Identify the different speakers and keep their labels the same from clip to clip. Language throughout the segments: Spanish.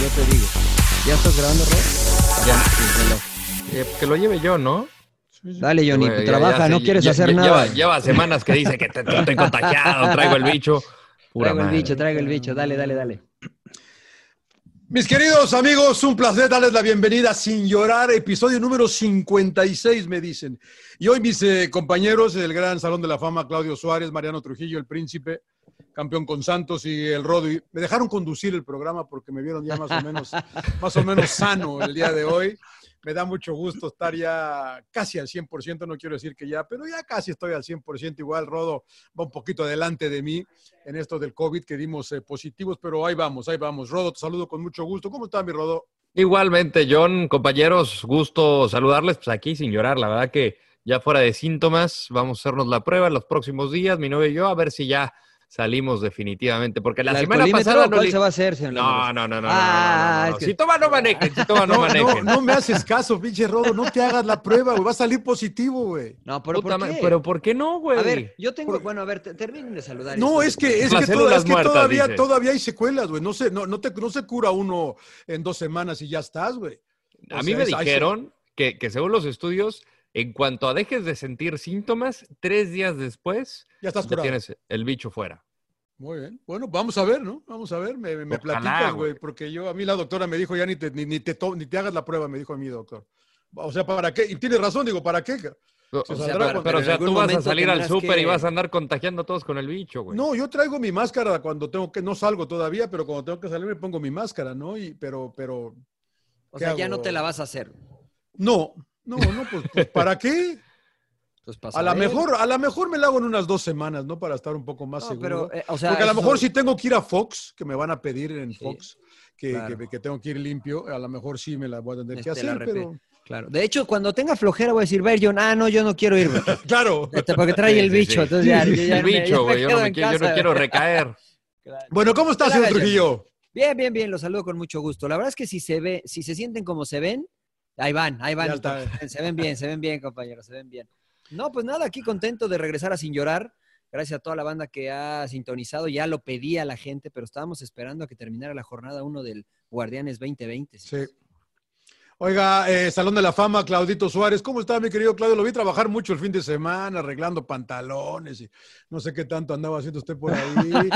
Speaker 1: Yo te digo. ¿Ya estás grabando, Rod?
Speaker 2: Ya, eh, que lo lleve yo, ¿no?
Speaker 1: Dale, Johnny, bueno, trabaja, ya, ya, no ya, quieres hacer nada.
Speaker 2: Lleva, lleva, semanas que dice que te, te estoy contagiado, traigo el bicho.
Speaker 1: Pura traigo madre. el bicho, traigo el bicho, dale, dale, dale.
Speaker 3: Mis queridos amigos, un placer darles la bienvenida sin llorar, episodio número 56, me dicen. Y hoy mis eh, compañeros del Gran Salón de la Fama, Claudio Suárez, Mariano Trujillo, el Príncipe, campeón con Santos y el Rodo. me dejaron conducir el programa porque me vieron ya más o menos, más o menos sano el día de hoy. Me da mucho gusto estar ya casi al 100%, no quiero decir que ya, pero ya casi estoy al 100%. Igual Rodo va un poquito adelante de mí en esto del COVID que dimos eh, positivos, pero ahí vamos, ahí vamos. Rodo, te saludo con mucho gusto. ¿Cómo está mi Rodo?
Speaker 2: Igualmente, John, compañeros, gusto saludarles, pues aquí sin llorar, la verdad que ya fuera de síntomas, vamos a hacernos la prueba en los próximos días, mi novia y yo, a ver si ya salimos definitivamente. Porque la, semana pasada.
Speaker 1: No se va a hacer, Ah,
Speaker 2: No, no, no, no. Si toma, no manejen. Si toma, no manejen.
Speaker 3: No, me haces caso, pinche Rodo. No te hagas la prueba, güey. Va a salir positivo, güey.
Speaker 1: Pues, No, pero ¿por qué?
Speaker 2: Pero ¿por qué no, güey?
Speaker 1: A ver, yo tengo. Bueno, a ver, terminen de saludar.
Speaker 3: No, es que, es que, todavía, todavía hay secuelas, güey. No se, no, no, te, no se cura uno en dos semanas y ya estás, güey.
Speaker 2: A mí me dijeron que, que según los estudios, en cuanto a dejes de sentir síntomas, tres días después
Speaker 3: ya, estás
Speaker 2: Pues ya tienes el bicho fuera.
Speaker 3: Muy bien. Bueno, vamos a ver, ¿no? Vamos a ver. Me, me, me platicas, güey, porque yo, a mí la doctora me dijo, ya ni te, ni, ni, te to, ni te hagas la prueba, me dijo a mí, doctor. O sea, ¿para qué? Y tiene razón, digo, ¿para qué?
Speaker 2: No, o sea, pero, pero o sea, tú vas a salir al súper que... y vas a andar contagiando a todos con el bicho, güey.
Speaker 3: No, yo traigo mi máscara cuando tengo que, no salgo todavía, pero cuando tengo que salir me pongo mi máscara, ¿no? Y, pero, pero.
Speaker 1: O sea, hago? ya no te la vas a hacer.
Speaker 3: No, no, no, pues, pues ¿para qué? Pues a lo mejor, a la mejor me la hago en unas dos semanas, ¿no? Para estar un poco más no, seguro. Pero, eh, o sea, Porque a lo mejor no... si tengo que ir a Fox, que me van a pedir en sí, Fox, que, claro. que, que, tengo que ir limpio, a lo mejor sí me la voy a tener este, que hacer, pero...
Speaker 1: Claro. De hecho, cuando tenga flojera voy a decir, ver, John, ah, no, yo no quiero ir.
Speaker 3: claro.
Speaker 1: Este, porque trae sí, el bicho. Sí, entonces ya, yo ya
Speaker 2: el bicho, güey. Yo, no me quiero, casa, yo no quiero recaer.
Speaker 3: Claro. Bueno, ¿cómo estás, señor Trujillo?
Speaker 1: Bien, bien, bien. Los saludo con mucho gusto. La verdad es que si se ve, si se sienten como se ven, Ahí van, ahí van. Se ven bien, se ven bien, compañeros, se ven bien. No, pues nada, aquí contento de regresar a Sin Llorar. Gracias a toda la banda que ha sintonizado. Ya lo pedía la gente, pero estábamos esperando a que terminara la jornada 1 del Guardianes 2020.
Speaker 3: Sí. sí. Oiga, eh, Salón de la Fama, Claudito Suárez. ¿Cómo está, mi querido Claudio? Lo vi trabajar mucho el fin de semana, arreglando pantalones y no sé qué tanto andaba haciendo usted por ahí.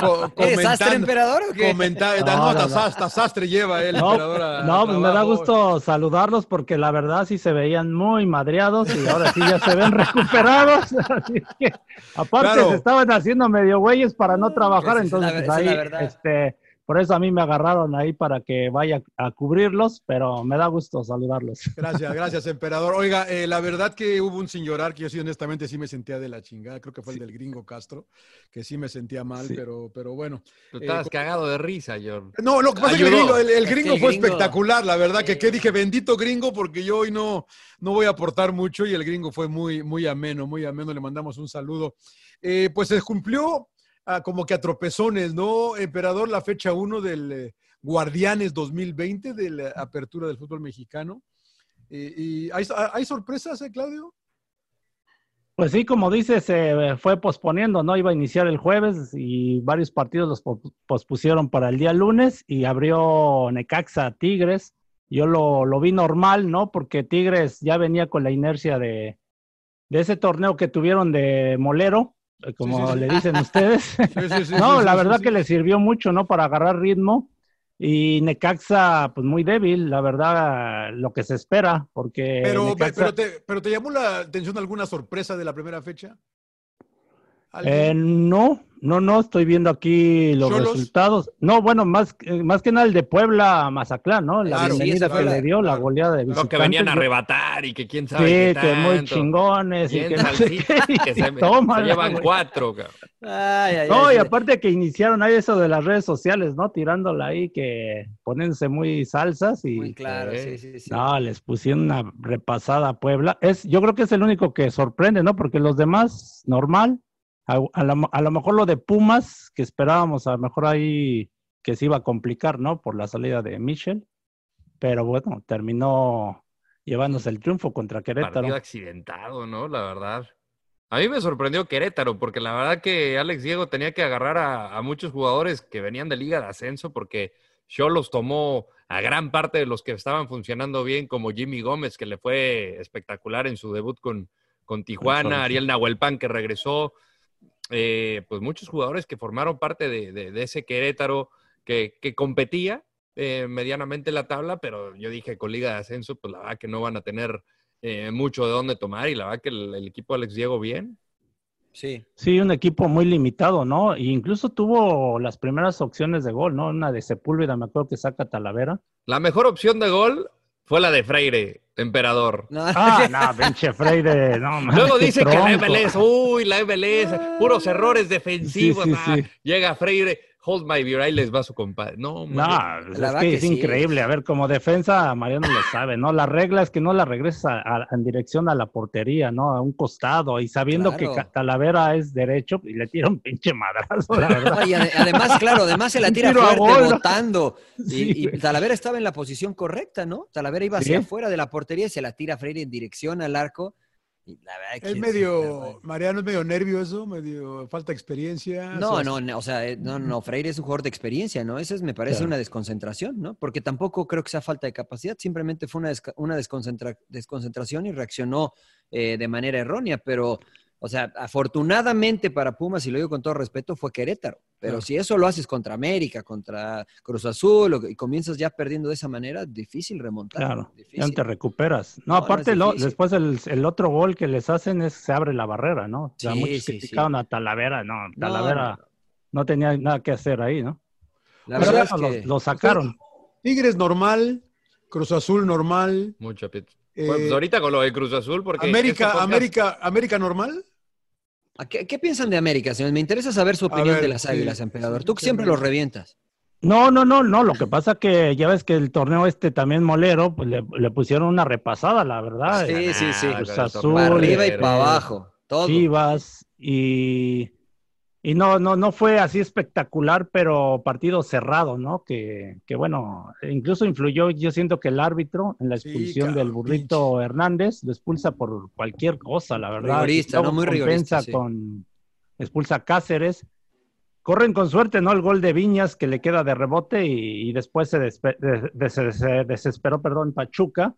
Speaker 1: Co ¿Eres sastre emperador o qué?
Speaker 3: Comentar, no, no, hasta, no. hasta, sastre lleva eh, él,
Speaker 4: no, emperador. A, no, pues me da gusto saludarlos porque la verdad sí se veían muy madreados y ahora sí ya se ven recuperados. Así que, aparte, claro. se estaban haciendo medio güeyes para no trabajar, Mm, Esa entonces es la, ahí, es la este. Por eso a mí me agarraron ahí para que vaya a cubrirlos, pero me da gusto saludarlos.
Speaker 3: Gracias, gracias, emperador. Oiga, eh, la verdad que hubo un sin llorar que yo sí, honestamente, sí me sentía de la chingada. Creo que fue el sí. del gringo Castro, que sí me sentía mal, sí. pero, pero bueno.
Speaker 2: Tú estabas eh, cagado de risa, John.
Speaker 3: No, lo que pasa es que el gringo, el, el gringo fue gringo... espectacular, la verdad, que, que dije, bendito gringo, porque yo hoy no, no voy a aportar mucho y el gringo fue muy, muy ameno, muy ameno. Le mandamos un saludo. Eh, pues se cumplió Ah, como que a tropezones, ¿no, emperador? La fecha 1 del eh, Guardianes 2020, de la apertura del fútbol mexicano. ¿Y, y ¿hay, hay, sorpresas, eh, Claudio?
Speaker 4: Pues sí, como dices, se eh, fue posponiendo, ¿no? Iba a iniciar el jueves y varios partidos los pospusieron para el día lunes y abrió Necaxa Tigres. Yo lo, lo vi normal, ¿no? Porque Tigres ya venía con la inercia de, de ese torneo que tuvieron de Molero, eh, como sí, sí, sí. le dicen ustedes. no, la verdad que le sirvió mucho, ¿no? Para agarrar ritmo. Y Necaxa, pues muy débil, la verdad, lo que se espera, porque...
Speaker 3: Pero,
Speaker 4: Necaxa-
Speaker 3: pero, te, pero te llamó la atención alguna sorpresa de la primera fecha.
Speaker 4: Eh, no, no, no, estoy viendo aquí los
Speaker 3: Cholos.
Speaker 4: resultados. No, bueno, más, eh, más que nada el de Puebla a Mazatlán, ¿no? La
Speaker 2: Claro.
Speaker 4: bienvenida
Speaker 2: Sí,
Speaker 4: que
Speaker 2: Puebla.
Speaker 4: le dio, la goleada de
Speaker 2: Ah, Lo que
Speaker 4: visitantes.
Speaker 2: venían a
Speaker 4: Yo-
Speaker 2: arrebatar y que quién
Speaker 4: Sí,
Speaker 2: sabe qué
Speaker 4: que muy
Speaker 2: tanto.
Speaker 4: chingones y
Speaker 2: Bien
Speaker 4: que no sé
Speaker 2: salsitas,
Speaker 4: qué,
Speaker 2: que
Speaker 4: y
Speaker 2: se, me-
Speaker 4: tómala,
Speaker 2: se llevan
Speaker 4: güey.
Speaker 2: cuatro, cabrón.
Speaker 1: Ay, ay,
Speaker 4: No,
Speaker 1: ay.
Speaker 4: y aparte que iniciaron ahí eso de las redes sociales, ¿no? Tirándola ahí, que poniéndose muy salsas y...
Speaker 1: Claro, sí, sí, sí.
Speaker 4: No, les pusieron una repasada a Puebla. Es, yo creo que es el único que sorprende, ¿no? Porque los demás, normal. A, a lo, a lo mejor lo de Pumas, que esperábamos a lo mejor ahí que se iba a complicar, ¿no? Por la salida de Michel. Pero bueno, terminó llevándose el triunfo contra Querétaro.
Speaker 2: Partido accidentado, ¿no? La verdad. A mí me sorprendió Querétaro, porque la verdad que Alex Diego tenía que agarrar a, a muchos jugadores que venían de Liga de Ascenso, porque los tomó a gran parte de los que estaban funcionando bien, como Jimmy Gómez, que le fue espectacular en su debut con, con
Speaker 5: Con Cholos,
Speaker 2: Tijuana,
Speaker 5: sí.
Speaker 2: Ariel Nahuelpan, que regresó. eh, pues muchos jugadores que formaron parte de, de- de ese Querétaro que, que competía eh, medianamente la tabla, pero yo dije con Liga de Ascenso, pues la verdad que no van a tener eh, mucho de dónde tomar y la verdad que el, el equipo de Alex Diego bien.
Speaker 1: Sí.
Speaker 4: Sí, un equipo muy limitado, ¿no? E incluso tuvo las primeras opciones de gol, ¿no? Una de Sepúlveda, me acuerdo que saca Talavera.
Speaker 2: La mejor opción de gol fue la de Freire, emperador.
Speaker 4: Ah, no, pinche Freire, no, mames,
Speaker 2: Luego
Speaker 4: qué
Speaker 2: dicen que la
Speaker 4: tronco. Ah.
Speaker 2: MLS, uy, la MLS, puros errores defensivos.
Speaker 4: Sí, sí,
Speaker 2: ah,
Speaker 4: sí.
Speaker 2: Llega Freire, hold my beer, ahí les va su compadre. No,
Speaker 4: No, pues
Speaker 2: man.
Speaker 4: es que es increíble. A ver, como defensa, Mariano lo sabe, ¿no? La regla es que no la regreses a- a- en dirección a la portería, ¿no? A un costado. Y sabiendo que
Speaker 1: Claro.
Speaker 4: Ca- Talavera es derecho, y le tira un pinche madrazo, la verdad.
Speaker 1: No, y ade- además, claro, además se la
Speaker 4: Un
Speaker 1: tira
Speaker 4: tiro a
Speaker 1: fuerte,
Speaker 4: gol, ¿no?
Speaker 1: botando. Y-
Speaker 4: Sí,
Speaker 1: Y, pues,
Speaker 4: güey.
Speaker 1: Talavera estaba en la posición correcta, ¿no? Talavera iba hacia
Speaker 4: Sí.
Speaker 1: afuera de la portería y se la tira Freire en dirección al arco. Y la verdad que
Speaker 3: Es medio, Mariano es medio nervio eso, medio falta de experiencia.
Speaker 1: No,
Speaker 3: Sos-
Speaker 1: no, no, o sea, eh, no, no, Freire es un jugador de experiencia, ¿no? Esa es, me parece
Speaker 3: Claro.
Speaker 1: una desconcentración, ¿no? Porque tampoco creo que sea falta de capacidad, simplemente fue una, desca- una desconcentra- desconcentración y reaccionó eh, de manera errónea, pero, o sea, afortunadamente para Pumas, y lo digo con todo respeto, fue Querétaro. Pero
Speaker 6: Claro.
Speaker 1: si eso lo haces contra América, contra Cruz Azul, o- y comienzas ya perdiendo de esa manera, difícil remontar.
Speaker 4: Claro, ya no
Speaker 1: difícil.
Speaker 4: te recuperas. No,
Speaker 1: No, no es
Speaker 4: aparte, lo-
Speaker 1: difícil.
Speaker 4: después el, el otro gol que les hacen es se abre la barrera, ¿no? O sea,
Speaker 1: Sí,
Speaker 4: muchos
Speaker 1: sí, sí.
Speaker 4: criticaron a Talavera, no,
Speaker 1: No,
Speaker 4: Talavera
Speaker 1: no,
Speaker 4: no, tenía nada que hacer ahí, ¿no?
Speaker 1: La
Speaker 4: Pero
Speaker 3: verdad
Speaker 4: bueno,
Speaker 3: es que-
Speaker 4: lo, lo sacaron.
Speaker 3: Tigres normal, Cruz Azul normal.
Speaker 2: Mucho pito.
Speaker 3: Eh,
Speaker 2: Bueno, pues ahorita con lo de Cruz Azul, porque. este
Speaker 3: América,
Speaker 2: podcast-
Speaker 3: América, América normal.
Speaker 1: ¿A ¿Qué, qué piensan de América, señores? Me interesa saber su opinión
Speaker 3: ver,
Speaker 1: de las
Speaker 3: sí,
Speaker 1: Águilas, emperador. Tú que siempre los revientas.
Speaker 4: No, no, no, no. Lo que pasa que ya ves que el torneo este también molero, pues le, le pusieron una repasada, la verdad.
Speaker 1: Sí, sí, sí.
Speaker 4: ah, Cruz
Speaker 1: Para
Speaker 4: Azul,
Speaker 1: arriba y
Speaker 4: eh,
Speaker 1: para abajo, todo.
Speaker 4: Chivas y y no, no, no fue así espectacular, pero partido cerrado, ¿no? Que, que bueno, incluso influyó, yo siento que el árbitro en la expulsión del burrito Hernández lo expulsa por cualquier cosa, la verdad.
Speaker 1: Rigorista, ¿no?
Speaker 4: Luego
Speaker 1: Muy
Speaker 4: compensa
Speaker 1: rigorista, sí.
Speaker 4: con expulsa a Cáceres. Corren con suerte, ¿no? El gol de Viñas que le queda de rebote y, y después se, despe- de- de- se- se desesperó, perdón, Pachuca.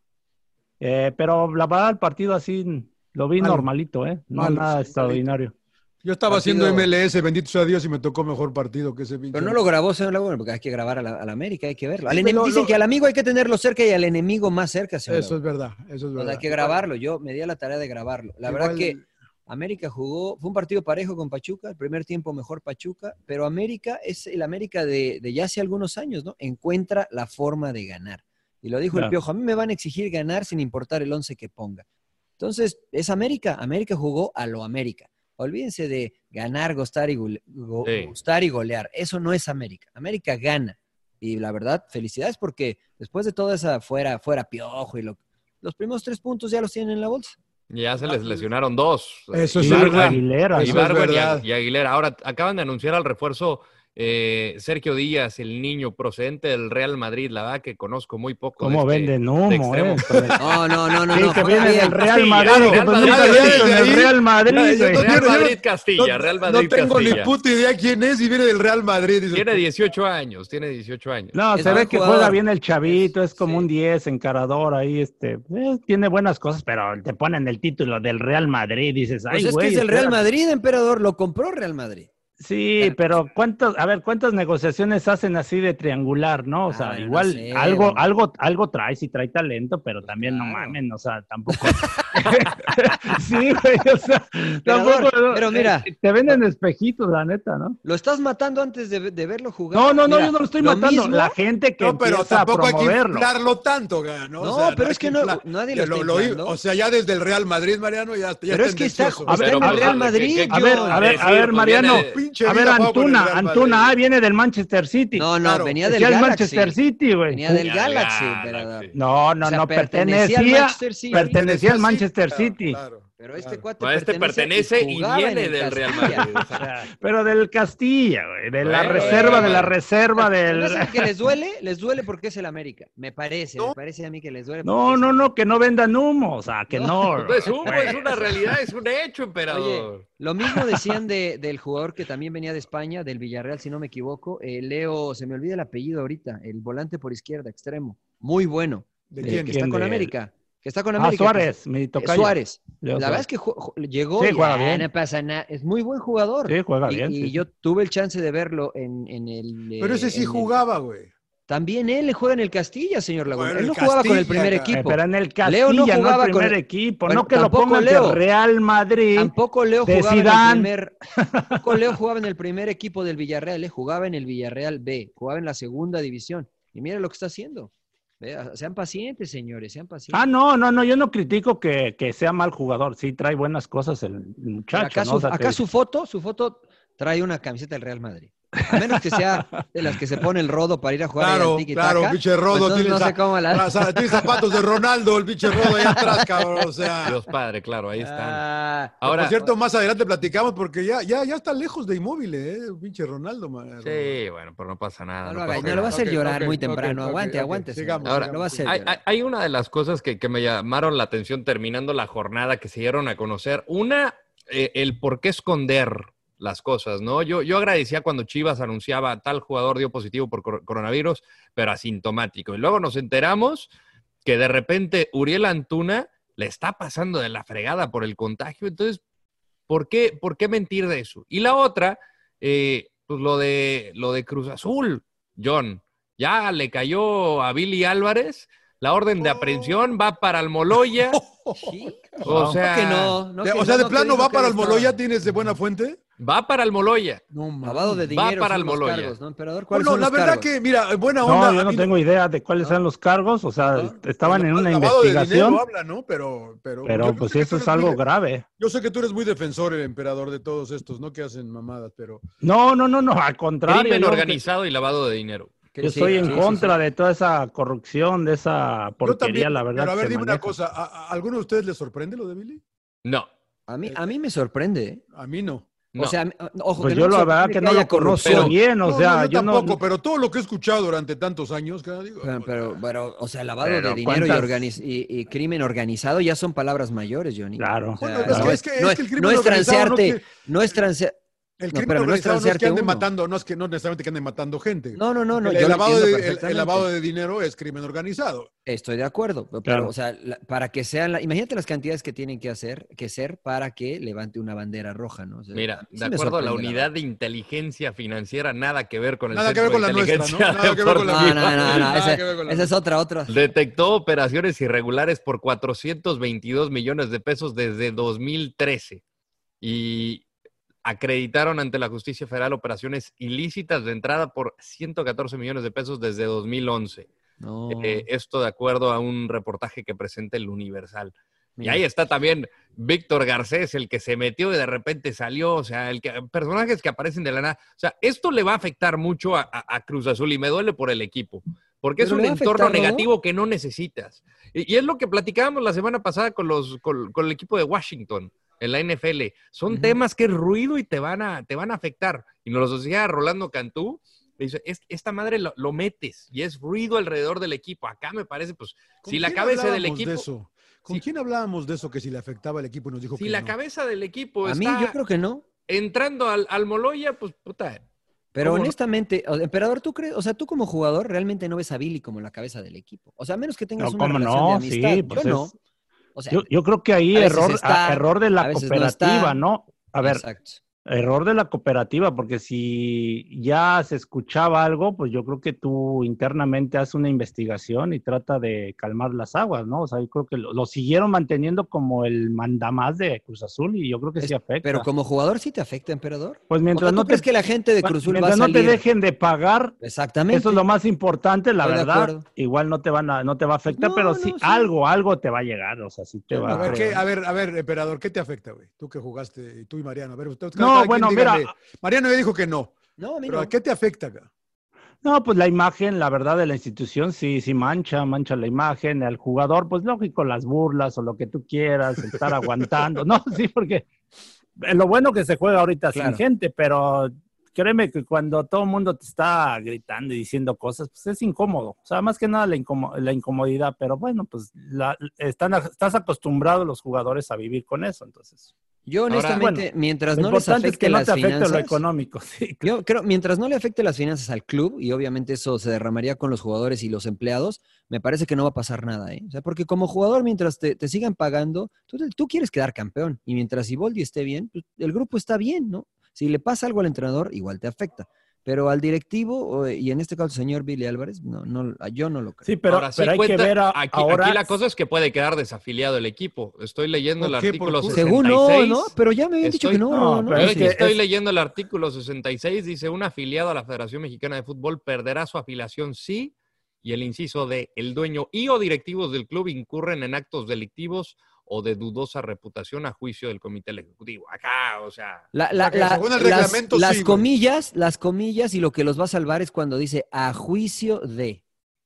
Speaker 4: Eh, pero la verdad, el partido así lo vi
Speaker 3: Malo.
Speaker 4: normalito, ¿eh? No
Speaker 3: Malo,
Speaker 4: nada
Speaker 3: malito.
Speaker 4: extraordinario.
Speaker 3: Yo estaba
Speaker 1: Partido-
Speaker 3: haciendo MLS, bendito sea Dios, y me tocó mejor partido que ese
Speaker 1: Pero no lo grabó, señor Laguna, porque hay que grabar a la, a la América, hay que verlo. Al
Speaker 3: Sí,
Speaker 1: enem-
Speaker 3: pero lo-
Speaker 1: dicen
Speaker 3: lo-
Speaker 1: que al amigo hay que tenerlo cerca y al enemigo más cerca, señor
Speaker 3: Eso es
Speaker 1: Laguna.
Speaker 3: verdad, eso es
Speaker 1: O sea,
Speaker 3: verdad.
Speaker 1: hay que grabarlo. Yo me di a la tarea de grabarlo. La verdad que
Speaker 3: Igual- eh,
Speaker 1: América jugó, fue un partido parejo con Pachuca, el primer tiempo mejor Pachuca, pero América es el América de, de ya hace algunos años, ¿no? Encuentra la forma de ganar. Y lo dijo el
Speaker 6: Claro.
Speaker 1: Piojo, a mí me van a exigir ganar sin importar el once que ponga. Entonces, es América, América jugó a lo América. Olvídense de ganar, gustar y, gole- go-
Speaker 2: Sí.
Speaker 1: gustar y golear. Eso no es América. América gana. Y la verdad, felicidades porque después de toda esa fuera, fuera Piojo y lo... Los primeros tres puntos ya los tienen en la bolsa.
Speaker 2: Ya se les lesionaron dos.
Speaker 3: Eso es
Speaker 2: Ibargüen-
Speaker 3: verdad. Aguilera, eso es
Speaker 2: Ibargüen y,
Speaker 3: verdad.
Speaker 2: y Aguilera. Ahora acaban de anunciar al refuerzo eh, Sergio Díaz, el niño procedente del Real Madrid, la verdad que conozco muy poco. de
Speaker 4: ¿Cómo
Speaker 2: este-
Speaker 4: venden
Speaker 2: de
Speaker 4: humo,
Speaker 2: extremo.
Speaker 4: eh? Pero-
Speaker 1: Pues, No, no, no, no.
Speaker 4: Sí,
Speaker 1: no.
Speaker 4: que
Speaker 1: Juega
Speaker 4: viene
Speaker 1: bien.
Speaker 4: del Real
Speaker 2: Sí,
Speaker 4: Madrid. que
Speaker 2: Real
Speaker 4: pues
Speaker 2: Madrid,
Speaker 4: nunca
Speaker 2: desde
Speaker 4: dieron
Speaker 2: ahí.
Speaker 4: el Real Madrid.
Speaker 2: Yo- yo-
Speaker 4: güey.
Speaker 2: Real
Speaker 3: yo-
Speaker 2: Madrid Castilla, Real Madrid
Speaker 3: No tengo ni
Speaker 2: Castilla.
Speaker 3: puta idea quién es y viene del Real Madrid. dice.
Speaker 2: Tiene 18 años, tiene 18 años.
Speaker 4: No, se ve que juega bien el chavito, es como un 10 encarador ahí, este, eh, tiene buenas cosas, pero te ponen el título del Real Madrid, dices, ay,
Speaker 1: Pues es
Speaker 4: güey,
Speaker 1: que es el Real
Speaker 4: espérate.
Speaker 1: Madrid, emperador. Lo compró Real Madrid.
Speaker 4: Sí, pero cuántas, a ver, cuántas negociaciones hacen así de triangular, ¿no? O sea,
Speaker 1: Ah, no
Speaker 4: igual
Speaker 1: sé,
Speaker 4: algo,
Speaker 1: güey.
Speaker 4: algo, algo trae, sí trae talento, pero también no mamen, o sea, tampoco. sí, güey, o sea,
Speaker 1: Emperador,
Speaker 4: tampoco. no,
Speaker 1: pero mira.
Speaker 4: eh, te venden espejitos, la neta, ¿no?
Speaker 1: Lo estás matando antes de, de verlo jugar.
Speaker 4: No, no, no,
Speaker 1: Mira,
Speaker 4: yo no lo estoy matando.
Speaker 1: mismo-
Speaker 4: La gente que
Speaker 3: No, pero
Speaker 4: empieza a
Speaker 3: tampoco hay que
Speaker 4: promoverlo.
Speaker 3: inflarlo tanto, güey, ¿no?
Speaker 1: No,
Speaker 3: O sea,
Speaker 1: pero
Speaker 3: hay
Speaker 1: es que no-
Speaker 3: inflar-
Speaker 1: nadie lo está inflando.
Speaker 3: O sea, ya desde el Real Madrid, Mariano, ya, ya
Speaker 1: Pero es que está-
Speaker 3: tendencioso.
Speaker 1: está en el Real Madrid.
Speaker 4: A ver,
Speaker 1: yo-
Speaker 4: a ver, a
Speaker 3: decir,
Speaker 4: ver, Mariano.
Speaker 3: conviene- Pinche
Speaker 4: Eh, A ver,
Speaker 3: vida juega con el
Speaker 4: Antuna,
Speaker 3: Real
Speaker 4: Antuna, ah, viene del Manchester City.
Speaker 1: No, no,
Speaker 3: Claro,
Speaker 1: venía del
Speaker 4: Decía el
Speaker 1: Galaxy.
Speaker 4: Manchester City, güey.
Speaker 1: Venía del
Speaker 4: Uh,
Speaker 1: Galaxy, emperador.
Speaker 4: No, no,
Speaker 1: O sea,
Speaker 4: no,
Speaker 1: pertenecía al
Speaker 4: pertenecía,
Speaker 1: Manchester City.
Speaker 4: pertenecía al Manchester
Speaker 3: Claro,
Speaker 4: City.
Speaker 3: claro,
Speaker 1: Pero este
Speaker 3: claro.
Speaker 1: cuate
Speaker 2: No, este pertenece y
Speaker 1: jugaba en
Speaker 2: viene
Speaker 1: el
Speaker 2: del Real
Speaker 1: Castilla.
Speaker 2: Madrid. o sea,
Speaker 4: Pero del Castilla, güey, de la
Speaker 2: Bueno,
Speaker 4: reserva, de la
Speaker 2: bueno.
Speaker 4: reserva
Speaker 1: ¿No
Speaker 4: del...
Speaker 1: es el que les duele? Les duele porque es el América. Me parece, me parece a mí que les duele.
Speaker 4: No, no, no, que no vendan humo, o sea, que no.
Speaker 2: no Pues es humo,
Speaker 4: güey. Ah,
Speaker 2: es una realidad, es un hecho, emperador.
Speaker 1: Oye, lo mismo decían de- del jugador que también venía de España, del Villarreal, si no me equivoco. eh, Leo, se me olvida el apellido ahorita, el volante por izquierda, extremo. Muy bueno.
Speaker 3: ¿De
Speaker 1: eh,
Speaker 3: quién?
Speaker 1: Que está
Speaker 4: ¿Quién
Speaker 1: con
Speaker 4: de él?
Speaker 1: América. Que está con
Speaker 4: Ah,
Speaker 1: América.
Speaker 4: Suárez, mi
Speaker 1: que- eh,
Speaker 4: tocayo.
Speaker 1: Suárez.
Speaker 4: Leo
Speaker 1: La
Speaker 4: Suárez.
Speaker 1: verdad es que ju- ju- llegó
Speaker 4: Sí,
Speaker 1: y
Speaker 4: juega
Speaker 1: ah,
Speaker 4: bien.
Speaker 1: no pasa nada. Es muy buen jugador.
Speaker 4: Sí, juega
Speaker 1: Y-
Speaker 4: bien.
Speaker 1: Y,
Speaker 4: sí, sí.
Speaker 1: yo tuve el chance de verlo en, en el. eh,
Speaker 3: Pero ese
Speaker 1: en
Speaker 3: sí
Speaker 1: el-
Speaker 3: jugaba, güey.
Speaker 1: También él juega en el Castilla, señor Laguna.
Speaker 3: Bueno,
Speaker 1: él
Speaker 3: el
Speaker 1: no jugaba con el
Speaker 3: Castilla,
Speaker 1: primer
Speaker 3: cara.
Speaker 4: Eh,
Speaker 1: equipo.
Speaker 4: Pero en el Castilla,
Speaker 1: Leo no
Speaker 4: no,
Speaker 1: jugaba
Speaker 4: el
Speaker 1: con
Speaker 4: primer
Speaker 1: el-
Speaker 4: equipo,
Speaker 1: Bueno,
Speaker 4: no que lo
Speaker 1: tampoco
Speaker 4: pongan
Speaker 1: Leo.
Speaker 4: del Real Madrid.
Speaker 1: Tampoco Leo
Speaker 4: de
Speaker 1: jugaba en el
Speaker 4: Zidane.
Speaker 1: primer. Tampoco Leo jugaba en el primer equipo del Villarreal. Él jugaba en el Villarreal B. Jugaba en la segunda división. Y mira lo que está haciendo. Vea, Sean pacientes, señores. Sean pacientes.
Speaker 4: Ah, no, no, no, yo no critico que, que sea mal jugador, sí trae buenas cosas el el
Speaker 1: Pero
Speaker 4: muchacho.
Speaker 1: acá
Speaker 4: ¿no?
Speaker 1: su,
Speaker 4: O sea,
Speaker 1: acá
Speaker 4: que-
Speaker 1: su foto, su foto trae una camiseta del Real Madrid. A menos que sea de las que se pone el rodo para ir a jugar. ahí
Speaker 3: Claro,
Speaker 1: al tiki-taka,
Speaker 3: claro, pinche Rodo.
Speaker 1: Pues entonces
Speaker 3: tiene,
Speaker 1: no
Speaker 3: za-
Speaker 1: sé cómo la-
Speaker 3: o sea, tiene zapatos de Ronaldo, el pinche Rodo ahí atrás, cabrón. O sea,
Speaker 2: Dios padre, claro, ahí están.
Speaker 1: Ah,
Speaker 2: Ahora-
Speaker 3: por cierto, más adelante platicamos porque ya, ya, ya está lejos de inmóvil, ¿eh? El pinche Ronaldo, man.
Speaker 2: Sí, bueno, pero no pasa nada.
Speaker 1: No
Speaker 3: Ah,
Speaker 2: no
Speaker 1: lo,
Speaker 2: pasa
Speaker 1: haga, no
Speaker 2: nada.
Speaker 1: lo va a hacer
Speaker 3: Ok,
Speaker 1: llorar
Speaker 3: ok,
Speaker 1: muy
Speaker 3: ok,
Speaker 1: temprano.
Speaker 3: ok,
Speaker 1: aguante,
Speaker 3: ok.
Speaker 1: aguante. señor.
Speaker 3: Sigamos,
Speaker 2: Ahora,
Speaker 1: lo va a hacer
Speaker 2: Hay,
Speaker 1: llorar.
Speaker 2: hay- hay una de las cosas que, que me llamaron la atención terminando la jornada que se dieron a conocer. Una, eh, el por qué esconder las cosas, ¿no? Yo, yo agradecía cuando Chivas anunciaba tal jugador dio positivo por cor- coronavirus, pero asintomático. Y luego nos enteramos que de repente Uriel Antuna le está pasando de la fregada por el contagio. Entonces, ¿por qué, por qué mentir de eso? Y la otra, eh, pues lo de, lo de Cruz Azul, John. Ya le cayó a Billy Álvarez. La orden de aprehensión va para Almoloya.
Speaker 1: Sí.
Speaker 2: O sea,
Speaker 1: No que no, no
Speaker 3: De-
Speaker 1: que
Speaker 3: o sea,
Speaker 1: no,
Speaker 3: de
Speaker 1: no que
Speaker 3: plano
Speaker 1: dijo
Speaker 3: va
Speaker 1: que
Speaker 3: para
Speaker 1: él
Speaker 3: el Moloya,
Speaker 1: estaba.
Speaker 3: ¿tienes de buena fuente?
Speaker 2: va para Almoloya.
Speaker 3: No,
Speaker 1: Lavado de
Speaker 2: Va
Speaker 1: dinero.
Speaker 2: para
Speaker 1: son los
Speaker 2: Almoloya.
Speaker 1: cargos, ¿no, emperador? ¿Cuáles
Speaker 3: Bueno,
Speaker 1: son
Speaker 3: la
Speaker 1: los
Speaker 3: verdad
Speaker 1: cargos?
Speaker 3: que, mira, en buena onda.
Speaker 4: No, yo
Speaker 3: a
Speaker 4: no
Speaker 3: mí
Speaker 4: tengo idea de cuáles eran los cargos, o sea,
Speaker 3: Ah,
Speaker 4: estaban en
Speaker 3: el
Speaker 4: una
Speaker 3: lavado de
Speaker 4: investigación,
Speaker 3: dinero habla, ¿no? Pero, pero, yo
Speaker 4: pero
Speaker 3: sé
Speaker 4: pues
Speaker 3: que
Speaker 4: eso
Speaker 3: tú
Speaker 4: es
Speaker 3: eres
Speaker 4: algo
Speaker 3: muy de-
Speaker 4: grave.
Speaker 3: Yo sé que tú eres muy defensor, el emperador, de todos estos, ¿no? Que hacen mamadas, pero.
Speaker 4: No, no, no, no, al contrario.
Speaker 2: Crimen
Speaker 4: yo-
Speaker 2: organizado y lavado de dinero.
Speaker 1: Que
Speaker 4: Yo
Speaker 1: sí,
Speaker 4: estoy en
Speaker 1: sí, sí,
Speaker 4: contra de toda esa corrupción, de esa
Speaker 3: Yo
Speaker 4: porquería,
Speaker 3: también,
Speaker 4: la verdad.
Speaker 3: Pero a
Speaker 4: que
Speaker 3: ver,
Speaker 4: se
Speaker 3: dime una
Speaker 4: maneja.
Speaker 3: cosa. ¿a, a alguno de ustedes les sorprende lo de Billy?
Speaker 2: No.
Speaker 1: sí. A mí, a mí me sorprende. ¿eh?
Speaker 3: A mí no.
Speaker 2: no.
Speaker 1: O sea, a mí- ojo,
Speaker 4: Pues
Speaker 1: que
Speaker 4: yo
Speaker 1: no me
Speaker 4: la verdad
Speaker 1: sorprende
Speaker 4: que no
Speaker 1: haya
Speaker 4: lo conozco
Speaker 1: corrupción.
Speaker 4: bien, o
Speaker 3: No,
Speaker 4: sea,
Speaker 3: no, yo,
Speaker 4: yo no-
Speaker 3: tampoco, pero todo lo que he escuchado durante tantos años, cada digo,
Speaker 1: Pero, Ah,
Speaker 3: pues,
Speaker 1: pero,
Speaker 3: ah.
Speaker 1: pero, o sea, lavado
Speaker 4: Pero
Speaker 1: de dinero y,
Speaker 4: ¿cuántas-
Speaker 1: organiz- y, y crimen organizado ya son palabras mayores, Johnny.
Speaker 4: Claro.
Speaker 1: O sea,
Speaker 3: Bueno, es
Speaker 1: no
Speaker 3: que-
Speaker 1: es-
Speaker 3: es que-
Speaker 1: eh, no
Speaker 3: es
Speaker 1: es-
Speaker 3: que el crimen
Speaker 1: no es
Speaker 3: organizado no
Speaker 1: transearte,
Speaker 3: es
Speaker 1: no es transe-
Speaker 3: el
Speaker 1: no,
Speaker 3: crimen
Speaker 1: pero no es
Speaker 3: organizado no es que
Speaker 1: transearte
Speaker 3: anden
Speaker 1: uno.
Speaker 3: matando, no es que no necesariamente que anden matando gente.
Speaker 1: No, no, no, no.
Speaker 3: el,
Speaker 1: yo
Speaker 3: el
Speaker 1: lo
Speaker 3: lavado
Speaker 1: entiendo
Speaker 3: de, el- el
Speaker 1: perfectamente.
Speaker 3: lavado de dinero es crimen organizado.
Speaker 1: Estoy de acuerdo, pero,
Speaker 4: Claro.
Speaker 1: o sea, la- para que sean, la- imagínate las cantidades que tienen que hacer, que ser para que levante una bandera roja, ¿no? O sea,
Speaker 2: Mira,
Speaker 1: sí
Speaker 2: de
Speaker 1: me
Speaker 2: acuerdo a la
Speaker 1: sorprende,
Speaker 2: unidad de inteligencia financiera, nada que ver con el
Speaker 3: Nada que ver
Speaker 2: Centro
Speaker 3: con la
Speaker 2: de
Speaker 3: nuestra, ¿no?
Speaker 2: Inteligencia
Speaker 3: Nada que ver con la
Speaker 1: verdad. No,
Speaker 2: Deportiva.
Speaker 1: no, no, no,
Speaker 3: Nada
Speaker 1: ese-
Speaker 3: que ver con la
Speaker 1: esa es otra, otra.
Speaker 4: eh,
Speaker 2: Detectó operaciones irregulares por 422 millones de pesos desde 2013 y acreditaron ante la justicia federal operaciones ilícitas de entrada por 114 millones de pesos desde 2011.
Speaker 1: No,
Speaker 2: Eh, esto de acuerdo a un reportaje que presenta el Universal.
Speaker 1: mira.
Speaker 2: Y ahí está también Víctor Garcés, el que se metió y de repente salió, o sea, el que, personajes que aparecen de la nada. O sea, esto le va a afectar mucho a, a- a Cruz Azul y me duele por el equipo, porque es
Speaker 1: Pero
Speaker 2: un
Speaker 1: le va a
Speaker 2: entorno
Speaker 1: afectar, ¿no?
Speaker 2: negativo que no necesitas. Y, y es lo que platicábamos la semana pasada con, los, con, con el equipo de Washington en la NFL. Son
Speaker 1: Ujú.
Speaker 2: temas que es ruido y te van a, te van a afectar. Y nos lo decía Rolando Cantú. le Dice, "Es- esta madre lo, lo metes y es ruido alrededor del equipo. Acá me parece, pues,
Speaker 3: ¿Con
Speaker 2: si la
Speaker 3: quién
Speaker 2: cabeza del
Speaker 3: hablábamos de
Speaker 2: equipo,
Speaker 3: eso? ¿Con
Speaker 2: Sí.
Speaker 3: quién hablábamos de eso que si le afectaba al equipo y nos dijo
Speaker 2: si
Speaker 3: que
Speaker 2: la
Speaker 3: no?
Speaker 2: cabeza del equipo
Speaker 1: a mí
Speaker 2: está
Speaker 1: yo creo que no,
Speaker 2: entrando al, al Moloya, pues puta.
Speaker 1: pero
Speaker 2: ¿Cómo no?
Speaker 1: honestamente, o- emperador, tú crees, o sea, tú como jugador realmente no ves a Billy como la cabeza del equipo, o sea, a menos que tengas
Speaker 4: No,
Speaker 1: una
Speaker 4: ¿cómo
Speaker 1: relación de
Speaker 4: no? Sí,
Speaker 1: amistad,
Speaker 4: pues
Speaker 1: yo
Speaker 4: es-
Speaker 1: no. O sea,
Speaker 4: Yo, yo creo que ahí
Speaker 1: A veces
Speaker 4: error,
Speaker 1: está,
Speaker 4: a- error de
Speaker 1: a
Speaker 4: la
Speaker 1: veces no
Speaker 4: cooperativa,
Speaker 1: está.
Speaker 4: ¿no? A ver,
Speaker 1: exacto.
Speaker 4: Error de la cooperativa, porque si ya se escuchaba algo, pues yo creo que tú internamente haces una investigación y trata de calmar las aguas, ¿no? O sea, yo creo que lo, lo siguieron manteniendo como el mandamás de Cruz Azul y yo creo que sí afecta.
Speaker 1: Pero como jugador sí te afecta, emperador.
Speaker 4: Pues ah. mientras
Speaker 1: O sea, ¿tú
Speaker 4: no te-
Speaker 1: crees que la gente de Cruz Azul va a
Speaker 4: mientras no te
Speaker 1: salir?
Speaker 4: dejen de pagar,
Speaker 1: Exactamente.
Speaker 4: eso es lo más importante, la
Speaker 1: Estoy de
Speaker 4: verdad.
Speaker 1: acuerdo.
Speaker 4: Igual no te van a, no te va a afectar, pero sí, algo, algo te va a llegar, o sea, sí te va.
Speaker 3: A ver, ¿qué- a ver, a ver, emperador, ¿qué te afecta, güey? Tú que jugaste, y tú y Mariano. A ver, usted, cada
Speaker 4: No,
Speaker 3: quien
Speaker 4: bueno,
Speaker 3: dígame.
Speaker 4: mira.
Speaker 3: Mariano ya dijo que no.
Speaker 1: No,
Speaker 3: Pero ¿a qué te afecta acá?
Speaker 4: No, pues la imagen, la verdad, de la institución sí, sí mancha, mancha la imagen, al jugador, pues lógico, las burlas o lo que tú quieras, estar aguantando, no, sí, porque lo bueno que se juega ahorita
Speaker 1: Claro.
Speaker 4: sin gente, pero créeme que cuando todo el mundo te está gritando y diciendo cosas, pues es incómodo, o sea, más que nada la, incomo- la incomodidad, pero bueno, pues la- están, estás acostumbrado los jugadores a vivir con eso, entonces.
Speaker 1: Yo
Speaker 4: Ahora,
Speaker 1: honestamente,
Speaker 4: bueno,
Speaker 1: mientras
Speaker 4: lo
Speaker 1: no les
Speaker 4: importante es
Speaker 1: afecte
Speaker 4: que no
Speaker 1: las
Speaker 4: te afecte lo
Speaker 1: finanzas,
Speaker 4: económico, sí.
Speaker 1: Yo creo, mientras no le afecte las finanzas al club, y obviamente eso se derramaría con los jugadores y los empleados, me parece que no va a pasar nada, ¿eh? O sea, porque como jugador, mientras te, te sigan pagando, tú, te- tú quieres quedar campeón. Y mientras Iboldi esté bien, pues, el grupo está bien, ¿no? Si le pasa algo al entrenador, igual te afecta. Pero al directivo, o- y en este caso al señor Billy Álvarez, no, no, yo no lo creo.
Speaker 4: Sí, pero,
Speaker 2: Ahora sí
Speaker 4: pero hay
Speaker 2: cuenta-
Speaker 4: que ver a-
Speaker 2: aquí,
Speaker 4: ahora
Speaker 2: aquí la cosa es que puede quedar desafiliado el equipo. Estoy leyendo el
Speaker 4: ¿Por qué?
Speaker 2: artículo
Speaker 4: ¿Por qué?
Speaker 2: 66.
Speaker 1: Según no, ¿no? Pero ya me habían dicho que
Speaker 2: Estoy-
Speaker 1: no. no,
Speaker 4: No,
Speaker 1: no.
Speaker 4: pero
Speaker 2: Yo
Speaker 4: es que
Speaker 2: estoy
Speaker 4: es-
Speaker 2: leyendo el artículo 66, dice, un afiliado a la Federación Mexicana de Fútbol perderá su afiliación sí, y el inciso de el dueño y o directivos del club incurren en actos delictivos o de dudosa reputación a juicio del comité ejecutivo. Acá, o sea,
Speaker 1: La- la-
Speaker 3: O sea, que
Speaker 1: la-
Speaker 3: según el
Speaker 1: las,
Speaker 3: reglamento,
Speaker 1: las
Speaker 3: sí, güey.
Speaker 1: comillas, las comillas y lo que los va a salvar es cuando dice a juicio de.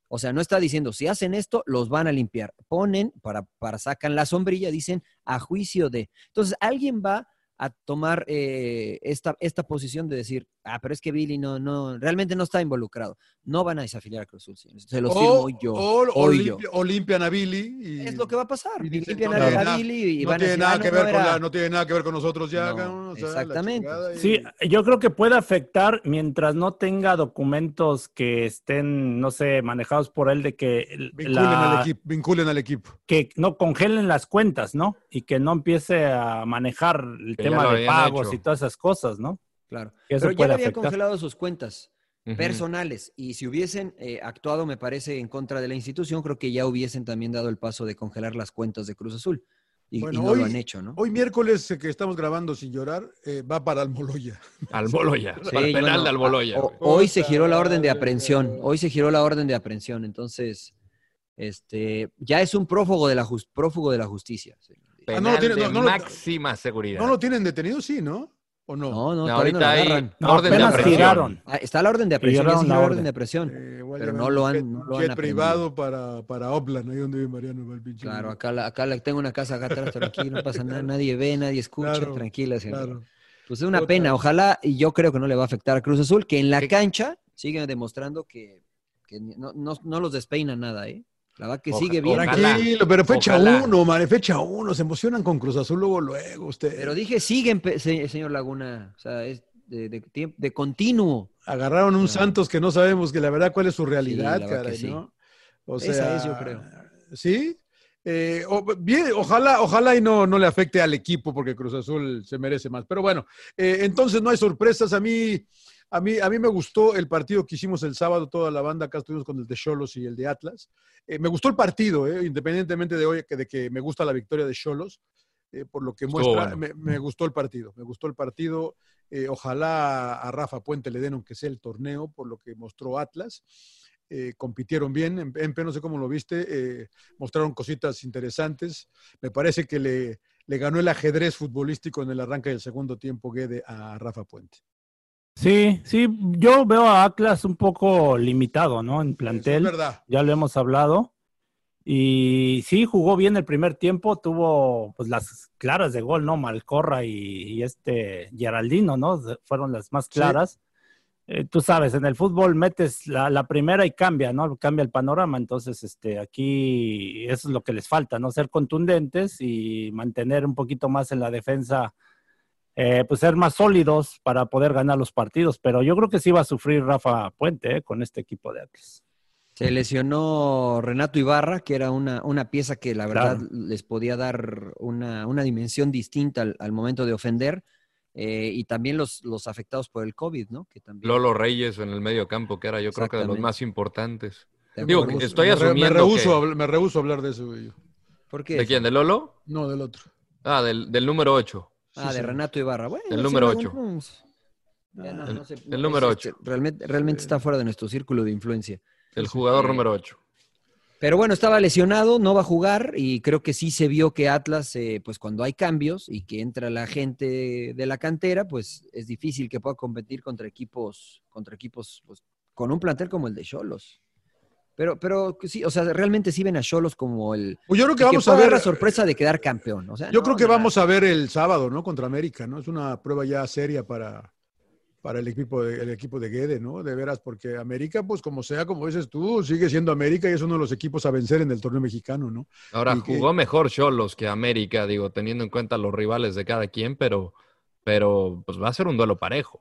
Speaker 1: O sea, no está diciendo si hacen esto, los van a limpiar. Ponen para, para sacan la sombrilla, dicen a juicio de. Entonces, alguien va a tomar eh, esta, esta posición de decir, ah, pero es que Billy no, no, realmente no está involucrado. No van a desafiliar a Cruz Azul, señores. Se los
Speaker 3: O-
Speaker 1: firmo yo.
Speaker 3: O, o
Speaker 1: hoy yo.
Speaker 3: limpia- o limpian a Billy. Oh, y-
Speaker 1: Es lo que va a pasar.
Speaker 3: y
Speaker 1: Y
Speaker 3: dicen,
Speaker 1: limpian
Speaker 3: no
Speaker 1: a
Speaker 3: tiene
Speaker 1: la
Speaker 3: nada-
Speaker 1: Billy y
Speaker 3: no
Speaker 1: van a
Speaker 3: tiene
Speaker 1: decir,
Speaker 3: nada
Speaker 1: "Ah,
Speaker 3: que
Speaker 1: no,
Speaker 3: ver
Speaker 1: no
Speaker 3: con
Speaker 1: era".
Speaker 3: la- no tiene nada que ver con nosotros ya.
Speaker 1: No,
Speaker 3: cabrón, o sea, la
Speaker 1: exactamente.
Speaker 3: chingada y-
Speaker 4: Sí, yo creo que puede afectar mientras no tenga documentos que estén, no sé, manejados por él de que, el-
Speaker 3: Vinculen,
Speaker 4: la-
Speaker 3: al equipo, vinculen al equipo.
Speaker 4: que no congelen las cuentas, ¿no? Y que no empiece a manejar el
Speaker 2: Que ya lo
Speaker 4: tema de
Speaker 2: habían
Speaker 4: pagos
Speaker 2: hecho.
Speaker 4: y todas esas cosas, ¿no?
Speaker 1: Claro.
Speaker 4: Que eso
Speaker 1: Pero ya
Speaker 4: puede
Speaker 1: le habían
Speaker 4: afectar.
Speaker 1: congelado sus cuentas
Speaker 2: Ujú.
Speaker 1: personales y si hubiesen eh, actuado, me parece, en contra de la institución, creo que ya hubiesen también dado el paso de congelar las cuentas de Cruz Azul. Y,
Speaker 3: Bueno,
Speaker 1: y no
Speaker 3: hoy-
Speaker 1: lo han hecho, ¿no?
Speaker 3: Hoy miércoles eh, que estamos grabando sin llorar, eh, va para Almoloya.
Speaker 2: al Boloya,
Speaker 1: Sí,
Speaker 2: para el
Speaker 1: yo
Speaker 2: penal
Speaker 1: no.
Speaker 2: de al Boloya.
Speaker 3: Ah,
Speaker 1: O-
Speaker 3: oh,
Speaker 2: güey.
Speaker 1: hoy se giró la orden de
Speaker 3: Puta
Speaker 1: aprehensión.
Speaker 3: madre.
Speaker 1: Hoy se giró la orden de aprehensión. Entonces, este, ya es un prófugo de la, jus- prófugo de la justicia. sí.
Speaker 3: Ah,
Speaker 2: Penal
Speaker 3: no lo tiene-
Speaker 2: de
Speaker 3: no, no lo-
Speaker 2: máxima seguridad.
Speaker 3: ¿No lo tienen detenido? Sí, ¿no? ¿O no?
Speaker 1: No, no,
Speaker 2: No,
Speaker 1: todavía no lo
Speaker 2: ahorita hay
Speaker 1: agarran.
Speaker 4: No,
Speaker 2: orden de
Speaker 4: apenas
Speaker 2: aprehensión.
Speaker 4: tiraron.
Speaker 1: Ah, Está la orden de aprehensión. ya
Speaker 4: Tiraron
Speaker 1: se giró
Speaker 4: la
Speaker 1: la
Speaker 4: orden.
Speaker 1: orden de aprehensión.
Speaker 3: Eh, igual
Speaker 1: Pero
Speaker 3: ya
Speaker 1: no
Speaker 3: ven
Speaker 1: lo
Speaker 3: un
Speaker 1: han-
Speaker 3: jet-
Speaker 1: no
Speaker 3: un
Speaker 1: lo han
Speaker 3: jet
Speaker 1: aprendido.
Speaker 3: privado para, para Opland, ahí donde vive Mariano va el pinche-
Speaker 1: Claro, acá, la- acá la- tengo una casa acá atrás, tranquilo, no pasa nada, nadie ve, nadie escucha,
Speaker 3: Claro,
Speaker 1: tranquila. señora.
Speaker 3: Claro.
Speaker 1: Pues es una
Speaker 3: Total.
Speaker 1: pena, ojalá, y yo creo que no le va a afectar a Cruz Azul, que en la
Speaker 2: ¿Qué-
Speaker 1: cancha sigue demostrando que, que no, no- no los despeina nada, ¿eh? La verdad que
Speaker 2: Oja-
Speaker 1: sigue bien.
Speaker 2: ojalá.
Speaker 3: Tranquilo, pero fecha
Speaker 2: Ojalá.
Speaker 3: uno, man, fecha uno. Se emocionan con Cruz Azul luego, luego. Usted.
Speaker 1: Pero dije, siguen, pe- se- señor Laguna, o sea, es de, de tiemp- de continuo.
Speaker 3: Agarraron un
Speaker 1: Claro.
Speaker 3: Santos que no sabemos que la verdad cuál es su realidad,
Speaker 1: Ah. la verdad que
Speaker 3: caray,
Speaker 1: sí.
Speaker 3: ¿no? O
Speaker 1: Esa
Speaker 3: sea,
Speaker 1: es, yo creo.
Speaker 3: ¿Sí? Eh, o- bien, ojalá, ojalá y no, no le afecte al equipo porque Cruz Azul se merece más. Pero bueno, eh, entonces no hay sorpresas. A mí, a mí, a mí me gustó el partido que hicimos el sábado, toda la banda acá estuvimos con el de Cholos y el de Atlas. Eh, me gustó el partido, eh, independientemente de hoy que, de que me gusta la victoria de Cholos, eh, por lo que
Speaker 2: Estuvo
Speaker 3: muestra,
Speaker 2: bueno.
Speaker 3: me, me gustó el partido, me gustó el partido. Eh, ojalá a Rafa Puente le den, aunque sea el torneo, por lo que mostró Atlas. Eh, compitieron bien, en, en no sé cómo lo viste, eh, mostraron cositas interesantes. Me parece que le, le ganó el ajedrez futbolístico en el arranque del segundo tiempo Guede a Rafa Puente.
Speaker 4: Sí, sí, yo veo a Atlas un poco limitado, ¿no? En
Speaker 3: Eso
Speaker 4: plantel.
Speaker 3: es verdad.
Speaker 4: ya lo hemos hablado. Y sí, jugó bien el primer tiempo, tuvo pues las claras de gol, ¿no? Malcorra y, y este Geraldino, ¿no? Se- Fueron las más claras. Eh, tú sabes, en el fútbol metes la, la primera y cambia, ¿no? Cambia el panorama. Entonces, este, aquí eso es lo que les falta, ¿no? Ser contundentes y mantener un poquito más en la defensa, eh, pues ser más sólidos para poder ganar los partidos. Pero yo creo que sí va a sufrir Rafa Puente, ¿eh? Con este equipo de Atlas.
Speaker 1: Se lesionó Renato Ibarra, que era una, una pieza que la verdad
Speaker 4: Claro.
Speaker 1: les podía dar una, una dimensión distinta al, al momento de ofender. eh, y también los, los afectados por el COVID, ¿no? Que también...
Speaker 2: Lolo Reyes en el medio campo, que era yo creo que de los
Speaker 1: Exactamente.
Speaker 2: más importantes.
Speaker 1: De
Speaker 2: Digo,
Speaker 1: acuerdo.
Speaker 2: estoy
Speaker 1: Me re-
Speaker 2: asumiendo
Speaker 3: me,
Speaker 2: que-
Speaker 3: rehuso, a habl- me rehuso a hablar de eso, güey.
Speaker 1: ¿Por qué?
Speaker 2: ¿De quién? ¿De Lolo?
Speaker 3: No, del otro.
Speaker 2: Ah, del, del número 8.
Speaker 1: Ah, de Renato Ibarra. Bueno,
Speaker 2: El
Speaker 1: sí,
Speaker 2: número
Speaker 1: lo
Speaker 2: 8.
Speaker 1: hablamos. Ya no,
Speaker 2: El-
Speaker 1: no sé,
Speaker 2: el
Speaker 1: no,
Speaker 2: número
Speaker 1: es, este, Realmente, realmente está fuera de nuestro círculo de influencia.
Speaker 2: El jugador
Speaker 1: Eh,
Speaker 2: número 8.
Speaker 1: Pero bueno, estaba lesionado, no va a jugar y creo que sí se vio que Atlas, eh, pues cuando hay cambios y que entra la gente de la cantera, pues es difícil que pueda competir contra equipos, contra equipos pues, con un plantel como el de Cholos. Pero, pero sí, o sea, realmente sí ven a Cholos como el.
Speaker 3: Pues yo creo que
Speaker 1: el
Speaker 3: vamos a
Speaker 1: puede dar
Speaker 3: ver-
Speaker 1: la sorpresa de quedar campeón. O sea,
Speaker 3: Yo
Speaker 1: no,
Speaker 3: creo que
Speaker 1: no,
Speaker 3: vamos a ver el sábado, ¿no? Contra América, ¿no? Es una prueba ya seria para, para el equipo de, el equipo de Guede, ¿no? De veras, porque América, pues como sea, como dices tú, sigue siendo América y es uno de los equipos a vencer en el torneo mexicano, ¿no?
Speaker 2: Ahora
Speaker 3: Y que-
Speaker 2: jugó mejor Cholos que América, digo, teniendo en cuenta los rivales de cada quien, pero, pero pues va a ser un duelo parejo.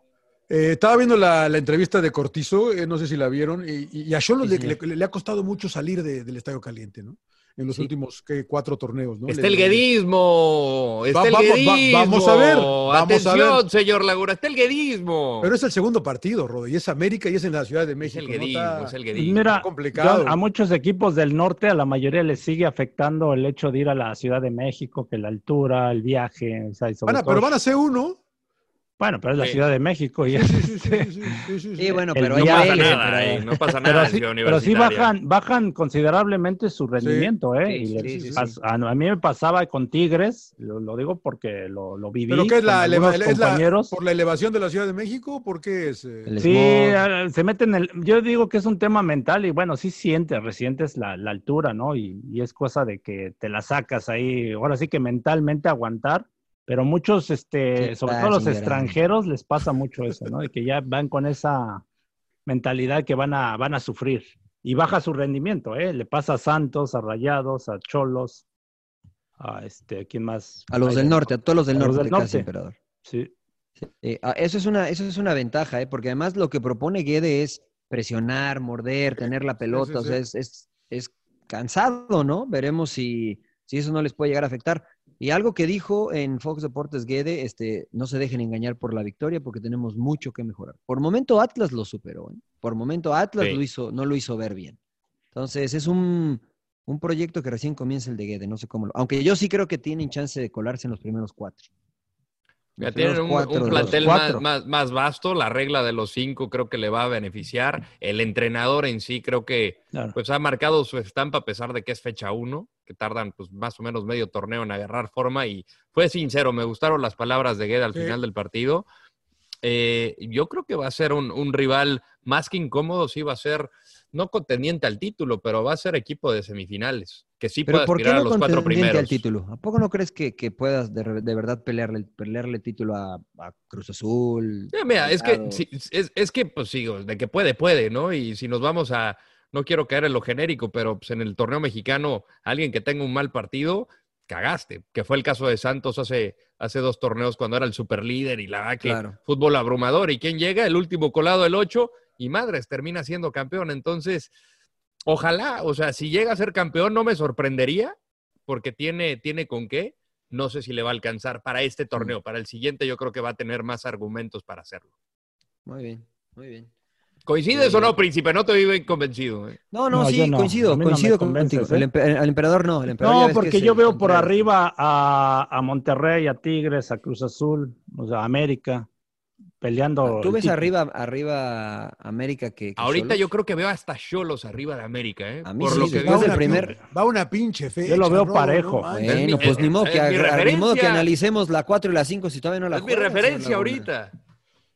Speaker 3: Eh, estaba viendo la, la entrevista de Cortizo, eh, no sé si la vieron, y, y- y a Cholos
Speaker 2: Sí,
Speaker 3: le,
Speaker 2: señor.
Speaker 3: le- le ha costado mucho salir de- del Estadio Caliente, ¿no? En los
Speaker 2: Sí.
Speaker 3: últimos ¿qué? cuatro torneos, ¿no?
Speaker 2: Está
Speaker 3: Le-
Speaker 2: el
Speaker 3: le-
Speaker 2: guedismo, está
Speaker 3: Va-
Speaker 2: el
Speaker 3: vamos- va-
Speaker 2: guedismo.
Speaker 3: vamos a ver, vamos a ver.
Speaker 2: Atención, señor Laguna, está el guedismo.
Speaker 3: Pero es el segundo partido, Rodo, y es América y es en la Ciudad de México. ¿no?
Speaker 2: guedismo,
Speaker 3: Está-
Speaker 2: es el
Speaker 4: Pues
Speaker 2: guedismo.
Speaker 4: Mira,
Speaker 3: Está complicado.
Speaker 4: John, a muchos equipos del norte, a la mayoría les sigue afectando el hecho de ir a la Ciudad de México, que la altura, el viaje, o sea, y sobre
Speaker 3: Van a-
Speaker 4: todo-
Speaker 3: pero van a ser uno.
Speaker 4: Bueno, pero es la
Speaker 2: Sí.
Speaker 4: Ciudad de México y
Speaker 1: Sí, bueno,
Speaker 4: El
Speaker 1: pero
Speaker 4: no
Speaker 1: ahí
Speaker 4: pasa
Speaker 1: hay-
Speaker 2: nada
Speaker 1: pero-
Speaker 2: ahí, no pasa nada
Speaker 4: pero
Speaker 2: en
Speaker 4: sí,
Speaker 2: Ciudad
Speaker 4: pero sí
Speaker 2: Universitaria.
Speaker 4: bajan, bajan considerablemente su rendimiento, ¿eh?
Speaker 1: Sí,
Speaker 4: Y le-
Speaker 1: sí, sí,
Speaker 4: pas- A, a mí me pasaba con Tigres, lo, lo digo porque lo, lo viví.
Speaker 3: ¿Pero qué es
Speaker 4: con
Speaker 3: la, eleva-
Speaker 4: algunos
Speaker 3: es la-
Speaker 4: compañeros.
Speaker 3: por la elevación de la Ciudad de México? ¿Por qué es? eh?
Speaker 1: El
Speaker 4: Sí,
Speaker 1: smog.
Speaker 4: ah, se meten el. Yo digo que es un tema mental y bueno, sí sientes, resientes la, la altura, ¿no? Y, y es cosa de que te la sacas ahí, ahora sí que mentalmente aguantar, pero muchos,
Speaker 1: Sí,
Speaker 4: este, sobre
Speaker 1: está
Speaker 4: todo los
Speaker 1: chingada.
Speaker 4: extranjeros, les pasa mucho eso, ¿no? De que ya van con esa mentalidad que van a, van a sufrir y baja su rendimiento, ¿eh? Le pasa a Santos, a Rayados, a Cholos, a este, ¿quién más?
Speaker 1: A los
Speaker 4: Ay,
Speaker 1: del norte, a todos los del
Speaker 4: A los
Speaker 1: norte,
Speaker 4: del
Speaker 1: casi,
Speaker 4: norte.
Speaker 1: emperador.
Speaker 4: Sí.
Speaker 1: Eh, ah, eso, es una, eso es una ventaja, ¿eh? porque además lo que propone Guede es presionar, morder, tener la pelota,
Speaker 3: sí,
Speaker 1: o sea, es, es, es cansado, ¿no? Veremos si, si eso no les puede llegar a afectar. Y algo que dijo en Fox Deportes Guede, este, no se dejen engañar por la victoria porque tenemos mucho que mejorar. Por momento Atlas lo superó, ¿eh? por momento Atlas
Speaker 2: Sí.
Speaker 1: lo hizo, no lo hizo ver bien. Entonces es un, un proyecto que recién comienza el de Guede, no sé cómo lo... Aunque yo sí creo que tienen chance de colarse en los primeros cuatro.
Speaker 2: Mira,
Speaker 1: Los
Speaker 2: tienen
Speaker 1: primeros
Speaker 2: un,
Speaker 1: cuatro
Speaker 2: un
Speaker 1: de los
Speaker 2: plantel más,
Speaker 4: cuatro.
Speaker 2: más- más vasto, la regla de los cinco creo que le va a beneficiar. El entrenador en sí creo que
Speaker 4: Claro.
Speaker 2: pues, ha marcado su estampa a pesar de que es fecha uno, que tardan pues, más o menos medio torneo en agarrar forma. Y fue sincero, me gustaron las palabras de Gueda al
Speaker 3: Sí.
Speaker 2: final del partido. Eh, yo creo que va a ser un, un rival más que incómodo, sí va a ser no contendiente al título, pero va a ser equipo de semifinales, que sí
Speaker 1: Pero
Speaker 2: puede
Speaker 1: ¿por qué
Speaker 2: aspirar a
Speaker 1: no
Speaker 2: los cuatro
Speaker 1: contendiente
Speaker 2: primeros.
Speaker 1: al título? ¿A poco no crees que, que puedas de, re- de verdad pelearle, pelearle el título a, a Cruz Azul?
Speaker 2: Ya, Ah, mira, es que,
Speaker 1: Delgado?
Speaker 2: sí, es, es que, pues sigo, de que puede, puede, ¿no? Y si nos vamos a, no quiero caer en lo genérico, pero pues, en el torneo mexicano, alguien que tenga un mal partido, cagaste, que fue el caso de Santos hace, hace dos torneos cuando era el superlíder y la verdad que
Speaker 1: Claro.
Speaker 2: fútbol abrumador. ¿Y quién llega? El último colado, el 8, y madres, termina siendo campeón. Entonces, ojalá, o sea, si llega a ser campeón, no me sorprendería, porque tiene, tiene con qué. No sé si le va a alcanzar para este
Speaker 1: Mm.
Speaker 2: torneo. Para el siguiente, yo creo que va a tener más argumentos para hacerlo.
Speaker 1: Muy bien, muy bien.
Speaker 2: ¿Coincides
Speaker 1: Sí.
Speaker 2: o no, príncipe? No te vivo inconvencido. ¿eh?
Speaker 1: No, no,
Speaker 4: No, yo
Speaker 1: sí,
Speaker 4: no. A
Speaker 1: coincido,
Speaker 4: mí no me
Speaker 1: coincido con-
Speaker 4: convences,
Speaker 1: contigo.
Speaker 4: ¿eh?
Speaker 1: El, empe- el emperador no, el emperador ya
Speaker 4: No,
Speaker 1: ves que
Speaker 4: porque
Speaker 1: es
Speaker 4: yo
Speaker 1: el
Speaker 4: veo por
Speaker 1: contrario.
Speaker 4: arriba a, a Monterrey, a Tigres, a Cruz Azul, o sea, a América, peleando.
Speaker 1: Ah, ¿Tú
Speaker 4: el
Speaker 1: ves
Speaker 4: título.
Speaker 1: arriba, arriba América que, que
Speaker 2: Ahorita
Speaker 1: Cholos?
Speaker 2: yo creo que veo hasta Cholos arriba de América. ¿eh?
Speaker 1: A mí
Speaker 2: Por
Speaker 1: sí,
Speaker 2: lo que
Speaker 1: después
Speaker 2: veo.
Speaker 1: del
Speaker 3: una-
Speaker 1: primer-
Speaker 3: Va una pinche fecha.
Speaker 4: lo veo
Speaker 3: Rodo,
Speaker 4: parejo.
Speaker 3: manches.
Speaker 1: Bueno,
Speaker 2: Es mi-
Speaker 1: pues ni
Speaker 2: es-
Speaker 1: modo, que,
Speaker 2: es mi
Speaker 1: agar- ni modo que
Speaker 2: referencia.
Speaker 1: analicemos la 4 y la 5 si todavía no la
Speaker 2: Es mi
Speaker 1: juegan, señor
Speaker 2: referencia
Speaker 1: Laguna.
Speaker 2: ahorita. Oh.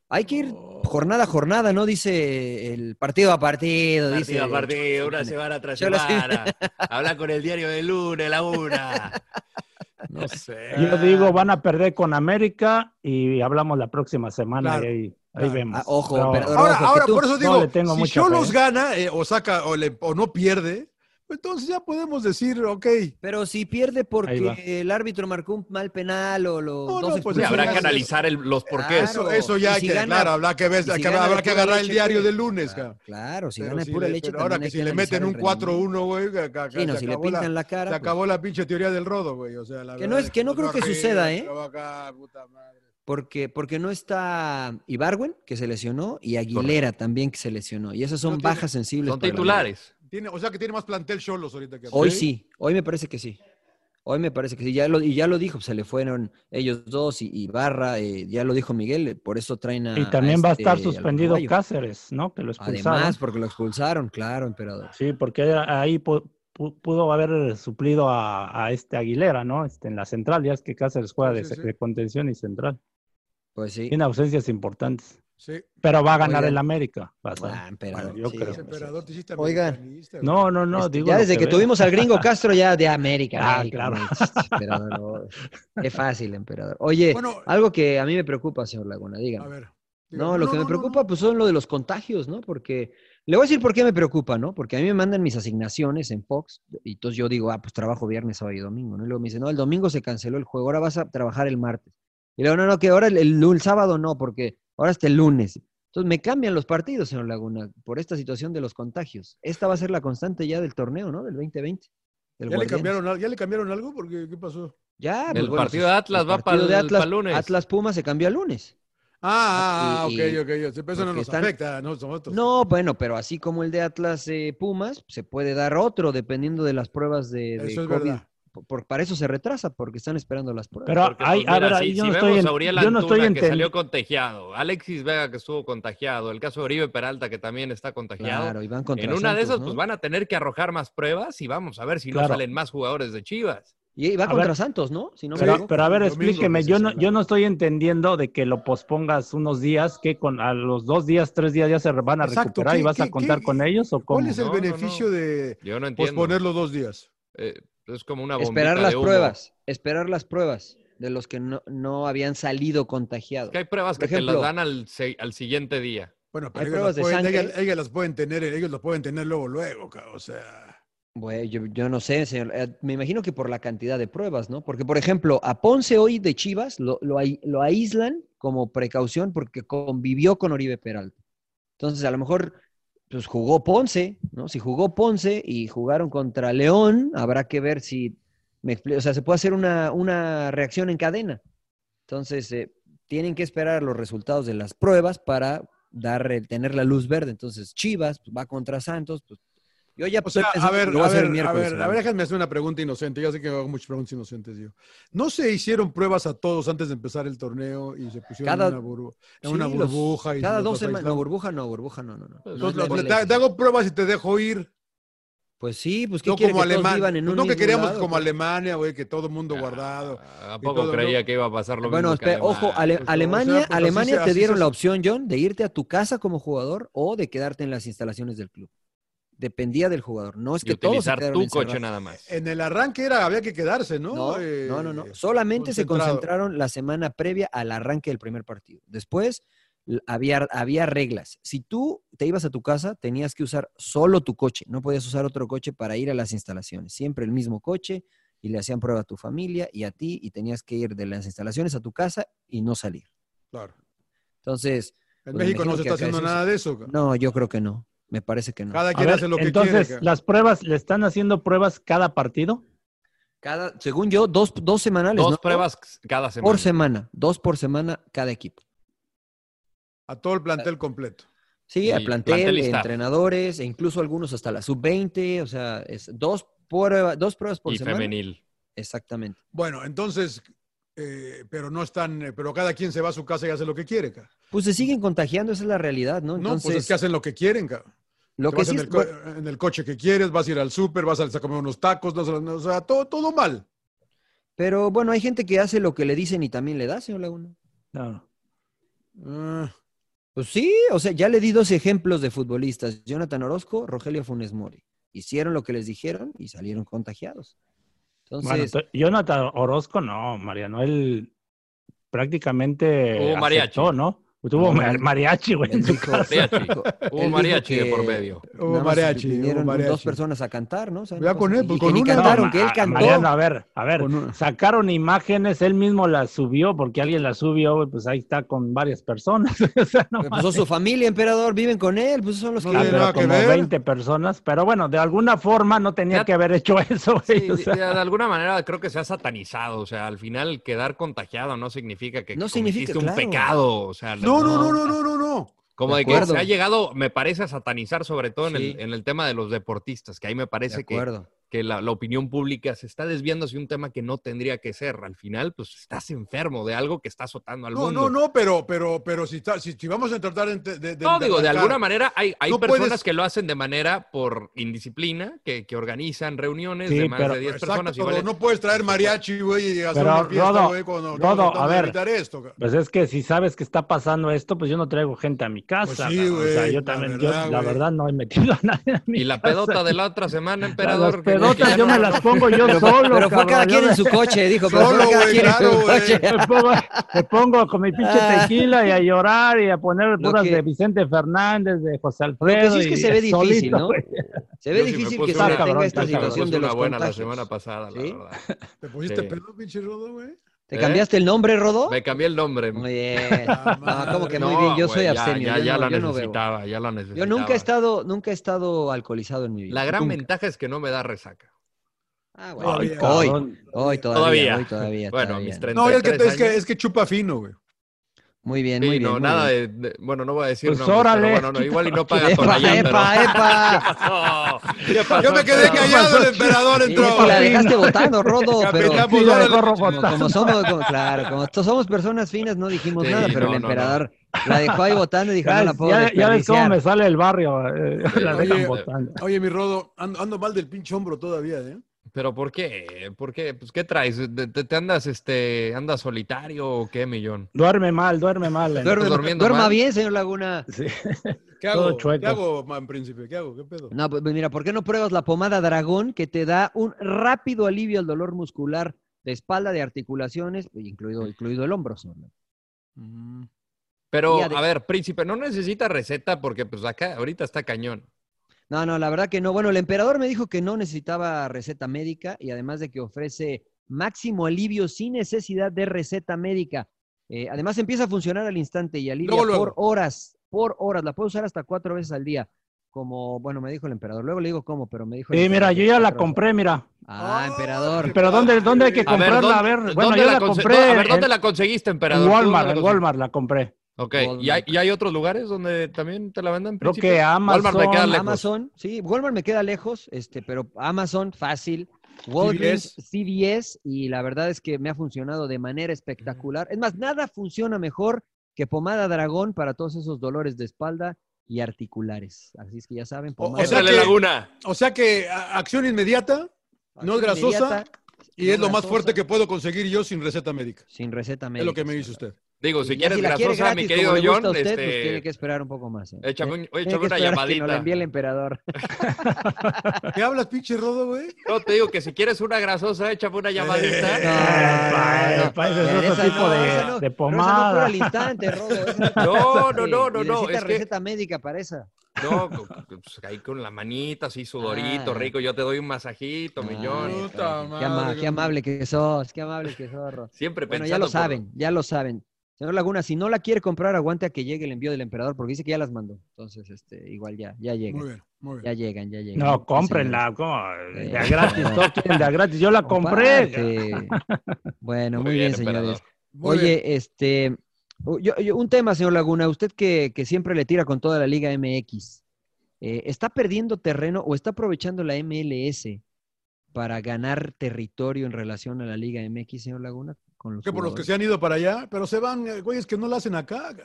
Speaker 1: Hay que ir jornada a jornada, no dice el partido a partido, dice.
Speaker 2: Partido a partido, una semana tras
Speaker 1: Yo lo sé.
Speaker 2: semana. Habla con el diario del lunes, la una.
Speaker 3: No sé.
Speaker 4: Yo digo,
Speaker 1: Ah.
Speaker 4: van a perder con América y hablamos la próxima semana
Speaker 3: Claro,
Speaker 4: y ahí, ahí
Speaker 3: claro.
Speaker 4: vemos.
Speaker 1: Ah, ojo,
Speaker 4: Pero-
Speaker 1: emperador.
Speaker 3: Ahora,
Speaker 1: Rojo, que
Speaker 3: ahora
Speaker 1: tú
Speaker 3: por eso
Speaker 4: no
Speaker 3: digo,
Speaker 4: le tengo
Speaker 3: si
Speaker 4: mucha
Speaker 3: Cholos
Speaker 4: fe.
Speaker 3: gana eh, o saca o, le- o no pierde, entonces ya podemos decir, ok.
Speaker 1: Pero si pierde
Speaker 4: va.
Speaker 1: porque el árbitro marcó un mal penal o los
Speaker 3: No,
Speaker 1: dos
Speaker 3: no, pues
Speaker 2: Sí,
Speaker 1: expulsados.
Speaker 2: habrá
Speaker 3: eso
Speaker 2: que
Speaker 3: ya-
Speaker 2: analizar el- los porqués.
Speaker 1: Claro.
Speaker 3: Eso, eso ya
Speaker 1: Y
Speaker 3: hay
Speaker 1: si
Speaker 3: que,
Speaker 1: gana-
Speaker 3: claro, habrá que, ver-
Speaker 1: y si
Speaker 3: que-
Speaker 1: gana
Speaker 3: habrá
Speaker 1: de
Speaker 3: que
Speaker 1: pura
Speaker 3: agarrar el
Speaker 1: leche,
Speaker 3: diario
Speaker 1: güey.
Speaker 3: del lunes.
Speaker 1: Claro,
Speaker 3: ca.
Speaker 1: Ah, claro, si
Speaker 3: Pero
Speaker 1: gana de
Speaker 3: si
Speaker 1: pura
Speaker 3: le-
Speaker 1: leche.
Speaker 3: pero ahora
Speaker 1: también hay
Speaker 3: que si le
Speaker 1: analizar
Speaker 3: meten
Speaker 1: el
Speaker 3: un 4-1, güey, ca- ca-
Speaker 1: rendimiento. Sí, no,
Speaker 3: se
Speaker 1: si le
Speaker 3: acabó la-
Speaker 1: pintan la cara.
Speaker 3: Se
Speaker 1: pues,
Speaker 3: acabó la pinche teoría del rodo, güey. O sea, la
Speaker 1: Que no
Speaker 3: verdad
Speaker 1: es- que no creo que
Speaker 3: Barrera,
Speaker 1: suceda, ¿eh?
Speaker 3: pero acá, puta madre.
Speaker 1: porque, porque no está Ibarwen, que se lesionó, y Aguilera también, que se lesionó. Y esas son
Speaker 3: No tiene-
Speaker 1: bajas sensibles.
Speaker 2: Son
Speaker 1: para la
Speaker 2: titulares.
Speaker 3: Tiene, o sea que tiene más plantel Cholos ahorita que
Speaker 1: liga. Hoy sí, hoy me parece que sí. Hoy me parece que sí. Ya lo, y ya lo dijo, se le fueron ellos dos y, y Barra, eh, ya lo dijo Miguel, eh, por eso traen a.
Speaker 4: Y también va a
Speaker 1: este,
Speaker 4: estar
Speaker 1: al
Speaker 4: suspendido
Speaker 1: uruguayo.
Speaker 4: Cáceres, ¿no? Que lo expulsaron.
Speaker 1: Además, porque lo expulsaron, claro, emperador.
Speaker 4: Sí, porque era- ahí pu- pu- pudo haber suplido a, a este Aguilera, ¿no? Este, en la central, ya es que Cáceres juega de,
Speaker 3: Sí, sí, sí.
Speaker 4: de contención y central.
Speaker 1: Pues sí.
Speaker 4: Tiene ausencias importantes.
Speaker 3: Sí.
Speaker 4: Pero va a ganar
Speaker 1: Oigan.
Speaker 4: el América. vas a ver.
Speaker 1: Ah, emperador,
Speaker 4: Bueno, yo
Speaker 1: sí.
Speaker 4: creo.
Speaker 3: Emperador, te hiciste
Speaker 1: Oigan.
Speaker 3: americanista, güey.
Speaker 4: No, no, no.
Speaker 1: Este,
Speaker 4: digo
Speaker 1: ya
Speaker 4: lo
Speaker 1: desde que,
Speaker 4: veo.
Speaker 1: tuvimos al gringo Castro, ya de América.
Speaker 4: Ah,
Speaker 1: América,
Speaker 4: claro.
Speaker 1: América, emperador. Qué fácil, emperador. Oye,
Speaker 3: Bueno,
Speaker 1: algo que eh, a mí me preocupa, señor Laguna, dígame.
Speaker 3: a ver. diga-
Speaker 1: No, lo que me preocupa pues son lo de los contagios, ¿no? Porque le voy a decir por qué me preocupa, ¿no? Porque a mí me mandan mis asignaciones en Fox y entonces yo digo, ah, pues trabajo viernes, sábado y domingo, ¿no? Y luego me dicen, no, el domingo se canceló el juego, ahora vas a trabajar el martes. Y luego, no, no, que ahora el, el lun- sábado no, porque ahora hasta el lunes. Entonces me cambian los partidos, señor Laguna, por esta situación de los contagios. Esta va a ser la constante ya del torneo, ¿no? Del 2020. del
Speaker 3: ¿Ya le,
Speaker 1: Guardianes.
Speaker 3: cambiaron, al- ¿Ya le cambiaron algo? Porque, ¿Qué pasó?
Speaker 1: Ya,
Speaker 2: El
Speaker 1: pues, bueno,
Speaker 2: partido de
Speaker 1: pues,
Speaker 2: Atlas
Speaker 1: el
Speaker 2: va
Speaker 1: partido
Speaker 2: pa'l-
Speaker 1: de Atlas,
Speaker 2: pa'l lunes.
Speaker 1: Atlas Puma se cambió al lunes.
Speaker 3: Ah, ah, ah,
Speaker 1: Y-
Speaker 3: ok,
Speaker 1: y-
Speaker 3: ok. ok. Pero Eso no
Speaker 1: porque
Speaker 3: nos
Speaker 1: están-
Speaker 3: afecta a nosotros.
Speaker 1: No, bueno, pero así como el de Atlas eh, Pumas, se puede dar otro dependiendo de las pruebas de, de
Speaker 3: Eso es
Speaker 1: COVID.
Speaker 3: verdad.
Speaker 1: Por, por- para eso se retrasa, porque están esperando las pruebas.
Speaker 4: Pero
Speaker 2: Porque,
Speaker 4: hay,
Speaker 2: pues,
Speaker 4: a
Speaker 2: mira,
Speaker 4: ver,
Speaker 2: si,
Speaker 4: ahí yo
Speaker 2: si
Speaker 4: no
Speaker 2: vemos
Speaker 4: estoy, en-
Speaker 2: a Uriel
Speaker 4: yo no
Speaker 2: Antuna,
Speaker 4: estoy
Speaker 2: que salió
Speaker 4: entendiendo.
Speaker 2: contagiado, Alexis Vega que estuvo contagiado, el caso de Oribe Peralta que también está contagiado.
Speaker 1: claro, y van contra
Speaker 2: en una de
Speaker 1: Santos,
Speaker 2: esas,
Speaker 1: ¿no?
Speaker 2: pues van a tener que arrojar más pruebas y vamos a ver si no
Speaker 4: Claro.
Speaker 2: salen más jugadores de Chivas.
Speaker 1: Y, y va
Speaker 4: a
Speaker 1: contra
Speaker 4: ver.
Speaker 1: Santos, ¿no? Si no me
Speaker 4: Pero,
Speaker 1: equivoco.
Speaker 4: pero a ver,
Speaker 3: el domingo,
Speaker 4: explíqueme,
Speaker 3: pues,
Speaker 4: yo
Speaker 3: es
Speaker 4: no,
Speaker 3: el-
Speaker 4: yo no estoy entendiendo de que lo pospongas unos días, que con a los dos días, tres días ya se van a
Speaker 3: Exacto,
Speaker 4: recuperar
Speaker 3: ¿qué-
Speaker 4: y vas a
Speaker 3: qué-
Speaker 4: contar
Speaker 3: qué-
Speaker 4: con ellos o cómo.
Speaker 3: ¿Cuál es el
Speaker 2: No, no, no.
Speaker 3: beneficio de
Speaker 2: Yo no entiendo.
Speaker 3: posponerlo dos días?
Speaker 2: Eh, es como una bombita
Speaker 1: esperar las
Speaker 2: de humo.
Speaker 1: pruebas, esperar las pruebas de los que no, no habían salido
Speaker 2: Es
Speaker 1: contagiados.
Speaker 2: que hay pruebas
Speaker 1: Por
Speaker 2: que te las
Speaker 1: ejemplo,
Speaker 2: dan al, se- al siguiente día.
Speaker 3: Bueno,
Speaker 1: Hay
Speaker 3: pero ellos
Speaker 1: pruebas
Speaker 3: las,
Speaker 1: de
Speaker 3: pueden,
Speaker 1: sangre.
Speaker 3: ellas- ellas las pueden tener, ellos las pueden tener luego, luego, ca- o sea.
Speaker 1: Bueno, yo, yo no sé, señor. Eh, Me imagino que por la cantidad de pruebas, ¿no? Porque, por ejemplo, a Ponce hoy de Chivas lo, lo ai- lo aíslan como precaución porque convivió con Oribe Peralta. Entonces, a lo mejor, pues jugó Ponce, ¿no? Si jugó Ponce y jugaron contra León, habrá que ver si, me expli- o sea, se puede hacer una, una reacción en cadena. Entonces, eh, tienen que esperar los resultados de las pruebas para dar, el- tener la luz verde. Entonces, Chivas pues, va contra Santos, pues yo ya
Speaker 3: O
Speaker 1: estoy
Speaker 3: sea, a
Speaker 1: pensando
Speaker 3: ver,
Speaker 1: que lo voy
Speaker 3: a
Speaker 1: hacer
Speaker 3: ver,
Speaker 1: el
Speaker 3: a
Speaker 1: miércoles,
Speaker 3: ver, a ver,
Speaker 1: hermano.
Speaker 3: déjame hacer una pregunta inocente. Ya sé que hago muchas preguntas inocentes yo. ¿No se hicieron pruebas a todos antes de empezar el torneo y se pusieron
Speaker 1: Cada-
Speaker 3: en una, burbu- en
Speaker 1: Sí,
Speaker 3: una
Speaker 1: los-
Speaker 3: burbuja? y
Speaker 1: Cada
Speaker 3: los-
Speaker 1: dos
Speaker 3: los
Speaker 1: semanas. No,
Speaker 3: aislaron?
Speaker 1: burbuja no, burbuja no, no, no. No es
Speaker 3: Entonces,
Speaker 1: la
Speaker 3: Pues los-
Speaker 1: ley.
Speaker 3: te, te hago pruebas y te dejo ir.
Speaker 1: Pues sí, pues ¿qué
Speaker 3: No
Speaker 1: quiere
Speaker 3: como
Speaker 1: que todos
Speaker 3: Alemania.
Speaker 1: vivan en un
Speaker 3: no que
Speaker 1: mismo
Speaker 3: queríamos
Speaker 1: lado? pues. Ah.
Speaker 3: como Alemania, güey, que todo mundo guardado.
Speaker 2: Ah, ¿A
Speaker 3: Y
Speaker 2: poco
Speaker 3: todo,
Speaker 2: creía
Speaker 3: ¿no?
Speaker 2: que iba a pasar lo
Speaker 1: Bueno,
Speaker 2: mismo? que
Speaker 1: espera, ojo,
Speaker 2: Alemania?
Speaker 1: Ale-
Speaker 3: pues, o sea,
Speaker 1: Alemania,
Speaker 3: pues, así
Speaker 1: Alemania
Speaker 3: se-
Speaker 1: te
Speaker 3: así
Speaker 1: dieron
Speaker 3: se-
Speaker 1: la opción, John, de irte a tu casa como jugador o de quedarte en las instalaciones del club. Dependía del jugador. No es
Speaker 2: Y
Speaker 1: que todos se Eh,
Speaker 2: utilizar
Speaker 1: quedaron
Speaker 2: tu
Speaker 1: encerrados.
Speaker 2: coche nada más.
Speaker 3: En el arranque era, había que quedarse, ¿no?
Speaker 1: No,
Speaker 3: Eh,
Speaker 1: no, no, no. Solamente se
Speaker 3: concentrado.
Speaker 1: concentraron la semana previa al arranque del primer partido. Después l- había, había reglas. Si tú te ibas a tu casa, tenías que usar solo tu coche. No podías usar otro coche para ir a las instalaciones. Siempre el mismo coche y le hacían prueba a tu familia y a ti y tenías que ir de las instalaciones a tu casa y no salir.
Speaker 3: Claro.
Speaker 1: Entonces,
Speaker 3: En
Speaker 1: Pues,
Speaker 3: México
Speaker 1: imagino
Speaker 3: no se
Speaker 1: que
Speaker 3: está
Speaker 1: acá
Speaker 3: haciendo
Speaker 1: eso
Speaker 3: nada de eso. ca-
Speaker 1: no, yo creo que no. Me parece que no.
Speaker 3: Cada
Speaker 4: A
Speaker 3: quien
Speaker 4: ver,
Speaker 3: hace lo que
Speaker 4: entonces,
Speaker 3: quiere. ca-
Speaker 4: las pruebas, ¿le están haciendo pruebas cada partido?
Speaker 1: Cada, según yo, dos, dos semanales.
Speaker 2: Dos
Speaker 1: ¿no?
Speaker 2: pruebas cada semana.
Speaker 1: por semana. Dos por semana cada equipo.
Speaker 3: A todo el plantel completo.
Speaker 1: Sí, al
Speaker 2: Y
Speaker 1: plantel,
Speaker 2: plantel y staff.
Speaker 1: entrenadores, e incluso algunos hasta la sub-20, o sea, es dos, prueba- dos pruebas por
Speaker 2: y
Speaker 1: semana.
Speaker 2: femenil.
Speaker 1: Exactamente.
Speaker 3: Bueno, entonces, eh, pero no están, eh, pero cada quien se va a su casa y hace lo que quiere. ca.
Speaker 1: Pues se siguen contagiando, esa es la realidad, ¿no?
Speaker 3: no,
Speaker 1: Entonces,
Speaker 3: pues es que hacen lo que quieren. ca.
Speaker 1: lo
Speaker 3: Te
Speaker 1: que
Speaker 3: vas
Speaker 1: sí
Speaker 3: en,
Speaker 1: es,
Speaker 3: el co- en el coche que quieres, vas a ir al súper, vas a a comer unos tacos, no sé, no, o sea, todo, todo mal.
Speaker 1: pero bueno, hay gente que hace lo que le dicen y también le da, señor Laguna.
Speaker 4: No.
Speaker 3: Ah,
Speaker 1: Pues sí, o sea, ya le di dos ejemplos de futbolistas, Jonathan Orozco, Rogelio Funes Mori. Hicieron lo que les dijeron y salieron contagiados.
Speaker 4: Bueno,
Speaker 1: Entonces,
Speaker 4: to- Jonathan Orozco, no, Mariano, él prácticamente
Speaker 2: Hubo mariachi.
Speaker 4: aceptó, ¿no? Tuvo mar- mariachi, güey, en su casa.
Speaker 2: Hubo mariachi de por medio.
Speaker 3: Hubo
Speaker 1: Hubo
Speaker 3: mariachi,
Speaker 1: mariachi.
Speaker 3: hubo
Speaker 1: Vinieron
Speaker 3: mariachi.
Speaker 1: dos personas a cantar, ¿no? O sea,
Speaker 3: Ya
Speaker 1: no
Speaker 3: con
Speaker 1: pasa-
Speaker 3: él, pues
Speaker 1: y-
Speaker 3: con
Speaker 1: y ni
Speaker 3: una.
Speaker 1: cantaron,
Speaker 3: No,
Speaker 1: que él
Speaker 3: ma-
Speaker 1: cantó.
Speaker 4: Mariano, a ver, a ver, sacaron imágenes, él mismo las subió, porque alguien las subió, güey, pues ahí está con varias personas. o sea, no
Speaker 1: Pues son su familia, emperador, viven con él, pues son los
Speaker 4: Ah,
Speaker 1: que...
Speaker 4: pero como 20 personas, pero bueno, de alguna forma no tenía que haber hecho eso. güey,
Speaker 2: Sí,
Speaker 4: o
Speaker 2: de,
Speaker 4: sea.
Speaker 2: de alguna manera creo que se ha satanizado. O sea, al final quedar contagiado no significa que
Speaker 3: No
Speaker 2: cometiste
Speaker 3: significa,
Speaker 2: un
Speaker 3: claro.
Speaker 2: pecado. O sea,
Speaker 3: No, no, no, no, no, no, no.
Speaker 2: Como
Speaker 3: De
Speaker 2: de, que
Speaker 3: acuerdo.
Speaker 2: se ha llegado, me parece, a satanizar, sobre todo en,
Speaker 3: Sí.
Speaker 2: el, en el tema de los deportistas, que ahí me parece
Speaker 1: De
Speaker 2: que,
Speaker 1: acuerdo.
Speaker 2: que la, la opinión pública se está desviando hacia un tema que no tendría que ser. Al final, pues estás enfermo de algo que está azotando al
Speaker 3: No, no,
Speaker 2: mundo.
Speaker 3: no, pero, pero, pero si, está- si, si vamos a tratar de... de- de-
Speaker 2: No, digo, de
Speaker 3: arrancar-
Speaker 2: alguna manera hay, hay
Speaker 3: No
Speaker 2: personas
Speaker 3: puedes-
Speaker 2: que lo hacen de manera por indisciplina, que, que organizan reuniones
Speaker 4: Sí,
Speaker 2: de más
Speaker 4: pero-
Speaker 2: de 10
Speaker 3: Exacto,
Speaker 2: personas. y
Speaker 3: pero
Speaker 2: vale-
Speaker 3: no puedes traer mariachi, güey, y hacer
Speaker 4: Pero,
Speaker 3: una fiesta,
Speaker 4: Rodo,
Speaker 3: güey, cuando
Speaker 4: Rodo,
Speaker 3: estamos tratando
Speaker 4: a
Speaker 3: de
Speaker 4: ver.
Speaker 3: evitar esto. ca-
Speaker 4: Pues es que si sabes que está pasando esto, pues yo no traigo gente a mi casa.
Speaker 3: Pues sí,
Speaker 4: cabrón. o sea,
Speaker 3: güey,
Speaker 4: yo
Speaker 3: la
Speaker 4: también,
Speaker 3: verdad,
Speaker 4: yo, la
Speaker 3: güey.
Speaker 4: verdad no he metido a nadie a mi
Speaker 2: Y la
Speaker 4: casa.
Speaker 2: pedota de la otra semana,
Speaker 4: Las
Speaker 2: emperador. que-
Speaker 4: pedotas
Speaker 2: que-
Speaker 4: yo me las pongo yo
Speaker 1: Pero fue-
Speaker 4: solo.
Speaker 1: pero fue
Speaker 4: cabrón,
Speaker 1: cada
Speaker 4: yo
Speaker 1: quien
Speaker 4: me-
Speaker 1: en su coche, dijo, pero
Speaker 3: Solo,
Speaker 1: fue cada
Speaker 3: güey,
Speaker 1: quien en
Speaker 3: claro,
Speaker 1: su
Speaker 3: güey.
Speaker 1: coche.
Speaker 4: Me pongo, me pongo con mi pinche
Speaker 1: Ah.
Speaker 4: tequila y a llorar y a poner
Speaker 1: Lo
Speaker 4: puras
Speaker 1: que-
Speaker 4: de Vicente Fernández, de José
Speaker 1: Lo que
Speaker 4: Alfredo.
Speaker 1: sí es que
Speaker 4: y
Speaker 1: se ve
Speaker 4: solito,
Speaker 1: difícil, ¿no?
Speaker 4: güey.
Speaker 1: Se ve
Speaker 2: Yo sí me
Speaker 1: difícil
Speaker 2: puse
Speaker 1: que se
Speaker 2: una-
Speaker 4: cabrón,
Speaker 1: detenga esta
Speaker 4: yo sí me
Speaker 1: situación
Speaker 2: puse
Speaker 1: de
Speaker 2: una
Speaker 1: los
Speaker 2: buena
Speaker 1: contagios.
Speaker 2: la semana pasada, la
Speaker 1: ¿Sí?
Speaker 2: verdad.
Speaker 3: ¿Te pusiste
Speaker 2: Sí.
Speaker 3: pedo, pinche Rodo, güey?
Speaker 1: ¿Te
Speaker 2: ¿Eh?
Speaker 1: cambiaste el nombre, Rodó?
Speaker 2: Me cambié el nombre.
Speaker 1: Muy bien.
Speaker 3: Ah,
Speaker 1: No, como que
Speaker 2: No,
Speaker 1: muy bien, yo
Speaker 2: güey,
Speaker 1: soy
Speaker 2: ya-
Speaker 1: abstemio.
Speaker 2: Ya,
Speaker 1: yo
Speaker 2: ya
Speaker 1: no-
Speaker 2: la
Speaker 1: yo no bebo.
Speaker 2: necesitaba, ya la necesitaba.
Speaker 1: Yo nunca he estado, nunca he estado alcoholizado en mi vida.
Speaker 2: La gran
Speaker 1: Nunca.
Speaker 2: ventaja es que no me da resaca.
Speaker 1: Ah, bueno,
Speaker 3: Ay,
Speaker 1: hoy,
Speaker 4: cabrón.
Speaker 1: hoy todavía,
Speaker 2: Todavía.
Speaker 1: hoy todavía.
Speaker 2: Bueno,
Speaker 1: todavía.
Speaker 2: mis 33
Speaker 3: No, es que, es, que,
Speaker 2: años.
Speaker 3: es que chupa fino, güey.
Speaker 1: Muy bien,
Speaker 2: Sí,
Speaker 1: muy bien.
Speaker 2: no,
Speaker 1: muy
Speaker 2: nada
Speaker 1: bien.
Speaker 2: de, de- Bueno, no voy a decir
Speaker 4: Pues
Speaker 2: nombres,
Speaker 4: órale.
Speaker 2: pero bueno, no, igual y no paga
Speaker 1: Epa,
Speaker 2: Tonayán, pero-
Speaker 1: epa, epa.
Speaker 2: ¿Qué pasó?
Speaker 3: Yo me quedé
Speaker 2: Pero-
Speaker 3: callado, el emperador
Speaker 1: Sí, es que
Speaker 3: entró.
Speaker 1: la dejaste votando, Rodo, pero
Speaker 3: Capitán,
Speaker 1: como,
Speaker 3: pues, órale,
Speaker 4: Corro
Speaker 1: como
Speaker 4: botando.
Speaker 1: somos, como- claro, como to- somos personas finas, no dijimos
Speaker 2: Sí,
Speaker 1: nada, pero
Speaker 2: no,
Speaker 1: el
Speaker 2: no,
Speaker 1: emperador la dejó ahí votando y dijo, no
Speaker 4: Ya,
Speaker 1: la puedo
Speaker 4: ya- ya ves cómo
Speaker 1: desperdiciar.
Speaker 4: me sale el barrio. eh, la
Speaker 3: oye,
Speaker 4: dejan botando.
Speaker 3: Oye, mi Rodo, ando, ando mal del pinche hombro todavía, ¿eh?
Speaker 2: Pero ¿por qué? ¿Por qué? Pues ¿qué traes? ¿Te, te- te andas este andas solitario o qué, millón?
Speaker 4: Duerme mal, duerme mal. eh.
Speaker 1: Duerme-
Speaker 2: durmiendo
Speaker 1: duerma
Speaker 2: mal.
Speaker 1: bien, señor Laguna.
Speaker 4: Sí.
Speaker 3: ¿Qué
Speaker 4: Todo
Speaker 3: hago?
Speaker 4: chueco.
Speaker 3: ¿Qué hago, man, príncipe? ¿Qué hago? ¿Qué pedo?
Speaker 1: No, pues mira, ¿por qué no pruebas la pomada dragón que te da un rápido alivio al dolor muscular de espalda, de articulaciones, e incluido, incluido el hombro? señor Laguna?
Speaker 3: Mm.
Speaker 2: Pero,
Speaker 1: Y ade-
Speaker 2: a ver, príncipe, no necesita receta porque pues acá ahorita está cañón.
Speaker 1: No, no, la verdad que no. Bueno, el emperador me dijo que no necesitaba receta médica y además de que ofrece máximo alivio sin necesidad de receta médica. Eh, además empieza a funcionar al instante y alivia
Speaker 3: Luego, luego.
Speaker 1: por horas, por horas. La puedo usar hasta cuatro veces al día. Como, bueno, me dijo el emperador. Luego le digo cómo, pero me dijo. el
Speaker 4: Sí, mira,
Speaker 1: emperador
Speaker 4: yo ya la
Speaker 1: cuatro veces.
Speaker 4: compré, mira.
Speaker 1: Ah,
Speaker 3: Ah,
Speaker 1: emperador.
Speaker 4: Pero ¿dónde, dónde hay que
Speaker 2: A ver,
Speaker 4: comprarla?
Speaker 2: ¿dónde-
Speaker 4: a ver,
Speaker 2: dónde
Speaker 4: bueno, yo
Speaker 2: conse-
Speaker 4: la compré
Speaker 2: a ver, ¿dónde
Speaker 4: en-
Speaker 2: la conseguiste, emperador?
Speaker 4: en
Speaker 2: ¿Tú dónde
Speaker 4: Walmart,
Speaker 2: la
Speaker 4: en
Speaker 2: conseguiste?
Speaker 4: Walmart la compré.
Speaker 2: Ok,
Speaker 1: Walmart.
Speaker 2: ¿Y hay, y hay otros lugares donde también te la venden?
Speaker 4: Creo
Speaker 2: príncipe?
Speaker 4: que Amazon,
Speaker 2: Walmart me queda lejos.
Speaker 1: Amazon, sí, Walmart me queda lejos, este, pero Amazon, fácil. Walgreens, CVS, y la verdad es que me ha funcionado de manera espectacular. Es más, nada funciona mejor que pomada dragón para todos esos dolores de espalda y articulares. Así es que ya saben,
Speaker 3: O- o
Speaker 1: pomada
Speaker 3: sea
Speaker 2: Échale
Speaker 3: que-
Speaker 2: Laguna.
Speaker 3: O sea que a- acción inmediata
Speaker 1: dragón,
Speaker 3: no es
Speaker 1: acción
Speaker 3: grasosa
Speaker 1: inmediata,
Speaker 3: y
Speaker 1: no
Speaker 3: es lo más
Speaker 1: grasosa,
Speaker 3: fuerte que puedo conseguir yo sin receta médica.
Speaker 1: Sin receta médica.
Speaker 3: Es lo que me
Speaker 1: señor.
Speaker 3: dice usted.
Speaker 2: Digo, Pues si
Speaker 1: Ya
Speaker 2: quieres
Speaker 1: la quiere
Speaker 2: grasosa, mi
Speaker 1: gratis,
Speaker 2: querido
Speaker 1: como le gusta
Speaker 2: John,
Speaker 1: a usted,
Speaker 2: este,
Speaker 1: pues tiene que esperar un poco más. ¿eh?
Speaker 2: échame, un-
Speaker 1: Tiene
Speaker 2: échame
Speaker 1: que
Speaker 2: una
Speaker 1: esperar a que nos la
Speaker 2: llamadita.
Speaker 1: envíe el em- emperador.
Speaker 3: ¿Qué hablas, pinche Rodo, güey?
Speaker 2: No, te digo que si quieres una grasosa, échame una llamadita.
Speaker 1: No,
Speaker 4: Epa,
Speaker 1: no,
Speaker 4: epa,
Speaker 1: no,
Speaker 4: ese es
Speaker 1: esa
Speaker 4: otro tipo
Speaker 1: no,
Speaker 4: de-
Speaker 1: esa no,
Speaker 4: de
Speaker 1: pero esa no
Speaker 4: pomada.
Speaker 1: cura al instante, Rodo, esa
Speaker 2: No, no,
Speaker 1: Sí,
Speaker 2: no,
Speaker 1: y
Speaker 2: no, no.
Speaker 1: necesitas
Speaker 2: Es que,
Speaker 1: receta médica para esa.
Speaker 2: no, co- co- pues, ahí con la manita, así sudorito,
Speaker 1: Ah.
Speaker 2: rico. Yo te doy un masajito,
Speaker 1: Ay,
Speaker 2: millón.
Speaker 3: Puta
Speaker 1: caray,
Speaker 3: madre,
Speaker 1: qué, ama- qué
Speaker 3: güey.
Speaker 1: amable que sos, qué amable que sos, Rodo.
Speaker 2: Siempre
Speaker 1: Bueno,
Speaker 2: pensando.
Speaker 1: ya lo
Speaker 2: por-
Speaker 1: saben, ya lo saben. Señor Laguna, si no la quiere comprar, aguante a que llegue el envío del emperador, porque dice que ya las mandó. Entonces, este, igual ya, ya
Speaker 3: Muy
Speaker 1: llegan.
Speaker 3: bien, muy bien.
Speaker 1: Ya llegan, ya llegan.
Speaker 4: No,
Speaker 1: cómprenla.
Speaker 4: cómprenla, ¿cómo? De a
Speaker 1: Eh,
Speaker 4: gratis,
Speaker 1: no.
Speaker 4: todos quieren de a gratis. Yo la compré.
Speaker 1: Bueno,
Speaker 2: Muy
Speaker 1: muy, bien,
Speaker 2: bien,
Speaker 1: señores.
Speaker 2: emperador.
Speaker 3: Muy
Speaker 1: Oye,
Speaker 3: bien.
Speaker 1: este, u- yo- yo- un tema, señor Laguna, usted que, que siempre le tira con toda la Liga MX, eh, ¿está perdiendo terreno o está aprovechando la MLS para ganar territorio en relación a la Liga MX, señor Laguna? Con los
Speaker 3: que por los que
Speaker 1: jugadores?
Speaker 3: se han ido para allá, pero se van, eh, güeyes que no la hacen acá.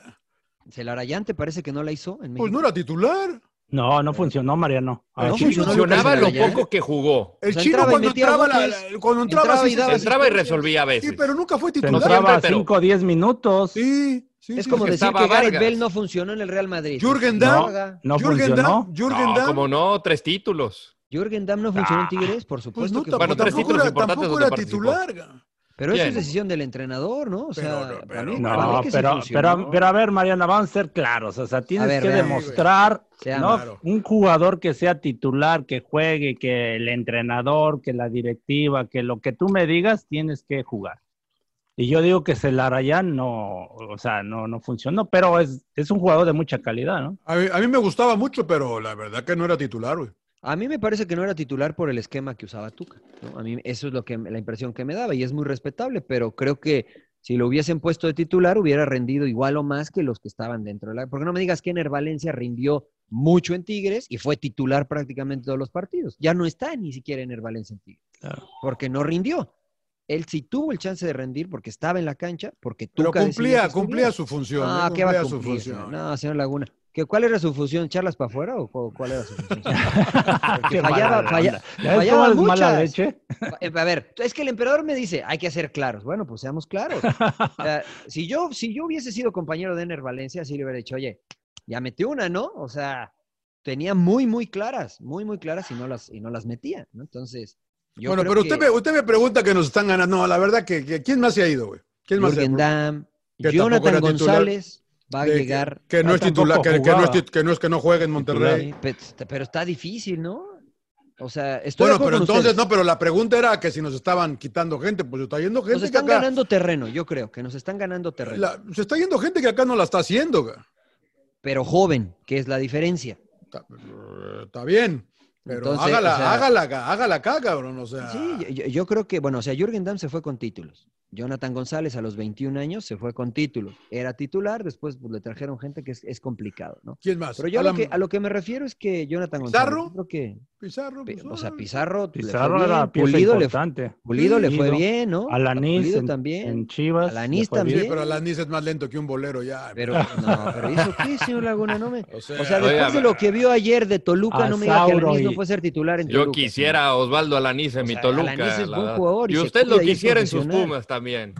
Speaker 1: Celarayante parece que no la hizo en México.
Speaker 3: Pues no era titular.
Speaker 4: No, no funcionó, Mariano. A
Speaker 1: No
Speaker 4: ver,
Speaker 2: Sí,
Speaker 1: funcionó
Speaker 2: funcionaba
Speaker 1: Lucas
Speaker 2: lo
Speaker 1: Gallardo.
Speaker 2: poco que jugó.
Speaker 3: El
Speaker 1: O sea,
Speaker 3: chino
Speaker 1: Pues entraba y
Speaker 3: cuando
Speaker 1: metía
Speaker 3: entraba, la-
Speaker 1: goles.
Speaker 3: la- cuando entraba,
Speaker 1: Entraba
Speaker 3: sí
Speaker 1: y
Speaker 3: se
Speaker 1: daba
Speaker 3: sentía.
Speaker 2: Entraba y resolvía a
Speaker 3: Sí,
Speaker 2: veces.
Speaker 3: pero nunca fue
Speaker 4: se
Speaker 3: titular.
Speaker 2: entraba.
Speaker 4: entraba
Speaker 2: pero-
Speaker 4: 5 o 10 minutos.
Speaker 3: Sí, sí.
Speaker 1: es
Speaker 3: sí.
Speaker 1: como
Speaker 2: que
Speaker 1: decir
Speaker 2: estaba
Speaker 1: que Gareth
Speaker 2: Vargas.
Speaker 1: Bell no funcionó en el Real Madrid.
Speaker 3: Jürgen
Speaker 4: Damm.
Speaker 1: Damm.
Speaker 4: No
Speaker 3: Jürgen
Speaker 4: funcionó.
Speaker 3: Damm, Jürgen
Speaker 2: No,
Speaker 3: Damm.
Speaker 2: como no, tres títulos.
Speaker 1: Jürgen Damm no funcionó en Tigres, por
Speaker 3: Pues
Speaker 1: supuesto
Speaker 3: no,
Speaker 1: que
Speaker 3: tampoco,
Speaker 2: Bueno, tres
Speaker 3: tampoco
Speaker 2: títulos
Speaker 3: era,
Speaker 2: importantes
Speaker 3: tampoco
Speaker 2: donde
Speaker 3: era
Speaker 2: participó.
Speaker 3: titular. ga.
Speaker 1: Pero
Speaker 4: ¿Quién?
Speaker 1: eso es decisión del entrenador, ¿no? O sea, para mí- para mí
Speaker 4: No,
Speaker 1: que sí
Speaker 4: pero,
Speaker 1: funcionó.
Speaker 4: pero, pero a ver, Mariana, vamos a ser claros. O sea, tienes
Speaker 1: A ver,
Speaker 4: que
Speaker 1: veamos.
Speaker 4: demostrar
Speaker 1: Sí, güey.
Speaker 4: ¿no?
Speaker 1: Claro.
Speaker 4: un jugador que sea titular, que juegue, que el entrenador, que la directiva, que lo que tú me digas, tienes que jugar. Y yo digo que Celarayán no, o sea, no, no funcionó, pero es, es un jugador de mucha calidad, ¿no?
Speaker 3: A mí, a mí me gustaba mucho, pero la verdad que no era titular, güey.
Speaker 1: A mí me parece que no era titular por el esquema que usaba Tuca. ¿no? A mí eso es lo que la impresión que me daba y es muy respetable, pero creo que si lo hubiesen puesto de titular hubiera rendido igual o más que los que estaban dentro de la. Porque no me digas que Ener Valencia rindió mucho en Tigres y fue titular prácticamente todos los partidos. Ya no está ni siquiera Ener Valencia en Tigres, porque no rindió. Él sí tuvo el chance de rendir porque estaba en la cancha, porque
Speaker 3: Pero
Speaker 1: Tuca decidió que
Speaker 3: cumplía,
Speaker 1: estuviera.
Speaker 3: cumplía su función.
Speaker 1: Ah,
Speaker 3: ¿eh?
Speaker 1: ¿qué va a
Speaker 3: Cumplía su
Speaker 1: cumplir?
Speaker 3: función.
Speaker 1: No, señor Laguna. ¿Que ¿Cuál era su función? ¿Charlas para afuera o cu- cuál era su función? Porque
Speaker 4: Qué
Speaker 1: fallaba,
Speaker 4: mala
Speaker 1: falla-
Speaker 4: onda. ¿Ya ves
Speaker 1: fallaba
Speaker 4: cómo es mala
Speaker 1: muchas.
Speaker 4: leche?
Speaker 1: Eh, A ver, es que el emperador me dice, hay que ser claros. Bueno, pues seamos claros. O sea, si, yo, si yo hubiese sido compañero de Ener Valencia, sí le hubiera dicho, oye, ya metió una, ¿no? O sea, tenía muy, muy claras, muy, muy claras y no las, y no las metía, ¿no? Entonces, yo
Speaker 3: bueno,
Speaker 1: creo
Speaker 3: pero
Speaker 1: que
Speaker 3: usted, me, usted me pregunta que nos están ganando. No, la verdad que, que- ¿quién más se ha ido, güey? ¿Quién más se ha
Speaker 1: Jürgen
Speaker 3: ido?
Speaker 1: Damm,
Speaker 3: Que tampoco
Speaker 1: Jonathan
Speaker 3: era titular.
Speaker 1: González va a
Speaker 3: De que-
Speaker 1: llegar.
Speaker 3: Que no
Speaker 1: Ah,
Speaker 3: es titular,
Speaker 1: tampoco
Speaker 3: que, que no es,
Speaker 1: jugaba.
Speaker 3: tit- que no es que no juegue en
Speaker 1: Sí,
Speaker 3: Monterrey.
Speaker 1: pe- t- pero está difícil, ¿no? O sea, estoy de
Speaker 3: Bueno,
Speaker 1: acuerdo
Speaker 3: pero
Speaker 1: con
Speaker 3: entonces,
Speaker 1: ustedes.
Speaker 3: no, pero la pregunta era que si nos estaban quitando gente, pues está yendo gente
Speaker 1: Nos están
Speaker 3: que acá.
Speaker 1: ganando terreno, yo creo que nos están ganando terreno.
Speaker 3: la- se está yendo gente que acá no la está haciendo, güey.
Speaker 1: Pero joven, que es la diferencia.
Speaker 3: Está bien. Pero
Speaker 1: Entonces,
Speaker 3: hágala,
Speaker 1: o sea-
Speaker 3: hágala, acá, hágala acá, cabrón. O sea,
Speaker 1: Sí, yo- yo, yo creo que, bueno, o sea, Jürgen Damm se fue con títulos. Jonathan González a los 21 años se fue con títulos. Era titular, después pues, le trajeron gente que es, es complicado, ¿no?
Speaker 3: ¿quién más?
Speaker 1: Pero yo a lo,
Speaker 3: Pues, Alan
Speaker 1: que, a lo que me refiero es que Jonathan González.
Speaker 3: ¿Pizarro?
Speaker 1: yo creo que,
Speaker 3: Pizarro,
Speaker 1: pe-
Speaker 3: pues,
Speaker 1: o
Speaker 3: ah,
Speaker 1: sea, Pizarro. le fue
Speaker 4: Pizarro
Speaker 1: bien,
Speaker 4: era pieza
Speaker 1: Pulido le fue-
Speaker 4: importante.
Speaker 1: Pulido le fue
Speaker 4: Pulido.
Speaker 1: bien, ¿no?
Speaker 4: Alanis
Speaker 1: Pulido
Speaker 4: en-
Speaker 1: también.
Speaker 4: en Chivas,
Speaker 1: Alanis
Speaker 4: le fue bien.
Speaker 1: también.
Speaker 3: Sí, pero Alanis es más lento que un bolero ya.
Speaker 1: Pero, no, pero ¿eso qué, señor Laguna? No me...
Speaker 3: O
Speaker 1: O
Speaker 3: sea,
Speaker 1: sea, después
Speaker 2: oiga,
Speaker 1: de lo que vio ayer de Toluca,
Speaker 2: a
Speaker 1: no me diga que
Speaker 2: Sauro
Speaker 1: Alanis no
Speaker 2: y-
Speaker 1: puede ser titular en
Speaker 2: Yo
Speaker 1: Toluca.
Speaker 2: quisiera a Osvaldo Alanis en mi
Speaker 1: sea,
Speaker 2: Toluca.
Speaker 1: Alanis es
Speaker 2: la
Speaker 1: buen
Speaker 2: verdad.
Speaker 1: jugador y
Speaker 2: y
Speaker 1: se
Speaker 2: usted lo
Speaker 1: cuida y es
Speaker 2: quisiera en sus
Speaker 1: profesional.
Speaker 2: Pumas también.